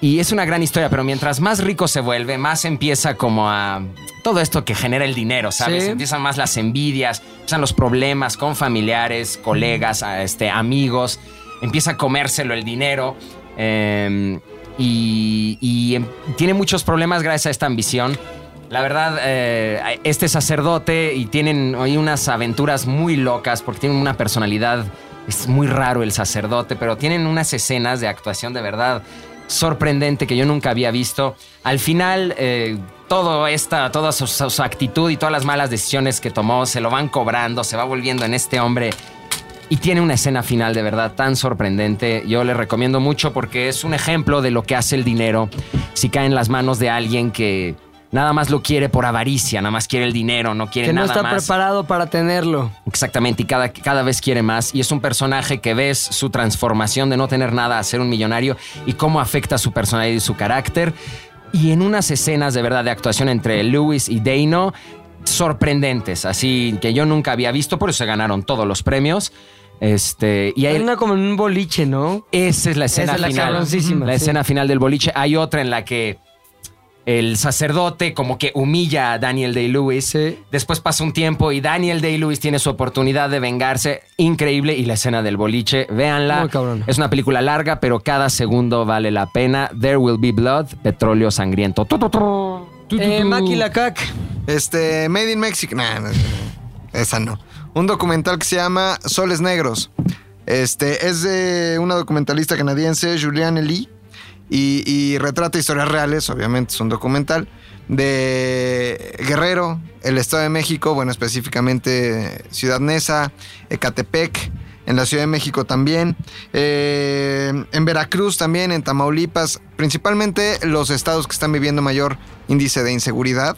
Speaker 1: Y es una gran historia, pero mientras más rico se vuelve, más empieza como a todo esto que genera el dinero, ¿sabes?
Speaker 2: Sí.
Speaker 1: Empiezan más las envidias, empiezan los problemas con familiares, colegas, a- este, amigos, empieza a comérselo el dinero. eh, y, y em- tiene muchos problemas gracias a esta ambición. La verdad, eh, este sacerdote y tienen hoy unas aventuras muy locas porque tienen una personalidad, es muy raro el sacerdote, pero tienen unas escenas de actuación de verdad sorprendente que yo nunca había visto. Al final, eh, todo esta, toda su, su- su actitud y todas las malas decisiones que tomó se lo van cobrando, se va volviendo en este hombre. Y tiene una escena final de verdad tan sorprendente. Yo le recomiendo mucho porque es un ejemplo de lo que hace el dinero si cae en las manos de alguien que nada más lo quiere por avaricia, nada más quiere el dinero, no quiere
Speaker 2: Que no
Speaker 1: nada
Speaker 2: está
Speaker 1: más.
Speaker 2: preparado para tenerlo.
Speaker 1: Exactamente, y cada, cada vez quiere más. Y es un personaje que ves su transformación de no tener nada a ser un millonario y cómo afecta su personalidad y su carácter. Y en unas escenas de verdad de actuación entre Lewis y Dano, sorprendentes, así que yo nunca había visto, por eso se ganaron todos los premios. Este, y hay,
Speaker 2: Una como en un boliche, ¿no?
Speaker 1: esa es la escena
Speaker 2: Esa es la
Speaker 1: final.
Speaker 2: cabroncísima,
Speaker 1: la
Speaker 2: sí.
Speaker 1: escena final del boliche. Hay otra en la que el sacerdote como que humilla a Daniel Day-Lewis. Después pasa un tiempo y Daniel Day-Lewis tiene su oportunidad de vengarse. Increíble. Y la escena del boliche, véanla.
Speaker 2: Muy cabrón.
Speaker 1: Es una película larga, pero cada segundo vale la pena. There Will Be Blood, Petróleo Sangriento. Tu, tu, tu.
Speaker 2: Eh, Maki Lacac.
Speaker 5: Este, Made in Mexico. Nah, no, esa no. Un documental que se llama Soles Negros. Este, es de una documentalista canadiense, Julianne Lee, y, y retrata historias reales, obviamente es un documental, de Guerrero, el Estado de México, bueno, específicamente Ciudad Neza, Ecatepec, en la Ciudad de México también, eh, en Veracruz también, en Tamaulipas, principalmente los estados que están viviendo mayor índice de inseguridad.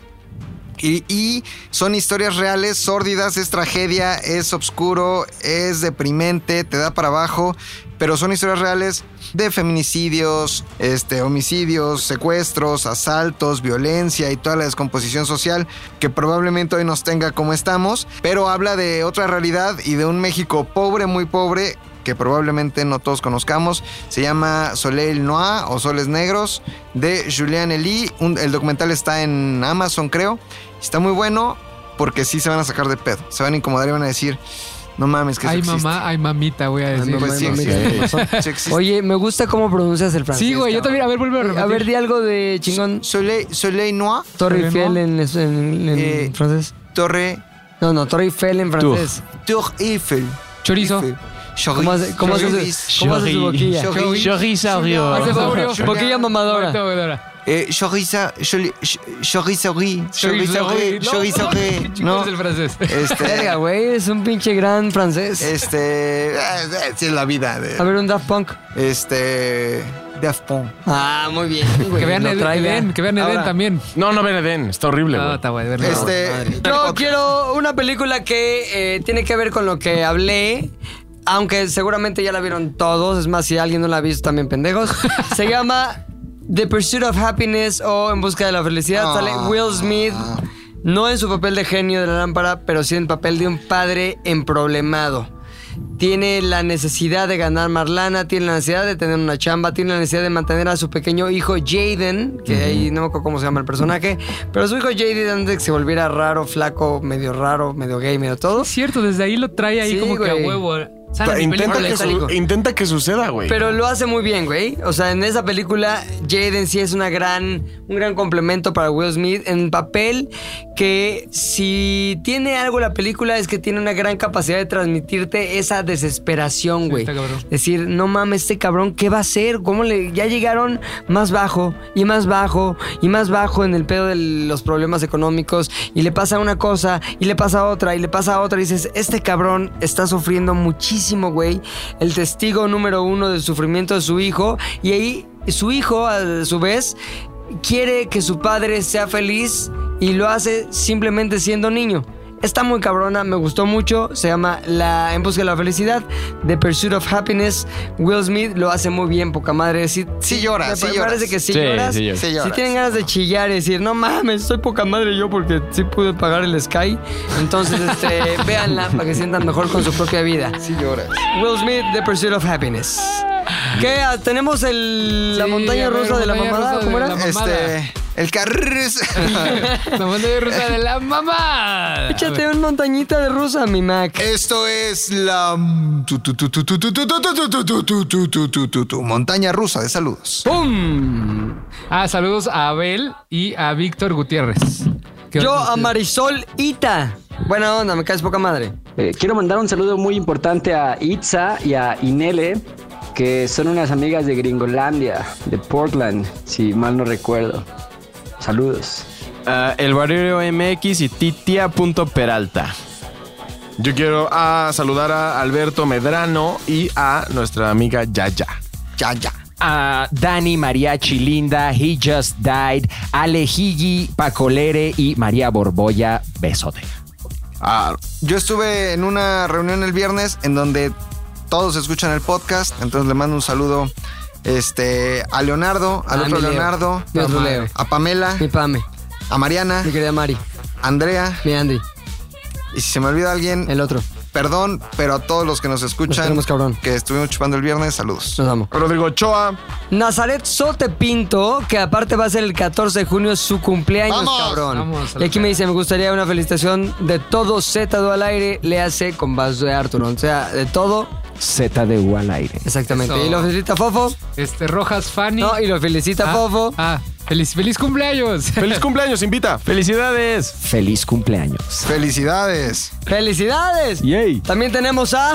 Speaker 5: Y, y son historias reales, sórdidas, es tragedia, es obscuro, es deprimente, te da para abajo, pero son historias reales de feminicidios, este, homicidios, secuestros, asaltos, violencia y toda la descomposición social que probablemente hoy nos tenga como estamos, pero habla de otra realidad y de un México pobre, muy pobre, que probablemente no todos conozcamos. Se llama Soleil Noir o Soles Negros de Julian Elie. Un- el documental está en Amazon, creo. Está muy bueno porque sí se van a sacar de pedo. Se van a incomodar y van a decir, no mames, que eso
Speaker 3: Ay,
Speaker 5: existe".
Speaker 3: mamá, ay, mamita,
Speaker 2: Ah,
Speaker 3: voy a decir.
Speaker 5: mamá, Pues sí, mamita, existe. tienes razón, sí existe.
Speaker 2: Oye, me gusta cómo pronuncias el francés.
Speaker 3: Sí, güey, yo también. A ver, vuelve a repetir.
Speaker 2: A ver, di algo de chingón.
Speaker 5: Soleil, Soleil Noir.
Speaker 2: Torre Eiffel en, en- en
Speaker 5: Eh,
Speaker 2: francés.
Speaker 5: Torre.
Speaker 2: No, no, Torre Eiffel en francés.
Speaker 5: Tour Eiffel.
Speaker 3: Chorizo.
Speaker 2: ¿Cómo hace, cómo hace su, cómo hace su boquilla?
Speaker 5: Chorizo.
Speaker 2: Chorizaurio.
Speaker 5: Hace Saurio.
Speaker 2: Boquilla mamadora.
Speaker 5: Eh, choriza, choli- ch- chorizaurí, chorizaurí, chorizaurí.
Speaker 3: No, es el francés.
Speaker 5: Este,
Speaker 2: Verga, güey, es un pinche gran francés.
Speaker 5: este, eh, eh, sí es la vida. de-
Speaker 2: A ver, un Daft Punk.
Speaker 5: Este, Daft Punk.
Speaker 2: Ah, muy bien.
Speaker 3: Que vean Ed- Edén, que vean Edén también. Ah,
Speaker 6: No, no ven Edén, está horrible. güey.
Speaker 5: Este,
Speaker 2: Yo quiero una película que eh, tiene que ver con lo que hablé. Aunque seguramente ya la vieron todos. Es más, si alguien no la ha visto, también pendejos. Se llama The Pursuit of Happiness o En Busca de la Felicidad. Sale Will Smith. No en su papel de genio de la lámpara, pero sí en el papel de un padre emproblemado. Tiene la necesidad de ganar Marlana, tiene la necesidad de tener una chamba, tiene la necesidad de mantener a su pequeño hijo Jaden, que ahí no me acuerdo cómo se llama el personaje, pero su hijo Jaden antes de que se volviera raro, flaco, medio raro, medio gay, medio todo.
Speaker 3: Cierto, desde ahí lo trae ahí
Speaker 2: Sí,
Speaker 3: como que
Speaker 2: güey.
Speaker 3: a huevo. Sale
Speaker 6: Ta-
Speaker 3: mi
Speaker 6: Intenta
Speaker 3: película.
Speaker 6: que, su- intenta que suceda, güey.
Speaker 2: Pero lo hace muy bien, güey. O sea, en esa película, Jaden sí es una gran, un gran complemento para Will Smith en papel que si tiene algo la película es que tiene una gran capacidad de transmitirte esa desesperación, güey.
Speaker 3: está cabrón.
Speaker 2: Decir, no mames, este cabrón, ¿qué va a hacer? ¿Cómo le...? Ya llegaron más bajo y más bajo y más bajo en el pedo de los problemas económicos y le pasa una cosa y le pasa otra y le pasa otra y dices, este cabrón está sufriendo muchísimo, güey. El testigo número uno del sufrimiento de su hijo y ahí su hijo, a su vez, quiere que su padre sea feliz y lo hace simplemente siendo niño. Está muy cabrona, me gustó mucho. Se llama La En Busca de la Felicidad, The Pursuit of Happiness. Will Smith lo hace muy bien, poca madre. Sí, sí
Speaker 5: lloras,
Speaker 2: me
Speaker 5: sí
Speaker 2: parece
Speaker 5: lloras.
Speaker 2: que sí,
Speaker 5: Sí,
Speaker 2: lloras.
Speaker 5: sí lloras. Sí lloras.
Speaker 2: Si tienen ganas de chillar y decir, no mames, soy poca madre yo porque sí pude pagar el Sky. Entonces, este, véanla para que sientan mejor con su propia vida.
Speaker 5: Sí lloras.
Speaker 2: Will Smith, The Pursuit of Happiness. ¿Qué? Ah, ¿Tenemos el, la
Speaker 3: Sí,
Speaker 2: montaña
Speaker 3: a ver,
Speaker 2: rusa de la
Speaker 3: montaña
Speaker 2: mamada?
Speaker 3: rusa
Speaker 2: ¿Cómo
Speaker 3: de
Speaker 2: era?
Speaker 3: la mamada.
Speaker 5: Este, el carrus.
Speaker 3: La montaña rusa de la mamá.
Speaker 2: Échate una montañita de rusa, mi Mac.
Speaker 5: Esto es la tu, tu, tu, tu, tu, tu, tu, tu, tu, tu, tu, tu, tu, tu, tu, tu, tu, montaña rusa de saludos.
Speaker 2: ¡Pum!
Speaker 3: Ah, saludos a Abel y a Víctor Gutiérrez. Que-
Speaker 2: Yo a Marisol Ita. Buena onda, me caes poca madre.
Speaker 13: Eh, quiero mandar un saludo muy importante a Itza y a Inele, que son unas amigas de Gringolandia, de Portland, si mal no recuerdo. Saludos.
Speaker 8: Ah, el Barrio MX y titia.peralta.
Speaker 6: Yo quiero ah, saludar a Alberto Medrano y a nuestra amiga Yaya.
Speaker 5: Yaya.
Speaker 1: a Dani, Mariachi Linda, He Just Died, Ale Higgy, Paco Lere y María Borboya. Besote.
Speaker 5: Ah, yo estuve en una reunión el viernes en donde todos escuchan el podcast, entonces le mando un saludo este, a Leonardo, al
Speaker 2: Ah,
Speaker 5: otro
Speaker 2: mi Leo.
Speaker 5: Leonardo,
Speaker 2: Mi otro Leo.
Speaker 5: a Pamela,
Speaker 2: Mi Pame.
Speaker 5: a Mariana,
Speaker 2: Mi querida Mari.
Speaker 5: Andrea,
Speaker 2: Mi Andy.
Speaker 5: y si se me olvida alguien,
Speaker 2: El otro.
Speaker 5: Perdón, pero a todos los que nos escuchan, que estuvimos chupando el viernes, saludos. Nos
Speaker 2: amo.
Speaker 5: Rodrigo Ochoa.
Speaker 2: Nazaret Sote Pinto, que aparte va a ser el 14 de junio su cumpleaños,
Speaker 15: ¡Vamos!
Speaker 2: cabrón.
Speaker 15: Vamos a
Speaker 2: y
Speaker 15: la
Speaker 2: aquí me dice, me gustaría una felicitación de todo Z2 al aire, le hace con vaso de Arturo. O sea, de todo.
Speaker 1: ZDU al aire.
Speaker 2: Exactamente.
Speaker 1: Eso.
Speaker 2: Y lo felicita Fofo.
Speaker 3: Este, Rojas Fanny.
Speaker 2: No, y lo felicita
Speaker 3: Ah,
Speaker 2: Fofo.
Speaker 3: Ah, feliz, feliz cumpleaños. Ah,
Speaker 6: Feliz cumpleaños, invita.
Speaker 8: Felicidades.
Speaker 1: Feliz cumpleaños.
Speaker 5: Felicidades.
Speaker 2: ¡Felicidades! También tenemos a.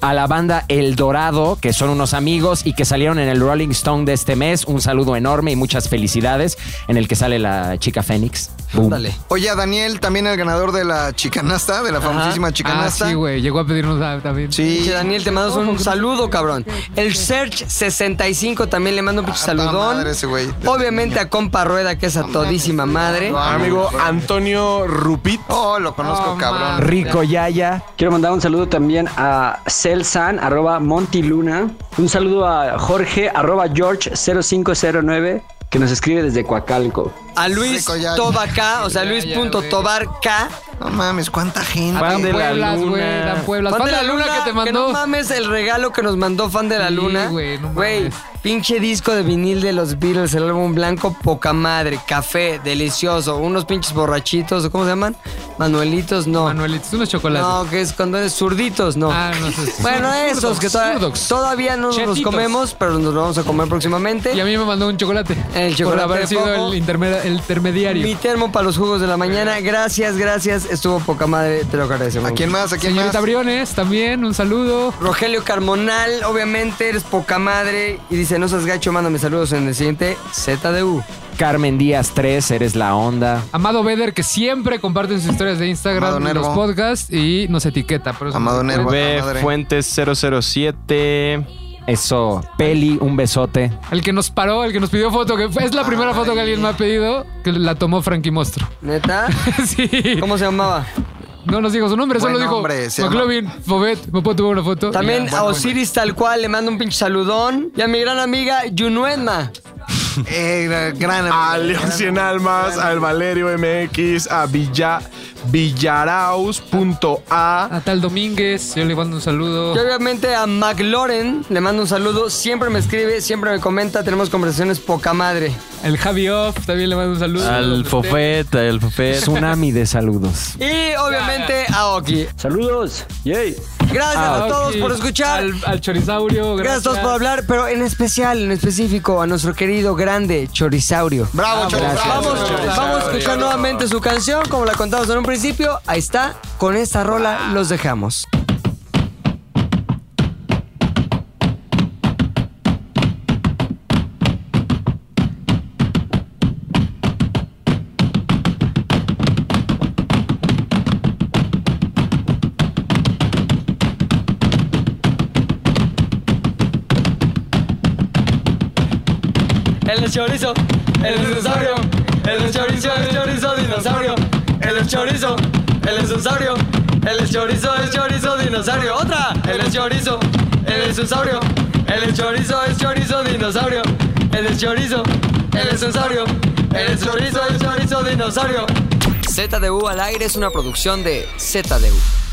Speaker 1: A la banda El Dorado, que son unos amigos y que salieron en el Rolling Stone de este mes. Un saludo enorme y muchas felicidades. En el que sale la chica Fénix. Boom.
Speaker 5: Oye, a Daniel, también el ganador de la chicanasta, de la famosísima chicanasta.
Speaker 3: Ah, sí, güey. Llegó a pedirnos la- también.
Speaker 5: Sí.
Speaker 2: Che, Daniel, te mando un saludo, cabrón. El Search65 también le mando un pinche saludón.
Speaker 5: madre ese güey.
Speaker 2: Obviamente a compa Rueda, que es a todísima madre.
Speaker 6: Ah, Amigo Antonio Rupit.
Speaker 5: Oh, lo conozco, cabrón.
Speaker 1: Rico Yaya.
Speaker 13: Quiero mandar un saludo también a Celsan, arroba Montiluna. Un saludo a Jorge, arroba George0509, que nos escribe desde Coacalco.
Speaker 2: A Luis Tobaca, o sea, Luis.tobarca.
Speaker 5: No mames, cuánta gente.
Speaker 3: Fan de la Pueblas, luna. güey, Dan Pueblas. Fan de la luna que te mandó.
Speaker 2: no mames el regalo que nos mandó Fan de la
Speaker 3: Sí,
Speaker 2: Luna.
Speaker 3: güey, no mames.
Speaker 2: Güey, pinche disco de vinil de los Beatles, el álbum blanco, poca madre, café, delicioso, unos pinches borrachitos, ¿cómo se llaman? Manuelitos, no.
Speaker 3: Manuelitos, unos chocolates.
Speaker 2: No, que es cuando eres zurditos, no.
Speaker 3: Ah, no sé.
Speaker 2: Bueno,
Speaker 3: Zurdos,
Speaker 2: esos que todavía,
Speaker 3: zurdos.
Speaker 2: todavía no
Speaker 3: Chetitos.
Speaker 2: los comemos, pero nos los vamos a comer próximamente.
Speaker 3: Y a mí me mandó un chocolate.
Speaker 2: El chocolate
Speaker 3: Por haber
Speaker 2: de
Speaker 3: sido
Speaker 2: Fofo.
Speaker 3: el, interme- el intermediario.
Speaker 2: Mi termo para los jugos de la mañana. Gracias, gracias. Estuvo poca madre, te lo agradecemos.
Speaker 5: ¿A quién más? ¿A quién
Speaker 3: Señorita
Speaker 5: más?
Speaker 3: Briones, también un saludo.
Speaker 2: Rogelio Carmonal, obviamente eres poca madre. Y dice, no seas gacho, mándame saludos en el siguiente ZDU.
Speaker 1: Carmen Díaz 3, eres la onda.
Speaker 3: Amado Beder, que siempre comparte sus historias de
Speaker 5: Amado
Speaker 3: Instagram,
Speaker 5: Nervo.
Speaker 3: los podcasts y nos etiqueta. Por eso
Speaker 5: Amado
Speaker 3: nos-
Speaker 5: Nervo.
Speaker 8: B.
Speaker 5: madre.
Speaker 8: Fuentes 007.
Speaker 1: Eso, Peli, un besote.
Speaker 3: El que nos paró, el que nos pidió foto, que fue- es la primera foto que alguien me ha pedido, que la tomó Frankie Mostro.
Speaker 2: ¿Neta?
Speaker 3: sí.
Speaker 2: ¿Cómo se llamaba?
Speaker 3: No nos dijo su nombre, solo
Speaker 5: Buen
Speaker 3: dijo
Speaker 5: hombre, se llama-
Speaker 3: McLovin, Fobet, ¿me puedo tomar una foto?
Speaker 2: También
Speaker 3: Ya,
Speaker 2: a
Speaker 3: bueno,
Speaker 2: Osiris tal cual, le mando un pinche saludón. Y a mi gran amiga Yunuenma.
Speaker 5: Eh, gran- gran
Speaker 6: A León Cien Almas, al Valerio MX, a Villa, Villaraus.a.
Speaker 3: A Tal Domínguez, yo le mando un saludo.
Speaker 2: Y obviamente a McLaurin le mando un saludo. Siempre me escribe, siempre me comenta. Tenemos conversaciones poca madre.
Speaker 3: El Javi Off, también le mando un saludo.
Speaker 8: Al
Speaker 3: Donde
Speaker 8: Fofet, al Fofet.
Speaker 1: Tsunami de saludos.
Speaker 2: Y obviamente a Oki.
Speaker 13: Saludos. Yay.
Speaker 2: Gracias
Speaker 3: esté.
Speaker 2: a todos
Speaker 3: Oki,
Speaker 2: por escuchar.
Speaker 3: Ah, Al, al Chorizaurio,
Speaker 2: Gracias
Speaker 3: gracias.
Speaker 2: a todos por hablar, pero en especial, en específico, a nuestro querido grande Chorisaurio.
Speaker 5: Bravo, Chori, bravo,
Speaker 2: Vamos,
Speaker 5: Chori.
Speaker 2: vamos a escuchar nuevamente su canción, como la contamos en un principio. Ahí está, con esta rola los dejamos.
Speaker 15: El chorizo, el dinosaurio, el chorizo, el chorizo, dinosaurio, el chorizo, el dinosaurio, el chorizo, el chorizo, dinosaurio, otra, el chorizo, el dinosaurio, el chorizo, el chorizo, dinosaurio, el chorizo, el dinosaurio, el chorizo, el chorizo, dinosaurio.
Speaker 2: ZDU al aire es una producción de ZDU.